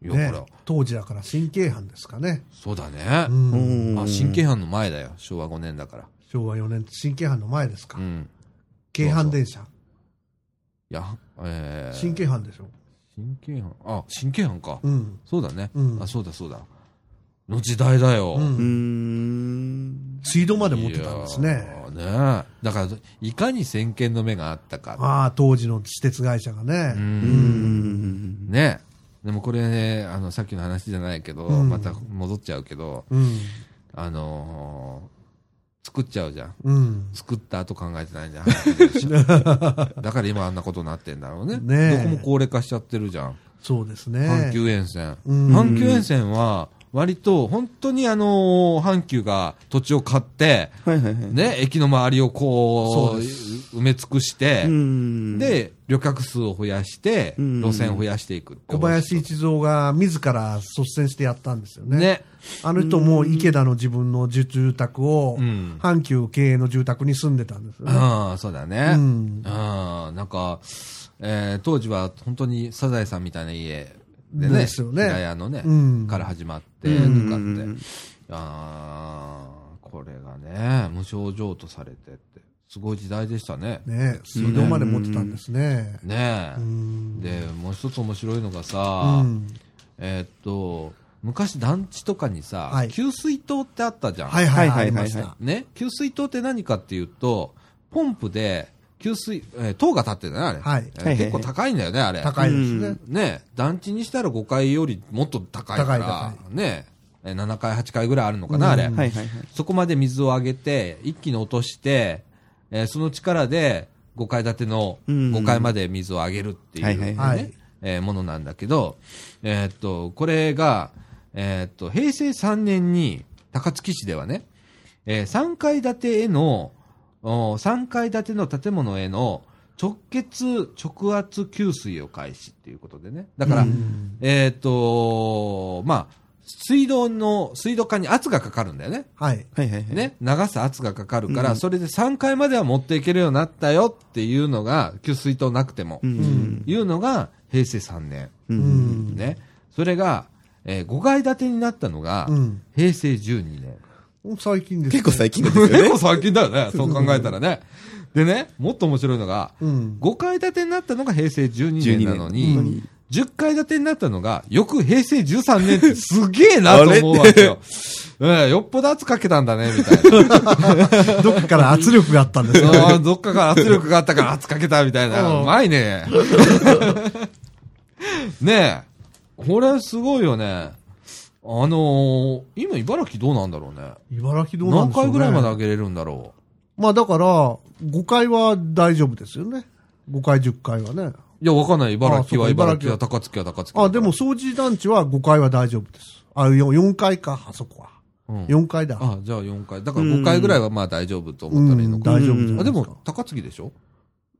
Speaker 2: いや、
Speaker 1: ね
Speaker 2: これ、
Speaker 1: 当時だから神経犯ですかね。
Speaker 2: そうだね。
Speaker 1: うん
Speaker 3: うん。
Speaker 2: あ、神経犯の前だよ。昭和5年だから。
Speaker 1: 昭和4年、神経犯の前ですか
Speaker 2: う。ん。
Speaker 1: 京阪電車。
Speaker 2: いや、えー、
Speaker 1: 神経犯でしょ。
Speaker 2: 神経犯。あ、神経犯か。
Speaker 1: うん。
Speaker 2: そうだね。
Speaker 1: うん
Speaker 2: あ、そうだそうだ。の時代だよ。
Speaker 1: う
Speaker 3: うんん。
Speaker 1: 水道まで持ってたんです
Speaker 2: い
Speaker 1: ね。
Speaker 2: やーねえだから、いかに先見の目があったか。
Speaker 1: ああ、当時の私鉄会社が
Speaker 2: う。
Speaker 1: ね。
Speaker 3: うんん。
Speaker 2: ねえでもこれね、あの、さっきの話じゃないけど、
Speaker 1: うん
Speaker 2: また戻っちゃうけど、
Speaker 1: うん。
Speaker 2: あのー作っちゃうじゃん。
Speaker 1: うん。
Speaker 2: 作った後考えてないじゃ
Speaker 1: (laughs)
Speaker 2: ん。だから今あんなことになってんだろうね。
Speaker 1: ねえ
Speaker 2: どこも高齢化しちゃってるじゃん。
Speaker 1: そうです
Speaker 2: 阪
Speaker 1: ね。
Speaker 2: 急沿線。
Speaker 1: うん
Speaker 2: 阪急沿線は、割と、本当にあのー阪急が土地を買って、
Speaker 3: はいはいはい。
Speaker 2: ね、駅の周りを
Speaker 1: そ
Speaker 2: こ、
Speaker 1: ううで
Speaker 2: 埋め尽くして
Speaker 3: う、ん。、
Speaker 2: で、旅客数を増やして、
Speaker 3: うん
Speaker 2: 路線を増やしていくって
Speaker 1: 小林一三が自ら率先してやったんですよね。
Speaker 2: ね。
Speaker 1: あの人も池田の自分の住宅を
Speaker 2: うん、
Speaker 1: 阪急経営の住宅に住んでたんですよね。
Speaker 2: うん、そうだね。う
Speaker 1: うんん、
Speaker 2: なんか、えー当時は本当にサザエさんみたいな家でね、
Speaker 1: ですよね
Speaker 2: 平屋のね、
Speaker 1: うん
Speaker 2: から始まって、とか
Speaker 3: う
Speaker 2: っ
Speaker 3: ん
Speaker 2: て。ああ、これがね、無償譲渡されてって、すごい時代でしたね。
Speaker 1: ね水道まで持ってたんですね。
Speaker 2: ね
Speaker 1: う
Speaker 2: え。
Speaker 1: ん。
Speaker 2: で、もう一つ面白いのが
Speaker 1: う
Speaker 2: さ、
Speaker 1: ん。
Speaker 2: えーっと、昔団地とかにさ、
Speaker 1: はい
Speaker 2: 給水塔ってあったじゃん。
Speaker 1: はいはいは
Speaker 3: はいはいはいはい
Speaker 1: い。ありました。
Speaker 2: ね、給水塔って何かっていうと、ポンプで給水、えー塔が立ってるんだよね、
Speaker 1: は
Speaker 2: あれ。
Speaker 1: い
Speaker 2: えー
Speaker 3: はいはいは
Speaker 2: 結
Speaker 3: い
Speaker 2: 構高いんだよね、あれ。
Speaker 1: 高いですね。
Speaker 2: ね、団地にしたら5階よりもっと高いから、
Speaker 1: 高い
Speaker 2: ね、えー7階、8階ぐらいあるのかな、あれ。
Speaker 1: うん
Speaker 3: はいはいはい。
Speaker 2: そこまで水を上げて、一気に落として、えーその力で5階建ての
Speaker 3: うん
Speaker 2: 5階まで水を上げるっていう、ね
Speaker 3: はいはい
Speaker 1: はいはい
Speaker 2: えーものなんだけど、えーっと、これが、えーっと、平成3年に高槻市ではね、え3階建てへの、お3階建ての建物への直結直圧給水を開始っていうことでね。だから、
Speaker 1: うん
Speaker 2: えーっと、まあ、水道の、水道管に圧がかかるんだよね。
Speaker 1: はい。
Speaker 3: はいはいはい。。
Speaker 2: ね、流す圧がかかるから、
Speaker 3: うん
Speaker 2: それで3階までは持っていけるようになったよっていうのが、給水塔なくても、
Speaker 3: うん。
Speaker 2: いうのが平成3年。
Speaker 1: う
Speaker 3: う。
Speaker 1: んん。
Speaker 2: ね。それが、え5階建てになったのが、
Speaker 1: うん。
Speaker 2: 平成12年。
Speaker 1: 最近ですね。
Speaker 3: 結構最近ですよ
Speaker 2: 結
Speaker 3: ね
Speaker 2: 構。最近だよね、そう考えたらね。でね、もっと面白いのが、
Speaker 1: うん。
Speaker 2: 5階建てになったのが平成12年なのに、
Speaker 1: 12
Speaker 2: 10階建てになったのが、翌平成13年ってすげえなと思うわけよ。ええよっぽど圧かけたんだね、みたいな。
Speaker 1: どっかから圧力があったんですよ。
Speaker 2: (laughs) ああ、どっかから圧力があったから圧かけたみたいな。
Speaker 1: うん
Speaker 2: うまいね。 (laughs) ねえ。これすごいよね。あのー、今茨城どうなんだろうね。
Speaker 1: 茨城どうなん
Speaker 2: 何
Speaker 1: でしょう、ね、
Speaker 2: 回ぐらいまで上げれるんだろ
Speaker 1: まあだから、5回は大丈夫ですよね。5回、10回はね。
Speaker 2: う。いや、わかんない。茨城は
Speaker 1: あそうか
Speaker 2: 茨城は高槻は高槻。
Speaker 1: あ、でも、掃除団地は5回は大丈夫です。あ、4, 4回か、あそこは。
Speaker 2: うん
Speaker 1: 4回だ。
Speaker 2: あ、じゃあ4回。だから5回ぐらいはまあ大丈夫と
Speaker 1: う
Speaker 2: 思ったらいいの
Speaker 1: ん、
Speaker 2: か。
Speaker 1: 大丈夫じゃ
Speaker 2: あ、
Speaker 1: ない
Speaker 2: です
Speaker 1: か
Speaker 2: も、高槻でしょ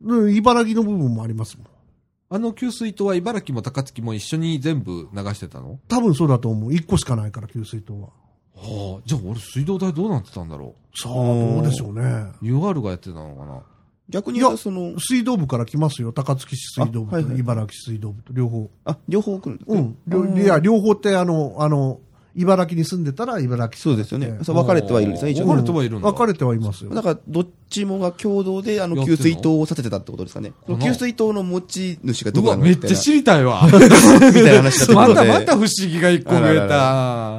Speaker 1: うん茨城の部分もありますもん。
Speaker 2: あの給水塔は茨城も高槻も一緒に全部流してたの
Speaker 1: 多分そうだと思う。1個しかないから、給水塔は。
Speaker 2: はあ、じゃあ俺水道代どうなってたんだろ
Speaker 1: さあ、どうでしょうね。
Speaker 2: う ?UR がやってたのかな
Speaker 3: 逆に言うと、その、
Speaker 1: 水道部から来ますよ。高槻市水道部と、
Speaker 3: あはいはい
Speaker 1: 茨城市水道部と、両方。
Speaker 3: あ、両方来るんです
Speaker 1: う
Speaker 3: ね
Speaker 1: ん。両いや、両方って、あの、あの、茨城に住んでたら茨城市
Speaker 3: そうですよね。そう、分かれてはいるんですね、一
Speaker 2: う分
Speaker 3: 応。
Speaker 2: かれてはいるんだ
Speaker 1: 分かれてはいますよ。
Speaker 3: だから、どっちもが共同で、あ
Speaker 2: や
Speaker 3: の、
Speaker 2: ってんの
Speaker 3: 給水塔を建ててたってことですかね。その給水塔の持ち主がど
Speaker 2: う
Speaker 3: こ
Speaker 2: わ、
Speaker 3: なの
Speaker 2: めっ
Speaker 3: みたい
Speaker 2: ちゃ
Speaker 3: な。
Speaker 2: 知りたいわ。
Speaker 3: みたいな話だった
Speaker 2: ま
Speaker 3: ので。
Speaker 2: たまた不思議が一個増えた。
Speaker 3: あららら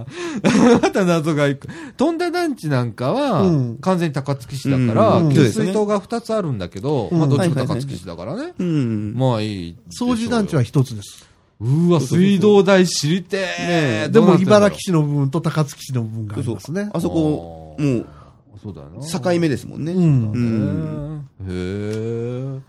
Speaker 2: また謎が一個。飛んだ団地なんかは、
Speaker 1: うん
Speaker 2: 完全に高槻市だから、
Speaker 1: うん
Speaker 2: 給水塔が二つあるんだけど、
Speaker 1: うん
Speaker 2: まあどっちも高槻市だからね。
Speaker 3: うん。
Speaker 2: まあいい。
Speaker 1: 掃除団地は。一つです。
Speaker 2: うわ、水道代知りてえ。
Speaker 3: ね
Speaker 1: でも、茨城
Speaker 2: 市。
Speaker 1: 市の部分と高槻市の部分があ
Speaker 3: そう
Speaker 1: り
Speaker 3: そう
Speaker 1: ますね。
Speaker 3: あそこ、
Speaker 2: あ
Speaker 3: もう、
Speaker 2: そうだよな。
Speaker 3: 境目ですもんね。
Speaker 1: うん
Speaker 2: う
Speaker 3: うんん。
Speaker 2: へえ。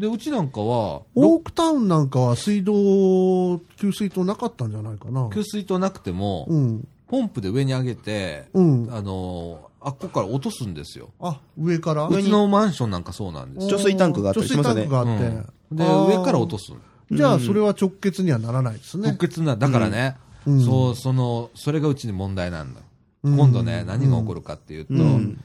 Speaker 2: で、うちなんかは、
Speaker 1: オークタウンなんかは水道、給水塔なかったんじゃないかな。
Speaker 2: 給水塔なくても、
Speaker 1: うん。
Speaker 2: ポンプで上に上げて、
Speaker 1: うん。
Speaker 2: あのーあっこから落とすんですよ。
Speaker 1: あ、上から
Speaker 2: うちのマンションなんかそうなんですよ。
Speaker 3: 貯水タンクがあった
Speaker 1: 貯
Speaker 3: りし
Speaker 1: 水
Speaker 3: ます
Speaker 1: タン
Speaker 3: よね
Speaker 1: クがあっ
Speaker 2: うん
Speaker 1: て。
Speaker 2: で、
Speaker 1: あー
Speaker 2: 上から落とすの。
Speaker 1: じゃあ、それは直結にはならないですね
Speaker 2: 直。結な、だからね、
Speaker 1: うん
Speaker 2: そう、その、それがうちに問題なんだよ。
Speaker 1: うん
Speaker 2: 今度ね、何が起こるかっていうと、
Speaker 3: うん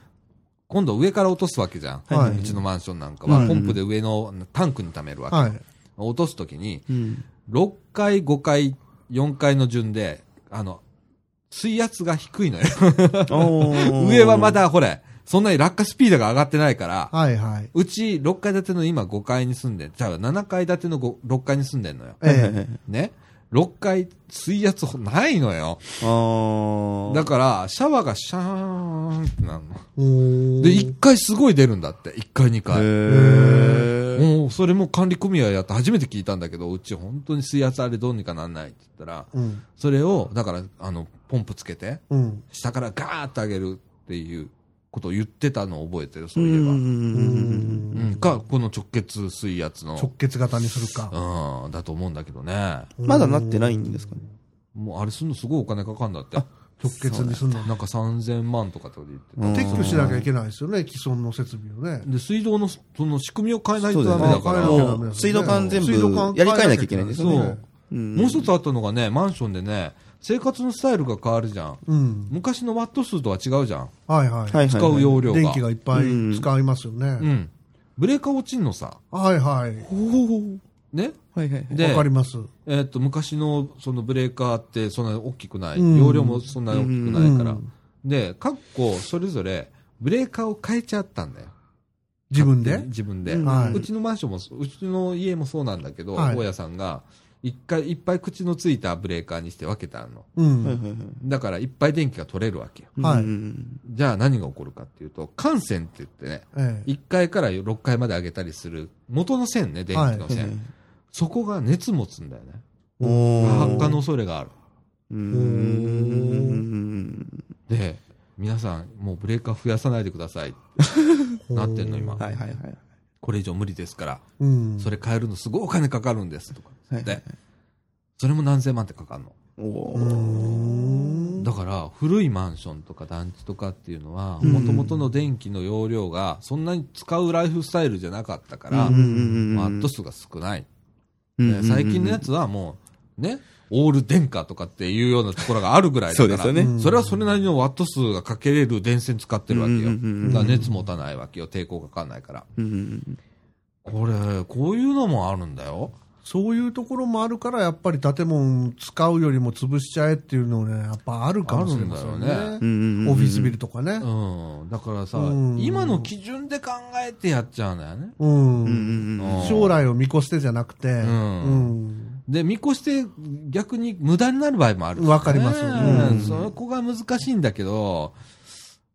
Speaker 2: 今度上から落とすわけじゃん。
Speaker 1: はいう
Speaker 2: ちのマンションなんかは、
Speaker 3: うん
Speaker 2: ポンプで上のタンクに溜めるわけ。
Speaker 1: はい。
Speaker 2: 落とすときに、
Speaker 3: うん。
Speaker 2: 6階、5階、4階の順で、あの、水圧が低いのよ。上
Speaker 3: 上
Speaker 2: はま、だ、ほれ、そんなに落下スピードが上がってないから、
Speaker 1: はい
Speaker 2: (laughs)
Speaker 1: はい。
Speaker 2: うち6階建ての今5階に住んで、じゃあ7階建ての5 6階に住んでんのよ。
Speaker 1: え
Speaker 3: はいはい
Speaker 1: え。
Speaker 3: はい
Speaker 2: ね。6階、水圧ほないのよ。
Speaker 3: あー
Speaker 2: だから、シャワーがシャーンってなるの。
Speaker 1: おー
Speaker 2: で、1階すごい出るんだって。1階、2
Speaker 3: へ
Speaker 2: 階。
Speaker 3: ー
Speaker 2: もう、それも管理組合やって初めて聞いたんだけど、うち本当に水圧あれどうにかなんないって言ったら、
Speaker 1: うん。
Speaker 2: それを、だから、あの、ポンプつけて、
Speaker 1: うん。
Speaker 2: 下からガーって上げるっていうことを言ってたのを覚えてる、そうういえば。うん
Speaker 3: ん
Speaker 2: か、この直結水圧の。
Speaker 1: 直結型にするか。
Speaker 2: うん、だと思うんだけどね。
Speaker 3: まだなってないんですかね。
Speaker 2: もうあれすんのすごいお金かかんだって。
Speaker 1: 直結にするの。
Speaker 2: なんか3000万とかってこと言ってた。
Speaker 3: うん
Speaker 1: 撤去しなきゃいけないですよね、既存の設備をね。
Speaker 2: で、水道のその仕組みを変えない
Speaker 3: そ
Speaker 2: とダ
Speaker 3: うです
Speaker 2: メだか
Speaker 1: あ
Speaker 2: ら。
Speaker 1: 変えなきゃダメ
Speaker 3: も
Speaker 1: ですね
Speaker 3: う、水道管全部
Speaker 1: 水道管、
Speaker 3: やり替えなきゃいけないんですよ
Speaker 2: そ
Speaker 3: ね。
Speaker 2: う。
Speaker 3: うん
Speaker 2: もう一つあったのがね、マンションでね、生活のスタイルが変わるじゃん。
Speaker 1: うん。
Speaker 2: 昔のワット数とは違うじゃん。
Speaker 1: はいはい。
Speaker 3: はいはいはい
Speaker 2: 使う容量が。
Speaker 1: 電気がいっぱい使いますよね。
Speaker 2: うん。ブレーカー落ちんのさ。
Speaker 1: はいはい。
Speaker 2: ね
Speaker 3: はいはいはい。
Speaker 2: で
Speaker 1: わかります。
Speaker 2: えーっと、昔のそのブレーカーってそんなに大きくない。
Speaker 1: うん
Speaker 2: 容量もそんなに大きくないから
Speaker 1: う。ん
Speaker 2: で、各個それぞれブレーカーを変えちゃったんだよ。
Speaker 1: 自分で
Speaker 2: 自分で、
Speaker 3: う
Speaker 2: うん
Speaker 1: はいう
Speaker 2: ちのマンションもそう、うちの家もそうなんだけど、
Speaker 1: はい
Speaker 2: 大家さんが、一回いっぱい口のついたブレーカーにして分けたの。
Speaker 1: う
Speaker 3: はい
Speaker 1: ん。
Speaker 3: はいはい
Speaker 2: だからいっぱい電気が取れるわけよ。
Speaker 1: はい
Speaker 3: うん
Speaker 2: じゃあ何が起こるかっていうと、幹線って言ってね、
Speaker 1: ええ。
Speaker 2: 1階から6階まで上げたりする、元の線ね、電気の
Speaker 1: は
Speaker 2: 線。そこが熱持つんだよね。
Speaker 3: お
Speaker 2: 発
Speaker 3: ー
Speaker 2: 火の恐れがある。
Speaker 3: うーん。
Speaker 2: で、皆さん、もうブレーカー増やさないでください。なってんの今
Speaker 3: はいはいはい。
Speaker 2: これ以上無理ですから、
Speaker 1: うん。
Speaker 2: それ変えるのすごいお金かかるんですとか。
Speaker 3: はいはいは
Speaker 2: で、それも何千万ってかかるの。
Speaker 3: お
Speaker 1: うー
Speaker 3: ー
Speaker 1: ん。
Speaker 2: だから、古いマンションとか団地とかっていうのは、
Speaker 3: うん
Speaker 2: もともとの電気の容量がそんなに使うライフスタイルじゃなかったから、ワ
Speaker 3: うんうんうんうん
Speaker 2: ット数が少ない。で最近のやつはもう、ね、オール電化とかっていうようなところがあるぐらいだ
Speaker 3: そう
Speaker 2: か
Speaker 3: で
Speaker 2: ら、
Speaker 3: すよね。
Speaker 1: ん
Speaker 2: それはそれなりのワット数がかけれる電線使ってるわけよ。
Speaker 3: うんうんうんうん
Speaker 2: だから熱持たないわけよ。抵抗かかんないから。
Speaker 3: うんうん
Speaker 2: これ、こういうのもあるんだよ。
Speaker 1: そういうところもあるから、やっぱり建物使うよりも潰しちゃえっていうのね、やっぱあるかもしれませんね。
Speaker 2: あるん
Speaker 3: うんうんうん
Speaker 1: オフィスビルとかね。
Speaker 2: うん。だからさ、
Speaker 1: うん
Speaker 2: 今の基準で考えてやっちゃうんだよね。
Speaker 1: うん。
Speaker 3: うんうんうん
Speaker 2: うん
Speaker 1: 将来を見越してじゃなくて、うんん。
Speaker 2: で、見越して逆に無駄になる場合もあるらね
Speaker 1: わかりますうん
Speaker 2: その子が難しいんだけど、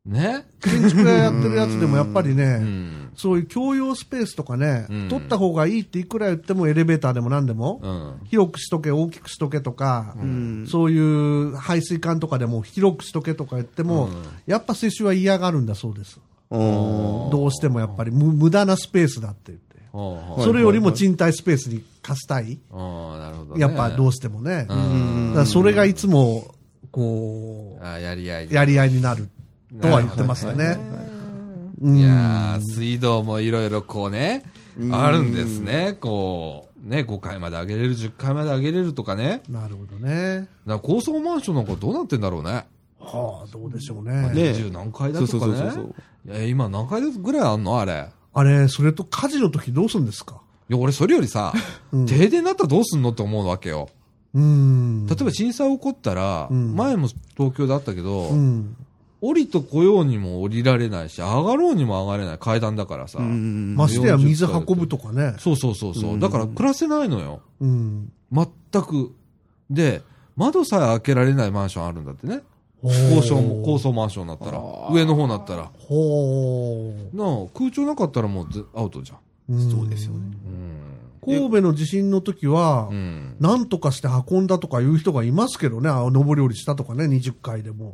Speaker 2: ね。
Speaker 1: 建築家やってるやつでもやっぱりね、
Speaker 2: うん。
Speaker 1: そういう共用スペースとかね、
Speaker 2: うん
Speaker 1: 取った方がいいっていくら言ってもエレベーターでも何でも、
Speaker 2: うん。
Speaker 1: 広くしとけ、大きくしとけとか、
Speaker 3: うん
Speaker 1: そういう排水管とかでも広くしとけとか言っても、
Speaker 2: うん
Speaker 1: やっぱ接種は嫌がるんだそうです。
Speaker 3: おー
Speaker 1: どうしてもやっぱり無無駄なスペースだって言って。
Speaker 2: ほうほう
Speaker 3: はい
Speaker 1: それよりも賃貸スペースに貸したい。
Speaker 2: ああ、なるほど、ね。
Speaker 1: やっぱど
Speaker 2: う
Speaker 1: うしてもね。
Speaker 2: ん
Speaker 1: だからそれがいつも、こ、
Speaker 2: ああ、やり合いう
Speaker 1: やり合いになるとは言ってましたね
Speaker 2: なるほ。どね
Speaker 1: うん
Speaker 2: いやー、水道もいろいろこうね、あるんですね。こう、ね、5階まで上げれる、10階まで上げれるとかね。
Speaker 1: なるほどね。
Speaker 2: だから高層マンションなんかどうなってんだろうね。
Speaker 1: はあ、どうでしょう
Speaker 3: ね
Speaker 1: ね。
Speaker 2: 20何階だと
Speaker 3: そう
Speaker 2: か
Speaker 3: そ
Speaker 2: ね
Speaker 3: うそうそう。
Speaker 2: いや、今何階ぐらいあんのあれ。いや、
Speaker 1: あれ、それと火事の時どうするんですか
Speaker 2: 俺それよりさ、停電になったらどうすんのって思うわけよ。
Speaker 1: うん。
Speaker 2: 例えば震災起こったら、
Speaker 1: うん
Speaker 2: 前も東京であったけど
Speaker 1: う、ん。
Speaker 2: 降りと来ようにも降りられないし、上がろうにも上がれない階段だからさ。
Speaker 3: うん
Speaker 1: ましてや水運ぶとかね。
Speaker 2: そうそうそうそう。だから暮らせないのよ。
Speaker 1: うん。
Speaker 2: 全く。で、窓さえ開けられないマンションあるんだってね。
Speaker 1: ほう
Speaker 2: 高層も、高層マンションになったら、上の方になったら。
Speaker 1: ほ
Speaker 2: なあ、空調なかったらもうずアウトじゃん。
Speaker 1: う。
Speaker 3: そうですよね。
Speaker 2: うん。
Speaker 1: 神戸の地震の時は
Speaker 2: う、ん。
Speaker 1: なんとかして運んだとかいう人がいますけどね、あ上り下りしたとかね、20回でも。うん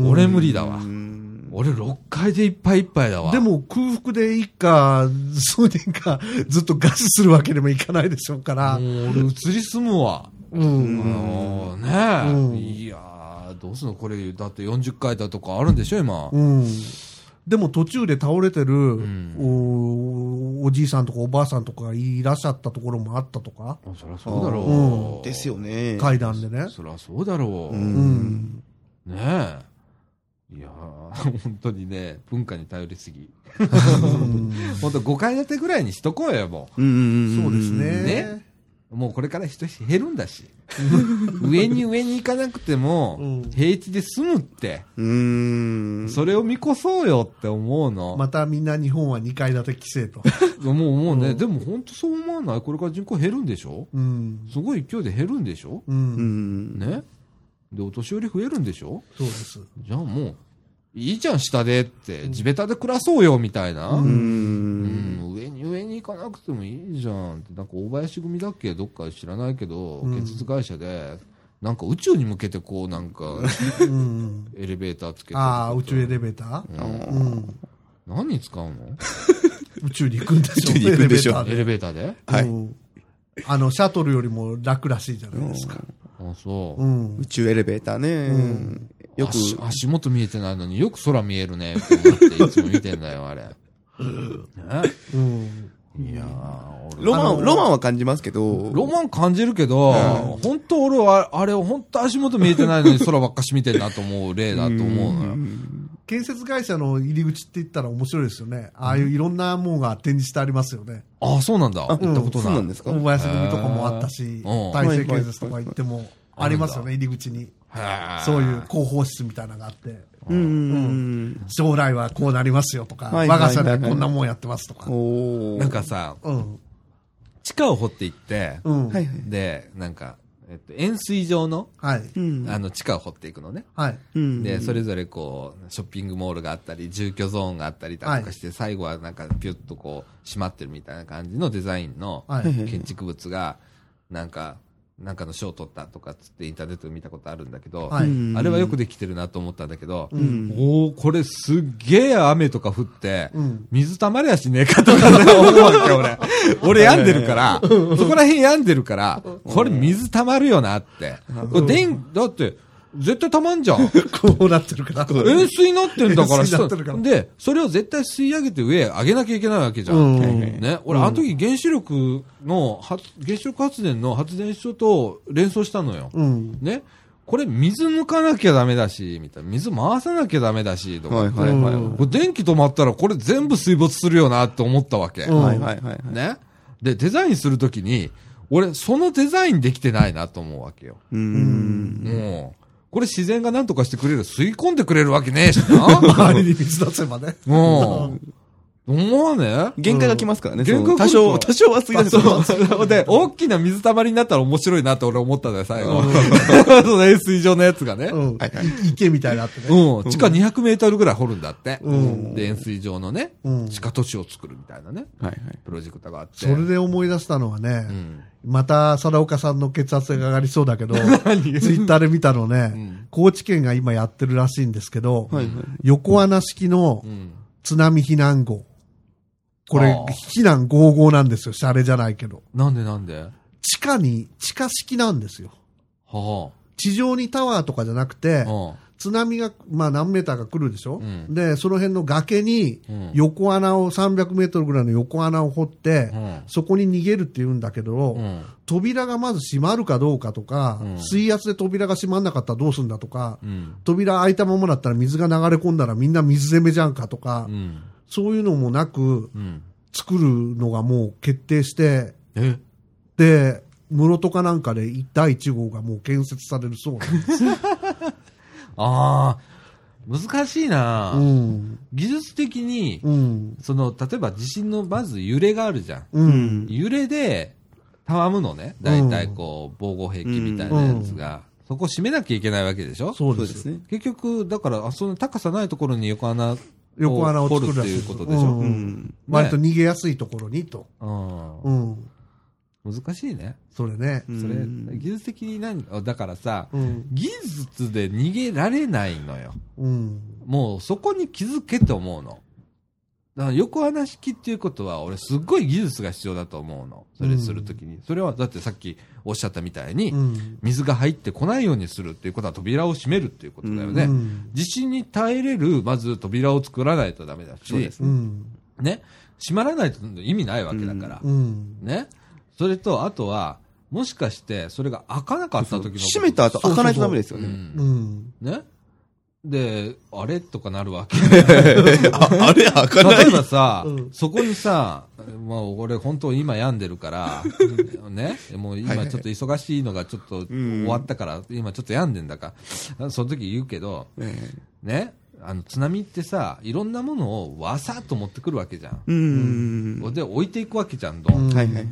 Speaker 2: 俺無理だわ
Speaker 3: う。ん
Speaker 2: 俺6階でいっぱいいっぱいだわ。
Speaker 1: で、も空腹で一家、数年か、ずっと餓死するわけにもいかないでしょうから
Speaker 2: も、う俺移り住むわ。
Speaker 1: うん。
Speaker 2: あのねえ、
Speaker 1: うん
Speaker 2: いやー、どうすんのこれ、だって40階だとかあるんでしょ、今。
Speaker 1: うん。でも途中で倒れてる、
Speaker 2: ん
Speaker 1: おおじいさんとかおばあさんとかがいらっしゃったところもあったとか、
Speaker 2: そりゃそうだろ
Speaker 1: う
Speaker 2: う。
Speaker 3: ですよね。
Speaker 1: 階段でね。
Speaker 2: そりゃそうだろう。
Speaker 3: う。
Speaker 1: うんん。
Speaker 2: ねえ。いやー、本当にね、文化に頼りすぎ。
Speaker 1: (laughs) うん
Speaker 2: 本当5階建てぐらいにしとこうよ、も
Speaker 3: うんうんんん
Speaker 1: そうですね。
Speaker 2: ねう。もうこれから人減るんだ
Speaker 1: (laughs)
Speaker 2: し。上に上に行かなくても
Speaker 1: うん、
Speaker 2: 平地で住むって、
Speaker 3: うーん。
Speaker 2: それを見越そうよって思うの。
Speaker 1: またみんな日本は2階建て規制と。
Speaker 2: もうもうね、でも本当そう思わないこれから人口減るんでしょ
Speaker 1: うん。
Speaker 2: すごい勢いで減るんでしょ
Speaker 1: う。
Speaker 3: うんん。
Speaker 2: ねで、お年寄り増えるんでしょ
Speaker 1: そうです。
Speaker 2: じゃあもう、いいじゃん、下でって、地べたで暮らそうよ、みたいな。
Speaker 1: う
Speaker 3: う。
Speaker 2: うんん上に上に行かなくてもいいじゃんって、なんか大林組だっけどっか知らないけど、
Speaker 1: うん
Speaker 2: 建設会社で、なんか宇宙に向けてこう、なんか、
Speaker 1: うん。
Speaker 2: エレベーターつけて。
Speaker 1: ああ、宇宙エレベータ
Speaker 2: う
Speaker 1: ー、
Speaker 2: ん
Speaker 1: うん、
Speaker 2: 何に使うの
Speaker 1: 宇宙に行くんでしょ
Speaker 3: (laughs) 宇宙に行くんでしょ
Speaker 1: エレベーター
Speaker 2: エレベーターで
Speaker 3: はい
Speaker 1: うんあの、シャトルよりも楽らしいじゃないですか。
Speaker 2: あ、そう
Speaker 1: う。ん
Speaker 3: 宇。宙エレベーターね。よく、
Speaker 2: 足足元見えてないのによく空見えるねって思っていつも見てんだよ、あれ。ね、
Speaker 1: うん。
Speaker 2: いやー俺
Speaker 3: ロマ
Speaker 1: あの
Speaker 3: ン、ロマンは感じますけど、
Speaker 2: ロマン感じるけど、本当俺は、あれ、本当足元見えてないのに空ばっかし見てんなと思う例だと思うのよ。
Speaker 1: 建設会社の入り口って言ったら面白いですよね。ああいういろんなもんが展示してありますよね。
Speaker 2: ああ、そうなんだ。行ったこと
Speaker 3: そう
Speaker 2: な
Speaker 3: ないんで。すか
Speaker 1: 大林組とかもあったし
Speaker 2: うん、
Speaker 1: 大成建設とか行っても、
Speaker 2: あ
Speaker 1: ありますよね、入り口に。
Speaker 2: はあ
Speaker 1: そういう広報室みたいなのがあって、
Speaker 3: うんうん。
Speaker 1: 将来はこうなりますよとか、
Speaker 3: はい
Speaker 1: 我
Speaker 3: はいはい
Speaker 1: が
Speaker 3: はい
Speaker 1: 社ではこんなもんやってますとか。
Speaker 3: おー
Speaker 2: なん、かさ、
Speaker 1: うん。
Speaker 2: 地下を掘っていって、
Speaker 1: うん。
Speaker 3: はいはい。
Speaker 2: で、なんか、えっと、円錐状の、
Speaker 1: はい。
Speaker 3: うん
Speaker 2: あの、地下を掘っていくのね。
Speaker 1: はい。
Speaker 3: うん
Speaker 2: で、それぞれこう、ショッピングモールがあったり、住居ゾーンがあったりだとかして、最後はなんかピュッとこう、閉まってるみたいな感じのデザインの
Speaker 1: はい。
Speaker 2: 建築物が、なんか、なんかの賞を取ったとかっつってインターネットで見たことあるんだけど、
Speaker 1: はい
Speaker 3: うん
Speaker 2: あれはよくできてるなと思ったんだけど、
Speaker 1: ん
Speaker 2: おおこれすっげえ雨とか降って、
Speaker 1: うん
Speaker 2: 水溜まりやしねえかとかね思うわけ
Speaker 1: (laughs)
Speaker 2: 俺。俺病んでるから、そこら辺病んでるから、これ水溜まるよなって。これ電だって、絶対溜まんじゃん。
Speaker 1: こうなってるから。
Speaker 2: 塩水になってんだから、
Speaker 1: 塩 (laughs) 水になってるから
Speaker 2: で、それを絶対吸い上げて上へ上げなきゃいけないわけじゃん。
Speaker 1: うん
Speaker 2: ね。俺、あの時原子力の発、原子力発電の発電所と連想したのよ。
Speaker 1: うん。
Speaker 2: ね。これ水抜かなきゃダメだし、みたいな。水回さなきゃダメだし、とか。
Speaker 3: はいはいはい。
Speaker 1: うん
Speaker 2: これ電気止まったらこれ全部水没するよなって思ったわけ。
Speaker 1: うん
Speaker 3: はいはいはいはい。
Speaker 2: ね。で、デザインするときに、俺、そのデザインできてないなと思うわけよ。
Speaker 3: うん。
Speaker 2: もう、これ自然が何とかしてくれる、吸い込んでくれるわけねえし
Speaker 1: (laughs)
Speaker 2: な。
Speaker 1: 周りに水出せばね。
Speaker 2: もう、思わねえ
Speaker 3: 限界が来ますからね。
Speaker 2: 限界が
Speaker 3: 多
Speaker 2: 来るから
Speaker 3: 少、多少は過ぎだけど。
Speaker 2: そう。で、大きな水たまりになったら面白いなって俺思ったんだよ、最後。 (laughs) その円錐状のやつがね。
Speaker 1: うん。い池みたいになってね。
Speaker 2: うん。地下200メートルぐらい掘るんだって。
Speaker 1: うん
Speaker 2: で、円錐状のね
Speaker 1: う、ん
Speaker 2: 地下都市を作るみたいなね、
Speaker 3: はいはい。
Speaker 2: プロジェクトがあっ
Speaker 1: そ
Speaker 2: て。
Speaker 1: れで思い出したのはね、
Speaker 2: ん
Speaker 1: また、佐岡さんの血圧が上がりそうだけど、ツイッターで見たのね、高知県が今やってるらしいんですけど、
Speaker 3: はいはい
Speaker 1: 横穴式の
Speaker 2: うん。
Speaker 1: 津波避難号。こ
Speaker 2: あ
Speaker 1: れ
Speaker 2: ー、
Speaker 1: 避難合号なんですよ。シャレじゃないけど。
Speaker 2: なんでなんでは
Speaker 1: 地下に、地下式なんですよ。
Speaker 2: あ。
Speaker 1: 地上にタワーとかじゃなくて、
Speaker 2: うん
Speaker 1: 津波が、まあ何メーターか来るでしょ、
Speaker 2: うん
Speaker 1: で、その辺の崖に
Speaker 2: うん
Speaker 1: 横穴を、300メートルぐらいの横穴を掘って、
Speaker 2: うん
Speaker 1: そこに逃げるって言うんだけど、
Speaker 2: うん。
Speaker 1: 扉がまず閉まるかどうかとか、
Speaker 2: うん
Speaker 1: 水圧で扉が閉まんなかったらどうするんだとか、
Speaker 2: うん。
Speaker 1: 扉開いたままだったら水が流れ込んだらみんな水攻めじゃんかとか、
Speaker 2: うん。
Speaker 1: そういうのもなく
Speaker 2: うん。
Speaker 1: 作るのがもう決定して、
Speaker 2: え
Speaker 1: で、室戸かなんかで第1号がもう建設される
Speaker 2: (laughs)
Speaker 1: そうなんです。
Speaker 2: ああ。難しいな、
Speaker 1: うん。
Speaker 2: 技術的に、
Speaker 1: うん。
Speaker 2: その、例えば地震のまず揺れがあるじゃん。
Speaker 1: う。
Speaker 3: うんん。
Speaker 2: 揺れで、たわむのね。だいたいこう、防護壁みたいなやつが、そこ閉めなきゃいけないわけでしょ
Speaker 1: そう
Speaker 3: そう
Speaker 1: で。
Speaker 3: ですすね。
Speaker 2: 結局、だから、あその高さないところに横穴を
Speaker 1: 横穴を
Speaker 2: 掘
Speaker 1: 作
Speaker 2: る
Speaker 1: る
Speaker 2: っ
Speaker 1: ら
Speaker 2: て
Speaker 1: しい
Speaker 2: い
Speaker 1: で
Speaker 2: う
Speaker 1: す
Speaker 2: ことでしょ
Speaker 1: う
Speaker 3: うんん。
Speaker 1: 割と逃げやすいところにと。
Speaker 2: う
Speaker 1: うん。
Speaker 2: ん。難しいね。
Speaker 1: それね。
Speaker 2: それ、
Speaker 3: うん
Speaker 2: 技術的に何あだからさ、
Speaker 1: うん。
Speaker 2: 技術で逃げられないのよ。
Speaker 1: うん。
Speaker 2: もうそこに気づけと思うの。だから横穴式っていうことは、俺すっごい技術が必要だと思うの。それするときに。それは、だってさっきおっしゃったみたいに、
Speaker 1: うん。
Speaker 2: 水が入ってこないようにするっていうことは扉を閉めるっていうことだよね。
Speaker 1: うん
Speaker 2: 地震に耐えれる、まず扉を作らないとダメだし、
Speaker 3: そうです
Speaker 1: うん。
Speaker 2: ね。閉まらないと意味ないわけだから。
Speaker 1: うん。
Speaker 2: ね。それと、あとは、もしかして、それが開かなかった時のこと。
Speaker 3: 閉めた後開かないとダメですよ
Speaker 2: う
Speaker 3: ね。
Speaker 2: ん
Speaker 1: うん。
Speaker 2: ね。で、あれとかなるわけ。
Speaker 3: ああれ開
Speaker 2: (laughs)
Speaker 3: か
Speaker 2: 例えばさ、
Speaker 1: うん
Speaker 2: そこにさ、まあ俺本当今病んでるから、ね、もう今ちょっと忙しいのがちょっと終わったから、今ちょっと病んでんだから、その時言うけど、
Speaker 3: ええ
Speaker 2: ね、あの津波ってさ、いろんなものをわさっと持ってくるわけじゃん。
Speaker 3: うん。は
Speaker 2: で、置いていくわけじゃん、どん。
Speaker 1: うん
Speaker 3: いはいはい。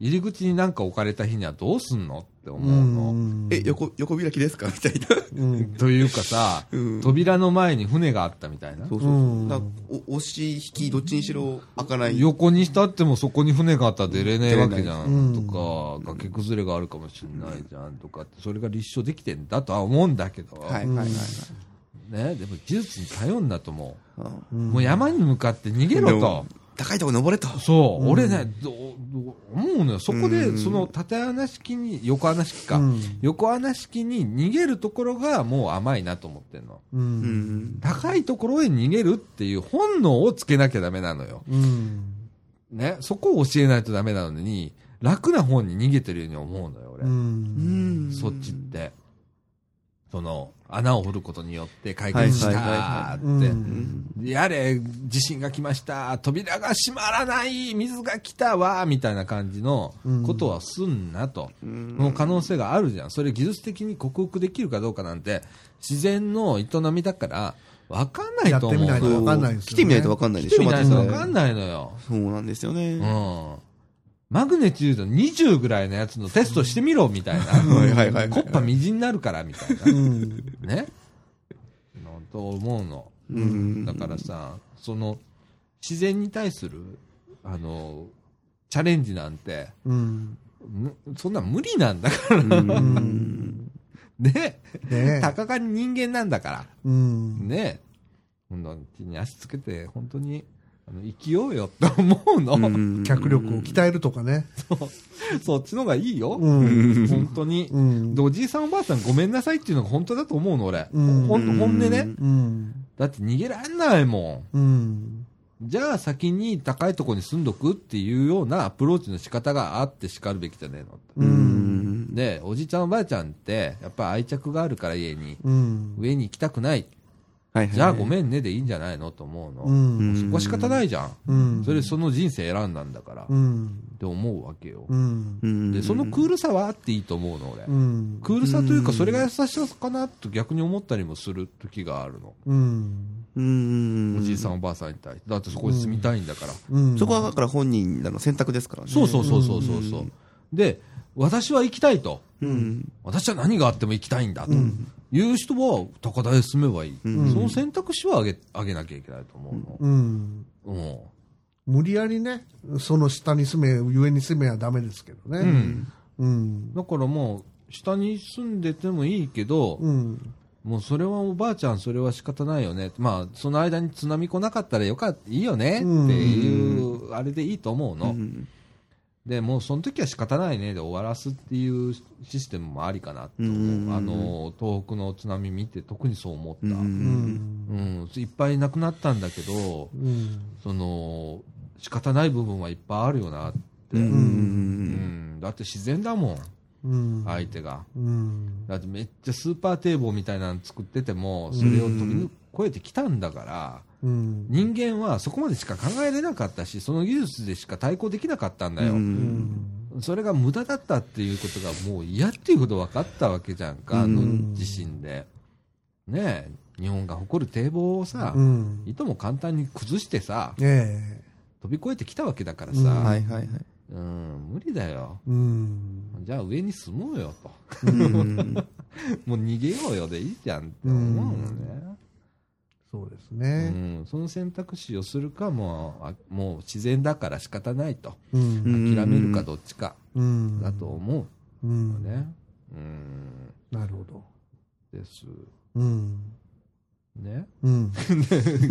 Speaker 2: 入り口になんか置かれた日にはどうすんのって
Speaker 1: う
Speaker 2: 思うの。
Speaker 1: ん。
Speaker 3: え、横、横開きですかみたいな。
Speaker 1: うん。
Speaker 2: というかさ、
Speaker 3: うん
Speaker 2: 扉の前に船があったみたいな。
Speaker 3: そう
Speaker 1: そううん
Speaker 3: だからお押し引き、どっちにしろ開かない。
Speaker 2: 横にしたってもそこに船があったら出れねえわけじゃん
Speaker 1: 出れない
Speaker 2: とか、崖崩れがあるかもしれないじゃんとかって、それが立証できてんだとは思うんだけど、
Speaker 3: はいはいはいはい。
Speaker 2: ね、でも技術に頼んだと思
Speaker 3: うん
Speaker 2: う。もう山に向かって逃げろと
Speaker 3: でも。高いとこ登れと。
Speaker 2: そう、俺ね、どど思うのよ。そこ
Speaker 3: う
Speaker 2: で、
Speaker 3: ん
Speaker 2: その縦穴式に、横穴式か、
Speaker 1: うん
Speaker 2: 横穴式に逃げるところがもう甘いなと思ってんの。
Speaker 1: う。
Speaker 3: うんん。
Speaker 2: 高いところへ逃げるっていう本能をつけなきゃダメなのよ。
Speaker 1: うん。
Speaker 2: ね、そこを教えないとダメなのに、楽な方に逃げてるように思うのよ、俺。
Speaker 1: うん。
Speaker 2: そっちって。その、穴を掘ることによって解決した
Speaker 3: はいはい
Speaker 2: ーっ
Speaker 1: は
Speaker 2: て、
Speaker 1: いはい
Speaker 2: やれ、地震が来ました、扉が閉まらない、水が来たわ、みたいな感じのことはすんなと、の可能性があるじゃん。それ技術的に克服できるかどうかなんて、自然の営みだから、わかんないと思うの
Speaker 1: やってみないと
Speaker 2: よ。
Speaker 1: わかんないですよね
Speaker 3: 来てみないとわかんないで
Speaker 2: 来
Speaker 3: してょ、
Speaker 2: みないとわ
Speaker 3: また
Speaker 2: かんないのよ。
Speaker 3: そうなんですよね。
Speaker 2: う
Speaker 3: は
Speaker 2: ん。マグネチュード20ぐらいのやつのテストしてみろ、みたいな。
Speaker 3: いはいはい。
Speaker 2: コッパみじんになるから、みたいな。
Speaker 1: うん。
Speaker 2: ね。なんと思うの。
Speaker 3: うん
Speaker 2: だからさ、その、自然に対する、あの、チャレンジなんて、
Speaker 1: うん。
Speaker 2: むそんな無理なんだから。
Speaker 1: うん。
Speaker 2: ね。
Speaker 1: ね
Speaker 2: たかが人間なんだから。
Speaker 1: うん。
Speaker 2: ね。こんな地に足つけて、本当に、あの生きようよって思うの。
Speaker 3: うん
Speaker 1: 脚力を鍛えるとかね。
Speaker 2: そっちの方がいいよ。
Speaker 1: うん。
Speaker 2: 本当に。
Speaker 1: うん
Speaker 2: で、。おじいさんおばあさんごめんなさいっていうのが本当だと思うの、俺。
Speaker 1: うん
Speaker 2: ほんと本音ね。
Speaker 1: うん。
Speaker 2: だって逃げられないも
Speaker 1: うん。
Speaker 2: ん。じゃあ先に高いとこに住んどくっていうようなアプローチの仕方があって叱るべきじゃねえの。
Speaker 1: う。
Speaker 3: うんん。
Speaker 2: で、おじいちゃんおばあちゃんって、やっぱ愛着があるから家に、
Speaker 1: うん。
Speaker 2: 上に行きたくない。
Speaker 3: はいはい。
Speaker 2: じゃあごめんねでいいんじゃないのと思う
Speaker 1: う
Speaker 2: の。
Speaker 1: ん。
Speaker 2: そこは仕方ないじゃ。
Speaker 1: うんん。
Speaker 2: それその人生選んだんだから。っ
Speaker 1: うん。
Speaker 2: て思うわけよ
Speaker 1: う。ん。
Speaker 3: ん
Speaker 2: で、そのクールさはあっていいと思うの、俺。
Speaker 1: うん。
Speaker 2: クールさというか、それが優しさかなと逆に思ったりもする時があるの。
Speaker 1: うん。
Speaker 3: うん。
Speaker 2: おじいさんおばあさんに対して。だってそこに住みたいんだから。
Speaker 1: うん。
Speaker 3: そこはだから本人らの選択ですからね。
Speaker 2: そうそうそうそうそうそう。で、私は行きたいと。
Speaker 3: うん。
Speaker 2: 私は何があっても行きたいんだと。いう人は高台へ住めばいい。
Speaker 3: うん
Speaker 2: その選択肢はあげ、あげなきゃいけないと思う
Speaker 1: うん。
Speaker 2: の。
Speaker 1: 無理やりね、その下に住め、上に住めはダメですけど
Speaker 2: うん。
Speaker 1: ね。
Speaker 2: うん。
Speaker 1: うん。
Speaker 2: だからもう、下に住んでてもいいけど、
Speaker 1: うん。
Speaker 2: もうそれはおばあちゃん、それは仕方ないよね。まあ、その間に津波来なかったらよかった、いいよねっていう、あれでいいと思うの。で、もうその時は仕方ないねで終わらすっていうシステムもありかなと思う。
Speaker 3: うん
Speaker 2: あの、東北の津波見て特にそう思った。
Speaker 3: う。
Speaker 1: うんん。
Speaker 2: うん、いっぱい亡くなったんだけど、
Speaker 1: うん。
Speaker 2: その、仕方ない部分はいっぱいあるよなって。
Speaker 3: う
Speaker 2: うん
Speaker 3: ん。
Speaker 2: だって自然だもん、
Speaker 1: うん。
Speaker 2: 相手が。
Speaker 1: うん。
Speaker 2: だってめっちゃスーパー堤防みたいなの作ってても、それを飛び越えてきたんだから、
Speaker 1: うん。
Speaker 2: 人間はそこまでしか考えれなかったし、その技術でしか対抗できなかったんだよ。それが無駄だったっていうことがもう嫌っていうこと分かったわけじゃんか、あ
Speaker 1: うん
Speaker 2: の地震で。ねえ、日本が誇る堤防をさ、
Speaker 1: うん。
Speaker 2: いとも簡単に崩してさ、
Speaker 1: ええ。
Speaker 2: 飛び越えてきたわけだから
Speaker 1: うん
Speaker 2: さ、
Speaker 3: はいはいはい。
Speaker 2: うん、無理だよ。
Speaker 1: うん。
Speaker 2: じゃあ上に住もうよと。 (laughs)
Speaker 3: うん
Speaker 2: もう逃げようよでいいじゃんって思うのね。
Speaker 1: そうです
Speaker 2: う
Speaker 1: ね。
Speaker 2: ん、その選択肢をするかもう、あもう自然だから仕方ないと。
Speaker 1: う。
Speaker 3: うん
Speaker 2: 諦めるかどっちか
Speaker 1: うん。
Speaker 2: だと思
Speaker 1: う
Speaker 2: うの
Speaker 1: ん。
Speaker 2: ね。うん、
Speaker 1: なるほど。
Speaker 2: です。
Speaker 1: うん。
Speaker 2: ね。
Speaker 1: うん。
Speaker 2: 浸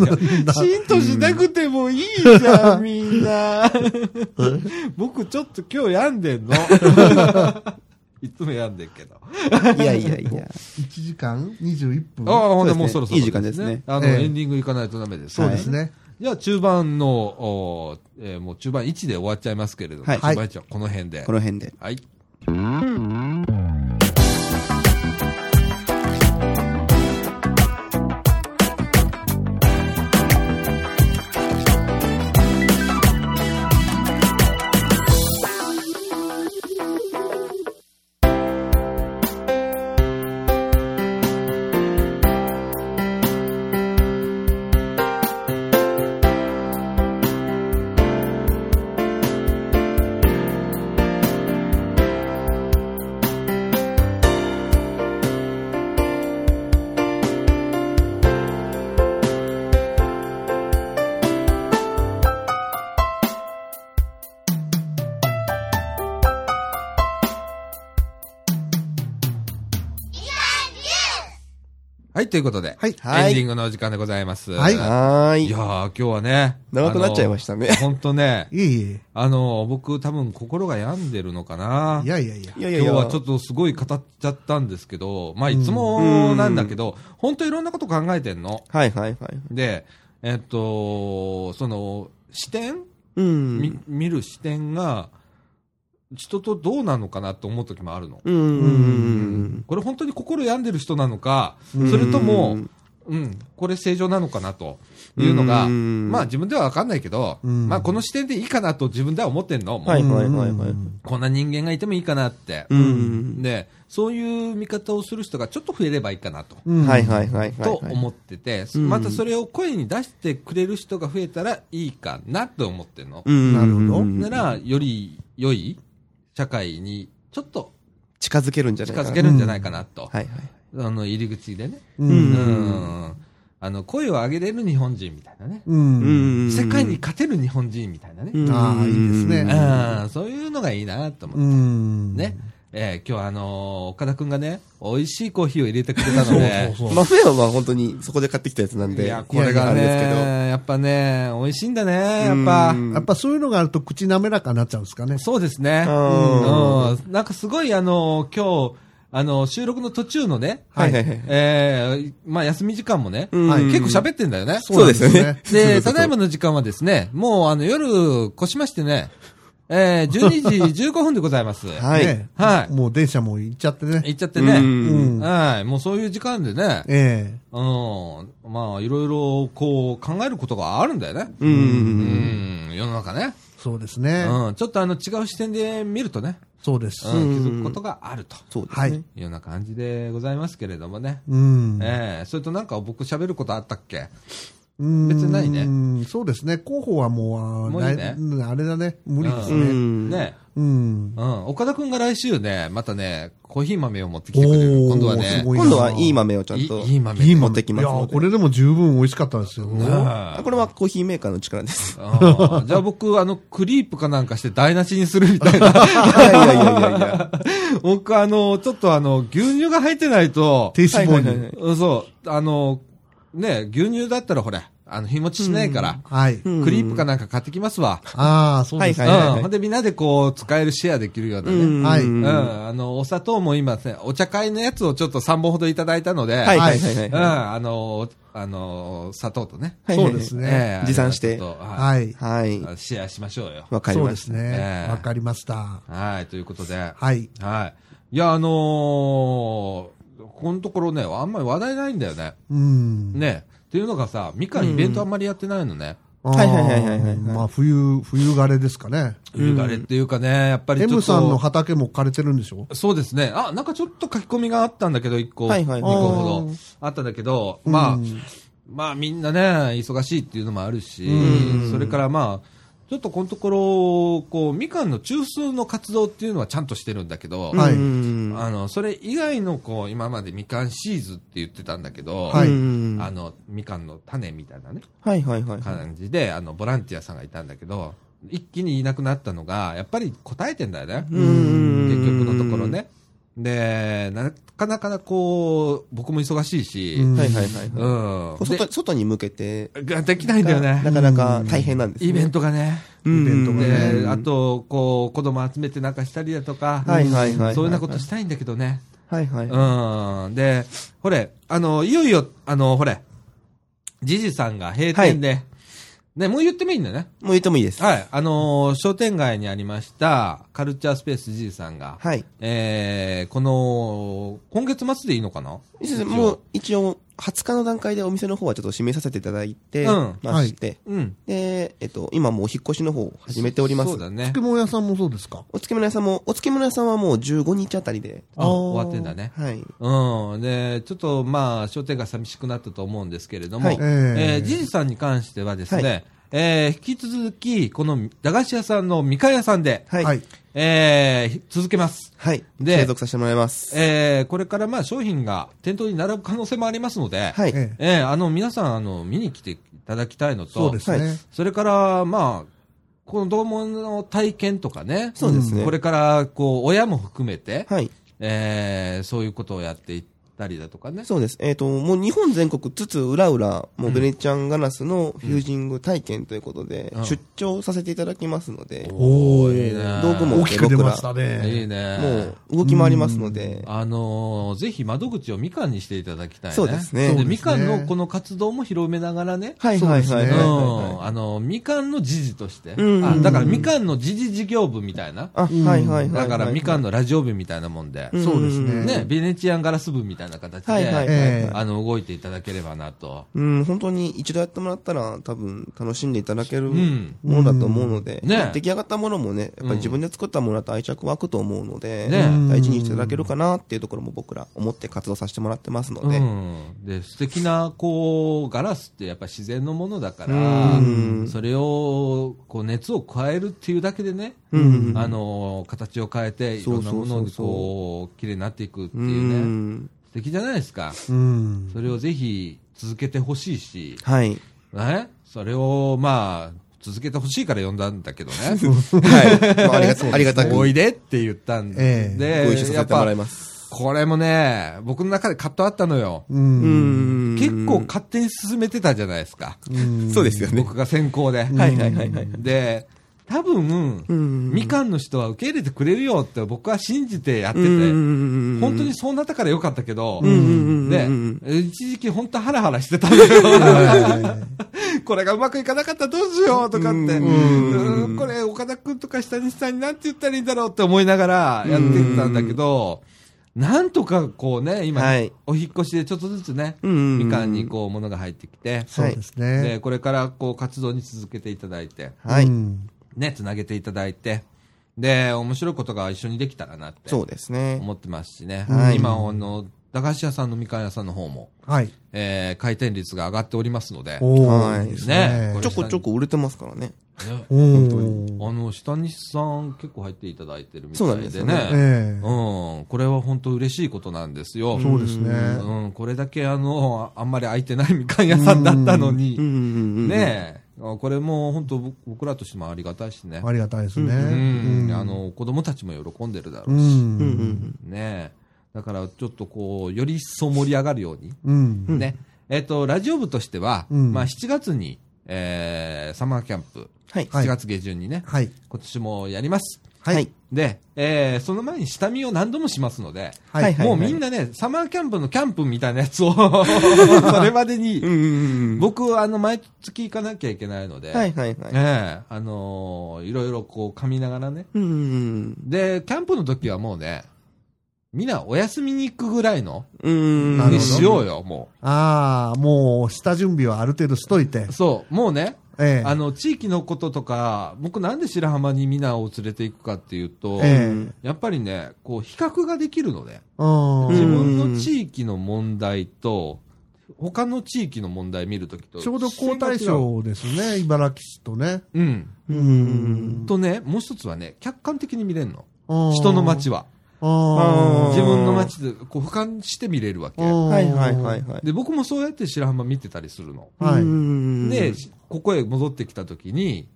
Speaker 2: 透しなくてもいいじゃん、みんな。 (laughs) 僕ちょっと今日病んでんの。 (laughs) いつも病んでんけど。
Speaker 3: いやいやいや。
Speaker 1: 1時間21
Speaker 2: ああ、
Speaker 1: 分。
Speaker 2: ほんで
Speaker 3: そうですね
Speaker 2: もうそろそろ、
Speaker 3: いい時間ですね
Speaker 2: あの、
Speaker 1: ええ
Speaker 2: エンディング行かないとダメです。
Speaker 1: そうですね。
Speaker 2: はい。じゃあ、中盤の、おーえーもう中盤1で終わっちゃいますけれども、
Speaker 3: はい
Speaker 2: 中盤1はこの辺で。
Speaker 3: この辺で。
Speaker 2: はい。はい、ということで、
Speaker 3: はい
Speaker 2: エンディングのお時間でございます。
Speaker 1: はい
Speaker 3: はー
Speaker 2: いやー、今日はね。
Speaker 3: 長くなっちゃいま
Speaker 2: し
Speaker 3: したね。
Speaker 2: 本当ね、
Speaker 1: いえいえ。。
Speaker 2: あの、僕多分心が病んでるのかない
Speaker 1: やいやいや。
Speaker 3: いやいや
Speaker 2: 今
Speaker 3: い
Speaker 2: 日
Speaker 3: や。
Speaker 2: はちょっとすごい語っちゃったんですけど、まあいつもなんだけど、本当いろんなこと考えてんの。
Speaker 3: はいはいはい。
Speaker 2: で、えっと、その、視点、
Speaker 3: うん。
Speaker 2: み見る視点が、人とどうなのかなと思う時もあるの。
Speaker 3: うんうんうんうん
Speaker 2: これ本当に心病んでる人なのか、
Speaker 1: うん
Speaker 2: それとも、うん、これ正常なのかなというのが、
Speaker 3: うん
Speaker 2: まあ自分ではわかんないけど、
Speaker 1: うん
Speaker 2: まあこの視点でいいかなと自分では思ってんの。もう
Speaker 3: はいはいはいはい。
Speaker 2: こんな人間がいてもいいかなって。
Speaker 3: うん
Speaker 2: で、そういう見方をする人がちょっと増えればいいかなと。
Speaker 1: うん
Speaker 3: はいはいはいはいはい。
Speaker 2: と思ってて、
Speaker 3: うん
Speaker 2: またそれを声に出してくれる人が増えたらいいかなと思ってんの。
Speaker 3: うん
Speaker 1: なるほど
Speaker 3: うん
Speaker 2: なら、より良い社会にちょっと
Speaker 3: 近づけるんじゃない
Speaker 2: 近
Speaker 3: かな。
Speaker 2: づけるんじゃないかなと。
Speaker 3: はいはい。
Speaker 2: あの、入り口でね。
Speaker 1: う。
Speaker 2: うんん。あの、声を上げれる日本人みたいなね。
Speaker 1: うん。
Speaker 2: 世界に勝てる日本人みたいなね。
Speaker 3: うん
Speaker 1: ああいいですね
Speaker 3: うん
Speaker 2: うんそういうのがいいなと思って。
Speaker 1: うん。
Speaker 2: ね。えー今日あのー岡田くんがね、美味しいコーヒーを入れてく
Speaker 3: (laughs)
Speaker 2: れた
Speaker 1: そ
Speaker 2: の
Speaker 1: う
Speaker 2: で、
Speaker 1: そうそ
Speaker 3: ま
Speaker 1: う。
Speaker 3: あ、フェアは本当にそこで買ってきたやつなんで。
Speaker 2: いや、これがね、
Speaker 3: あれです
Speaker 2: やっぱね、美味しいんだね、
Speaker 3: けど。
Speaker 2: やっぱ。
Speaker 3: うん
Speaker 1: やっぱそういうのがあると口滑らかになっちゃうんですかね。
Speaker 2: そうですね。
Speaker 3: うん
Speaker 2: うんなんかすごいあの、今日、あの、収録の途中のね、
Speaker 3: はいはいはい
Speaker 2: えーまあ休み時間もね、
Speaker 3: うん
Speaker 2: 結構喋ってんだよね。
Speaker 3: そうですよ
Speaker 1: そうなん
Speaker 3: ね
Speaker 1: で。
Speaker 2: で、ただいまの時間はですね、もうあの夜越しましてね、えー、12時15分でございます。は
Speaker 3: はい。
Speaker 1: ね
Speaker 2: い。
Speaker 1: もう電車も行っちゃってね。
Speaker 2: 行っちゃってね。
Speaker 3: うん
Speaker 1: うん
Speaker 2: はい。もうそういう時間でね、
Speaker 1: ええ。
Speaker 2: うん。まあ、いろいろこう考えることがあるんだよね。
Speaker 3: うん
Speaker 2: う
Speaker 3: うん
Speaker 2: ん。世の中ね。
Speaker 1: そうですね。
Speaker 2: うん。ちょっとあの違う視点で見るとね、
Speaker 1: そうです
Speaker 2: う。ん、気づくことがあると。
Speaker 3: そうですね。
Speaker 1: はい。
Speaker 2: いうような感じでございますけれどもね。
Speaker 1: うん。
Speaker 2: ええそれとなんか僕喋ることあったっけ
Speaker 1: 別
Speaker 2: にないね
Speaker 1: ね。そうですね。候補はもう、
Speaker 2: もういいね
Speaker 1: なあれだね。無理です
Speaker 3: う
Speaker 1: ね。
Speaker 3: ん。
Speaker 2: ね。
Speaker 1: うん。
Speaker 2: うん。岡田くんが来週ね、またね、コーヒー豆を持ってき
Speaker 1: お
Speaker 2: てくれる。
Speaker 1: ー
Speaker 2: 今度はね
Speaker 1: す、ごいな
Speaker 3: 今度はいい豆をちゃんと。
Speaker 2: いいい豆。
Speaker 1: いいも
Speaker 3: 持ってきま
Speaker 1: い
Speaker 3: すので
Speaker 1: や、これでも十分美味しかったですよ。
Speaker 2: あ
Speaker 3: あこれはコーヒーメーカーの力です。
Speaker 2: あじゃあ僕、あの、クリープかなんかして台無しにするみたいな。
Speaker 3: (laughs) いやいやいやいやいや。
Speaker 2: (laughs) 僕、あの、ちょっとあの、牛乳が入ってないと、
Speaker 1: 停止棒
Speaker 3: はいはいはいは
Speaker 1: に
Speaker 3: い。
Speaker 2: うんそう、あの、ね、牛乳だったらほら、あの、日持ちしないから、
Speaker 1: はい。
Speaker 3: うん
Speaker 2: クリープかなんか買ってきますわ。
Speaker 1: ああ、そうです
Speaker 2: うん
Speaker 1: ね。
Speaker 3: はいはいはい
Speaker 2: ほんでみんなでこう、使えるシェアできるようなね。
Speaker 3: うん
Speaker 1: はい
Speaker 2: うん
Speaker 3: は
Speaker 2: あの、お砂糖も今ね、お茶会のやつをちょっと3本ほどいただいたので、
Speaker 3: いはいは
Speaker 2: う
Speaker 3: いはい
Speaker 2: ん、あの、あの、砂糖とね。
Speaker 3: はい。
Speaker 1: そうですね
Speaker 2: ええ
Speaker 3: 持参して
Speaker 2: あれはちょっとは
Speaker 1: はい。
Speaker 3: はい。
Speaker 2: いシェアしましょうよ。
Speaker 3: わかり
Speaker 1: そう
Speaker 3: ま
Speaker 1: で
Speaker 3: し
Speaker 1: す
Speaker 2: え
Speaker 3: た。
Speaker 1: ね。
Speaker 2: え
Speaker 1: わかりました。
Speaker 2: はい、ということで。は
Speaker 1: はい。
Speaker 2: い。いや、あのーこのところね、あんまり話題ないんだよね。
Speaker 1: うん。
Speaker 2: ね。っていうのがさ、みかんイベントあんまりやってないのね。
Speaker 3: はいはいはいはいはいはい
Speaker 1: あーまあ、冬、冬枯れですかね。
Speaker 2: ゆだれっていうかね、やっぱりちょっと。
Speaker 1: M さんの畑も枯れてるんでしょ
Speaker 2: そうですね。あ、なんかちょっと書き込みがあったんだけど、一個。
Speaker 3: はいはい
Speaker 2: 二
Speaker 3: はい
Speaker 2: 個ほど。あったんだけど、まあ、
Speaker 1: うん
Speaker 2: まあみんなね、忙しいっていうのもあるし
Speaker 3: う、ん
Speaker 2: それからまあ、ちょっとこのところ、こう、みかんの中枢の活動っていうのはちゃんとしてるんだけど、
Speaker 1: はい
Speaker 3: うん
Speaker 2: あの、それ以外の、こう、今までみかんシーズって言ってたんだけど、
Speaker 1: は
Speaker 3: う
Speaker 1: い
Speaker 3: ん
Speaker 2: あの、みかんの種みたいなね、
Speaker 3: はいはいはい。
Speaker 2: 感じで、あの、ボランティアさんがいたんだけど、一気にいなくなったのが、やっぱり答えてんだよね。
Speaker 3: うん
Speaker 2: 結局のところ。ね。で、なかなかこう、僕も忙しいし、
Speaker 1: うん
Speaker 3: はいはいはい。
Speaker 2: うん。
Speaker 3: こう外外に向けて、
Speaker 2: でできないんだよね
Speaker 3: な。かなか大変なんですね。
Speaker 2: イベントがね。
Speaker 3: うん。
Speaker 1: イベントがね
Speaker 2: で
Speaker 1: う、ん
Speaker 2: あと、こう、子供集めてなんかしたりだとか、
Speaker 3: はいはいはいはい。
Speaker 2: そういうようなことしたいんだけどね。
Speaker 3: はいはい。
Speaker 2: うん。で、ほれ、あの、いよいよ、あの、ほれ、じじさんが閉店で、ね、もう言ってもいいんだよね。
Speaker 3: もう言ってもいいです。
Speaker 2: はい。あのー商店街にありました、カルチャースペースじじさんが、
Speaker 3: はい。
Speaker 2: えー、この、今月末でいいのかな
Speaker 3: 先生もう一応、20日の段階でお店の方はちょっと指名させていただいて
Speaker 2: うん
Speaker 3: まして、
Speaker 2: うん。
Speaker 3: で、えっと、今もうお引っ越しの方を始めております。
Speaker 2: そうだね
Speaker 1: 漬。物屋さんもそうですか
Speaker 3: お漬物屋さんも、お漬物屋さんはもう15日あたりで。
Speaker 2: あ終わってんだね
Speaker 3: はい。
Speaker 2: うん。で、ちょっとまあ、商店街寂しくなったと思うんですけれども、
Speaker 3: はい
Speaker 2: え
Speaker 1: え
Speaker 2: ー、
Speaker 1: え
Speaker 2: じじさんに関してはですね、
Speaker 3: は
Speaker 2: えー、引き続き、この駄菓子屋さんのみかん屋さんで、
Speaker 3: はい。は
Speaker 1: はいい。。
Speaker 2: えー、続けます。で
Speaker 3: 継続させてもらいます。
Speaker 2: えー、これからまあ、商品が店頭に並ぶ可能性もありますので、
Speaker 3: はい。
Speaker 1: ええ
Speaker 2: えー、あの、皆さん、あの、見に来ていただきたいのと、
Speaker 1: そうです
Speaker 3: は
Speaker 1: ね
Speaker 3: い。
Speaker 2: それから、まあ、この同門の体験とかね、
Speaker 3: そうですね。
Speaker 2: これから、こう、親も含めて、
Speaker 3: はい。
Speaker 2: えーそういうことをやっていったりだとかね。
Speaker 3: そうです。えっ、と、もう日本全国つつ裏裏、もうベネチャンガラスのフュージング体験ということで、
Speaker 2: うん
Speaker 3: 出張させていただきますので、
Speaker 2: おーいいね
Speaker 3: 道具も
Speaker 1: 大きく出ました
Speaker 2: い
Speaker 1: ね。
Speaker 2: いね。
Speaker 3: もう動き回りますので、
Speaker 2: あのーぜひ窓口をみかんにしていただきたいね。
Speaker 3: そうですねそうです
Speaker 1: ね
Speaker 2: みかんのこの活動も広めながらね。
Speaker 3: はいはいはいはいはいはい、
Speaker 2: うん。あのー、みかんの時事として。
Speaker 3: うん
Speaker 2: あだからみかんの時事事業部みたいな。
Speaker 3: あ、はいはいはいはい。
Speaker 2: だからみかんのラジオ部みたいなもんで。
Speaker 3: ん
Speaker 1: そうですね。
Speaker 2: ね、ベネチアンガラス部みたいな形で、
Speaker 3: はいはいはい、
Speaker 1: ええ
Speaker 2: あの、動いていただければなと。
Speaker 3: うん、本当に一度やってもらったら多分楽しんでいただける
Speaker 2: ん
Speaker 3: ものだと思うので、
Speaker 2: うんね
Speaker 3: 出来上がったものもね、やっぱり自分で作ったものだと愛着湧くと思うので、
Speaker 2: ね
Speaker 3: 大事にしていただけるかなっていうところも僕ら思って活動させてもらってますので、
Speaker 2: うん、で素敵なこうガラスってやっぱ自然のものだから、
Speaker 3: うん
Speaker 2: それをこう熱を加えるっていうだけでね、
Speaker 3: うん
Speaker 2: あの形を変えていろんなものに
Speaker 3: そうそうそう
Speaker 2: こう綺麗になっていくっていう
Speaker 3: う
Speaker 2: ね、
Speaker 3: ん
Speaker 2: 素敵じゃないですか
Speaker 1: うん。
Speaker 2: それをぜひ続けてほしいし、
Speaker 3: はい。
Speaker 2: ね、それをまあ続けてほしいから呼んだんだけ
Speaker 3: (laughs)
Speaker 2: どね
Speaker 3: はい。まあ、ありがたありがたく
Speaker 2: おいでって言ったんで
Speaker 1: え、え
Speaker 3: ご一緒させてもらい
Speaker 2: やっぱ
Speaker 3: ます。
Speaker 2: これもね僕の中で葛藤あったのよ、
Speaker 1: うん
Speaker 3: うん
Speaker 2: 結構、勝手に進めてたじゃないですか。
Speaker 1: うん
Speaker 3: そうですよね。
Speaker 2: 僕が先行で。
Speaker 3: はいはいはいはい。
Speaker 2: で、多分、
Speaker 3: ん
Speaker 2: みかんの人は受け入れてくれるよって僕は信じてやってて、
Speaker 3: 本
Speaker 2: 本当にそうなったからよかったけど、
Speaker 3: ん
Speaker 2: で
Speaker 3: うんうん、
Speaker 2: 一時期本当ハラハラしてたんだよ。
Speaker 1: は
Speaker 2: これがうまくいかなかったらどうしようとかって、
Speaker 3: うん
Speaker 2: うんこれ岡田くんとか下西さんになんて言ったらいいんだろうって思いながらやってたんだけど、なんとかこうね、今、
Speaker 3: はい
Speaker 2: お引っ越しでちょっとずつね、
Speaker 3: うんうんうん
Speaker 2: みかんにこう物が入ってきて、
Speaker 1: そうです
Speaker 2: で、
Speaker 1: ね。
Speaker 2: これからこう活動に続けていただいて、
Speaker 3: はい。
Speaker 1: うん
Speaker 2: ね、つなげていただいて、で、面白いことが一緒にできたらなって
Speaker 3: そうですね。
Speaker 2: 思ってますしね。
Speaker 3: はい
Speaker 2: 今、あの、駄菓子屋さんのみかん屋さんの方も、
Speaker 1: はい。
Speaker 2: えー、回転率が上がっておりますので、
Speaker 1: お
Speaker 3: はい
Speaker 1: ー。いいですね
Speaker 2: ね
Speaker 3: ちょこちょこ売れてますからね。
Speaker 2: ね
Speaker 1: おー。
Speaker 2: あの、下西さん結構入っていただいてるみた
Speaker 3: そうなん
Speaker 2: い
Speaker 3: です
Speaker 2: で
Speaker 3: よ
Speaker 2: ね。
Speaker 3: ね
Speaker 1: ええ。
Speaker 2: うん、これは本当嬉しいことなんですよ。
Speaker 1: そうですね。
Speaker 2: うん、これだけあの、あんまり空いてないみかん屋さんだったのに、
Speaker 3: ね
Speaker 2: ねえ、あこれも本当僕僕らとしてもありがたいしね。
Speaker 1: ありがたいですね。
Speaker 2: うん、あの、子供たちも喜んでるだ
Speaker 1: う。
Speaker 2: ろうし、
Speaker 3: うんん
Speaker 2: ねえ。だからちょっとこう、より一層盛り上がるように、
Speaker 1: うん。
Speaker 2: ね。えっ、と、ラジオ部としては、
Speaker 1: うん
Speaker 2: まあ7月に、えー、サマーキャンプ、
Speaker 3: はい。
Speaker 1: はい
Speaker 2: 7月下旬にね、
Speaker 1: はい。
Speaker 2: 今年もやります。
Speaker 3: はい。
Speaker 2: で、えー、その前に下見を何度もしますので、
Speaker 1: はい
Speaker 3: はいはい
Speaker 2: もうみんなね、サマーキャンプのキャンプみたいなやつ
Speaker 1: (laughs)
Speaker 2: を、それまでに、
Speaker 3: ん僕、
Speaker 2: 僕、あの、毎月行かなきゃいけないので、
Speaker 3: はいはいはい。
Speaker 2: ええあのーいろいろこう噛みながらね。
Speaker 3: うんうん
Speaker 2: で、キャンプの時はもうね、みんなお休みに行くぐらいの、
Speaker 3: うん。うん。
Speaker 1: なる
Speaker 2: に
Speaker 1: ほど
Speaker 2: しようよ、も
Speaker 1: ああ、もう、下準備はある程度しといて
Speaker 2: う。。そう、もうね、
Speaker 1: ええ。
Speaker 2: あの、地域のこととか、僕なんで白浜にみんなを連れて行くかっていうと、
Speaker 1: ええ。
Speaker 2: やっぱりね、こう、比較ができるのね。
Speaker 1: うん
Speaker 2: 自
Speaker 3: ん
Speaker 2: 分の地域の問題と、他の地域の問題見るときと。
Speaker 1: ちょうど交代。賞ですね、茨城市とね。
Speaker 2: うん。
Speaker 3: うん。
Speaker 2: とね、もう一つはね、客観的に見れるの。人
Speaker 1: 人
Speaker 2: の街は。
Speaker 1: あ
Speaker 3: うん
Speaker 2: 自分の街でこう俯瞰して見れるわけ
Speaker 1: あ。。
Speaker 3: はいはいはい
Speaker 1: い。
Speaker 3: はい。
Speaker 2: で、僕もそうやって白浜見てたりするの。
Speaker 1: はい
Speaker 3: い
Speaker 2: で、ここへ戻ってきた時に、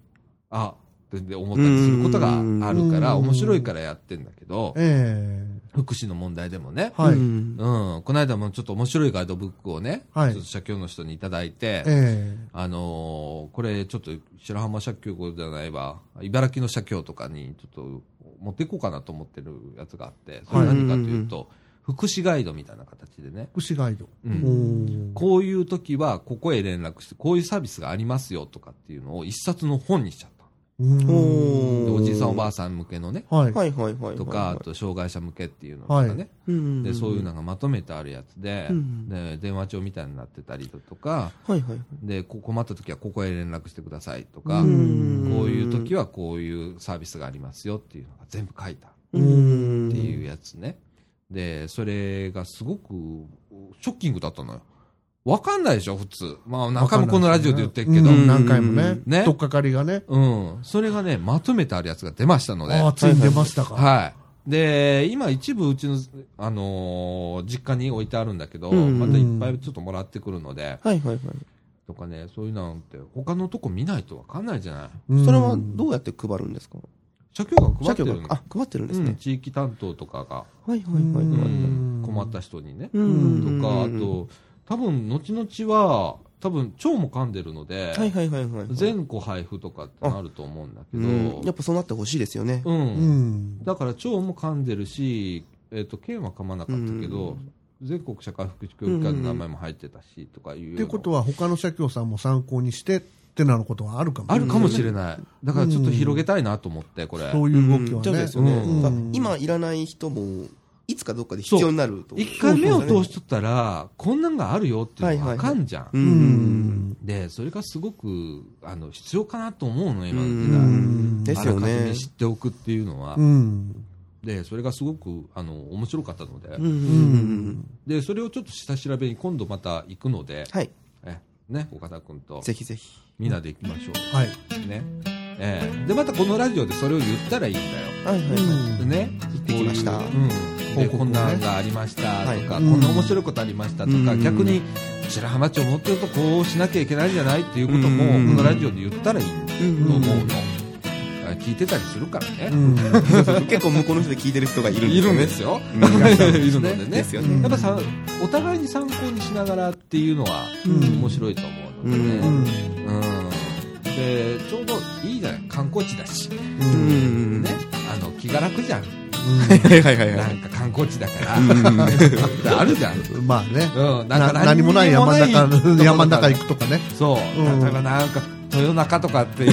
Speaker 2: あ、って思ったりすることがあるから、
Speaker 1: うん
Speaker 2: 面白いからやってんだけど、
Speaker 1: え
Speaker 2: 福祉の問題でもね
Speaker 1: え。。はい。
Speaker 3: うん
Speaker 2: うん。この間もちょっと面白いガイドブックをね、
Speaker 1: はい
Speaker 2: ちょっと社協の人にいただいて、
Speaker 1: え
Speaker 2: あのーこれちょっと白浜社協じゃないわ、茨城の社協とかにちょっと持っていこうかなと思ってるやつがあって、それ何かというと、福祉ガイドみたいな形でね、
Speaker 1: え。牛ガイド。
Speaker 2: うん
Speaker 1: おー
Speaker 2: こういう時はここへ連絡して、こういうサービスがありますよとかっていうのを一冊の本にしちゃった。
Speaker 1: うん
Speaker 2: で
Speaker 3: おー
Speaker 2: おじいさんおばあさん向けのね、
Speaker 1: はい。
Speaker 3: はいはいはいはい。
Speaker 2: とか、あと障害者向けっていうのとかね、
Speaker 3: うん、
Speaker 2: でそういうのがまとめてあるやつで、
Speaker 3: うん
Speaker 2: で電話帳みたいになってたりだとか、
Speaker 3: はいはい。
Speaker 2: でこ困った時はここへ連絡してくださいとか、
Speaker 1: ん
Speaker 2: こういう時
Speaker 3: は、
Speaker 2: はこういうサービスがありますよっていうのが全部書いたっ
Speaker 3: うん
Speaker 2: ていうやつね。で、それがすごくショッキングだったのよ。わかんないでしょ、普通。まあ、何回もこのラジオで言ってるけど。
Speaker 1: うん
Speaker 2: う
Speaker 1: 何回もね。
Speaker 2: ね
Speaker 1: とっかかりがね。
Speaker 2: ん。それがね、まとめてあるやつが出ましたので。
Speaker 1: ああ、ついに出ましたか。
Speaker 2: はい。で、今一部うちの、あのー実家に置いてあるんだけど、
Speaker 3: うん
Speaker 2: またいっぱいちょっともらってくるので、
Speaker 3: はいはいはい。
Speaker 2: とかね、そういうのって他のとこ見ないとわかんないじゃない。
Speaker 1: うん
Speaker 3: それはどうやって配るんですか
Speaker 2: 社協が配
Speaker 3: 社
Speaker 2: って
Speaker 3: 協
Speaker 2: る
Speaker 3: が
Speaker 2: の。
Speaker 3: あ、配ってるんです
Speaker 2: うん
Speaker 3: ね。
Speaker 2: 地域担当とかが
Speaker 3: はいはいはいは
Speaker 1: う
Speaker 3: い。
Speaker 1: ん
Speaker 2: 困った人にね。
Speaker 3: うん
Speaker 2: とか、あと、多分、後々は、多分、腸も噛んでるので、
Speaker 3: はいはいはいはい。
Speaker 2: 全個配布とかってなると思うんだけ
Speaker 3: うんやっ
Speaker 2: ど、
Speaker 3: ぱそうなってほしいですよね。
Speaker 2: う。
Speaker 1: うんん。
Speaker 2: だから、腸も噛んでるし、えっと、県は噛まなかったけど、全国社会福祉協議会の名前も入ってたし、とかいうような。
Speaker 1: っていうことは、他の社協さんも参考にしてってなのことはあるかも
Speaker 2: あるかもし
Speaker 1: ない。
Speaker 2: れない。だからちょっと広げたいなと思って、これ。
Speaker 1: そういう動きは
Speaker 3: そう
Speaker 1: ね
Speaker 3: です。よね。
Speaker 2: うん
Speaker 3: だから
Speaker 1: うん
Speaker 3: 今いらない人も、いつかどっかで必要になると。
Speaker 2: 一回目を通しとったら、こんなんがあるよっていうのがあかんじゃ。
Speaker 3: うんん。
Speaker 2: で、それがすごく、あの、必要かなと思うの、
Speaker 3: う
Speaker 2: 今の
Speaker 3: ん。で
Speaker 2: 時代。
Speaker 3: す
Speaker 2: あ
Speaker 3: よ
Speaker 2: らかじめ
Speaker 3: ね。
Speaker 2: 知っておくっていうのは
Speaker 1: う。ん。
Speaker 2: で、それがすごく、あの、面白かったので
Speaker 3: う。ん
Speaker 1: う。ん。
Speaker 2: で、それをちょっと下調べに今度また行くので、
Speaker 3: はい。
Speaker 2: えね、岡田君と、
Speaker 3: ぜひぜひ。
Speaker 2: みんなで行きましょ
Speaker 1: はい。
Speaker 2: う。ね。ええで、またこのラジオでそれを言ったらいいんだよ。
Speaker 3: はいはいはい。
Speaker 1: う
Speaker 2: で
Speaker 1: ん
Speaker 2: ね、
Speaker 3: 行ってきました
Speaker 2: こういううん、
Speaker 1: 報
Speaker 2: で
Speaker 1: 告をね
Speaker 2: こんなんがありましたとか、
Speaker 1: はい
Speaker 2: こんな面白いことありましたとか、
Speaker 3: うん
Speaker 2: 逆に白浜町もっとこうしなきゃいけないんじゃないっていうことも、
Speaker 3: うん
Speaker 2: このラジオで言ったらいいと思うの、
Speaker 1: う
Speaker 2: 聞いてたりするからね、
Speaker 1: うん。
Speaker 3: 結構向こうの人で聞いてる人がいるん
Speaker 2: い
Speaker 3: です
Speaker 2: る
Speaker 3: よ
Speaker 2: ん
Speaker 3: ね
Speaker 2: で。すよ、
Speaker 3: うんいらっしゃる
Speaker 2: いるのでね
Speaker 3: ですよ
Speaker 1: う
Speaker 3: ね。
Speaker 1: ん
Speaker 2: やっぱさお互いに参考にしながらっていうのは
Speaker 1: うん
Speaker 2: 面白いと思うのでね、
Speaker 1: う
Speaker 2: うん
Speaker 1: ん
Speaker 2: でちょうどいいじゃない観光地だし、ね、
Speaker 3: うん
Speaker 2: あの気が楽じゃん
Speaker 3: はいはいはいは
Speaker 2: ないんか観光地だか
Speaker 1: (laughs)
Speaker 2: ら、
Speaker 3: うん。
Speaker 2: あるじゃん
Speaker 1: うんまあね。
Speaker 2: うん、な
Speaker 1: なん
Speaker 2: か
Speaker 1: 何もない山の中、山の中
Speaker 2: に
Speaker 1: 行くとかね。
Speaker 2: そう、
Speaker 1: うん
Speaker 2: 例えばなんか豊中とかってい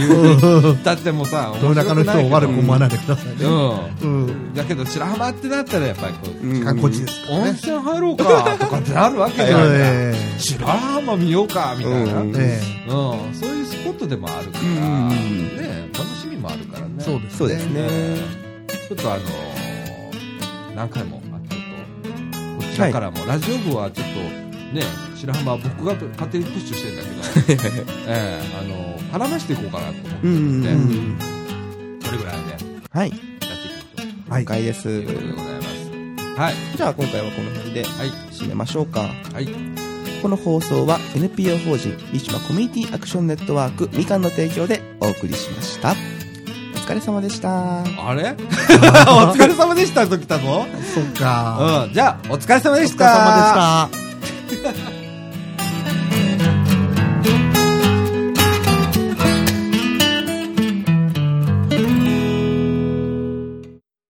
Speaker 2: うだってもさ
Speaker 1: 豊中の人を悪く思わ
Speaker 2: ない
Speaker 1: ないでください
Speaker 2: け
Speaker 1: ね。
Speaker 2: ど
Speaker 1: うん
Speaker 2: う。んだけど白浜ってなったらやっぱりこう、
Speaker 3: うん
Speaker 1: 観光地ですから
Speaker 2: 温
Speaker 1: ね。
Speaker 2: 泉入ろうか (laughs) とかってなるわけじゃないか、
Speaker 1: え
Speaker 2: 白浜見ようかみたいな、う
Speaker 3: うん
Speaker 1: ええ
Speaker 2: そういうスポットでもあるから、
Speaker 3: うん
Speaker 2: ね楽しみもあるから
Speaker 1: え
Speaker 2: ね
Speaker 1: そうですね。
Speaker 3: そうですね。
Speaker 2: ちょっとあのー何回も、あちょっと、こちらからも、ラジオ部はちょっと、ね、白浜は僕が勝手にプッシュしてんだけど、ええあのー絡ましていこうかなと思って
Speaker 3: う
Speaker 2: るん
Speaker 3: んう
Speaker 2: で、
Speaker 3: ん。
Speaker 2: それぐらいでやっていき
Speaker 3: はい。
Speaker 2: ましょう。
Speaker 1: はい
Speaker 3: 了解で
Speaker 2: と
Speaker 3: す
Speaker 2: いう。ことでございます。はい、
Speaker 3: じゃあ今回はこの辺で
Speaker 2: はい、
Speaker 3: 締めましょうか。
Speaker 2: はい、
Speaker 3: この放送は NPO 法人三島コミュニティアクションネットワークみかんの提供でお送りしました。お疲れ様でした。
Speaker 2: あ (laughs) れお疲れ様でしたと来たぞ。
Speaker 1: そっか。
Speaker 2: うん、じゃあ、お疲れ様で
Speaker 1: お
Speaker 2: し
Speaker 1: 疲
Speaker 2: た
Speaker 1: れ様でした。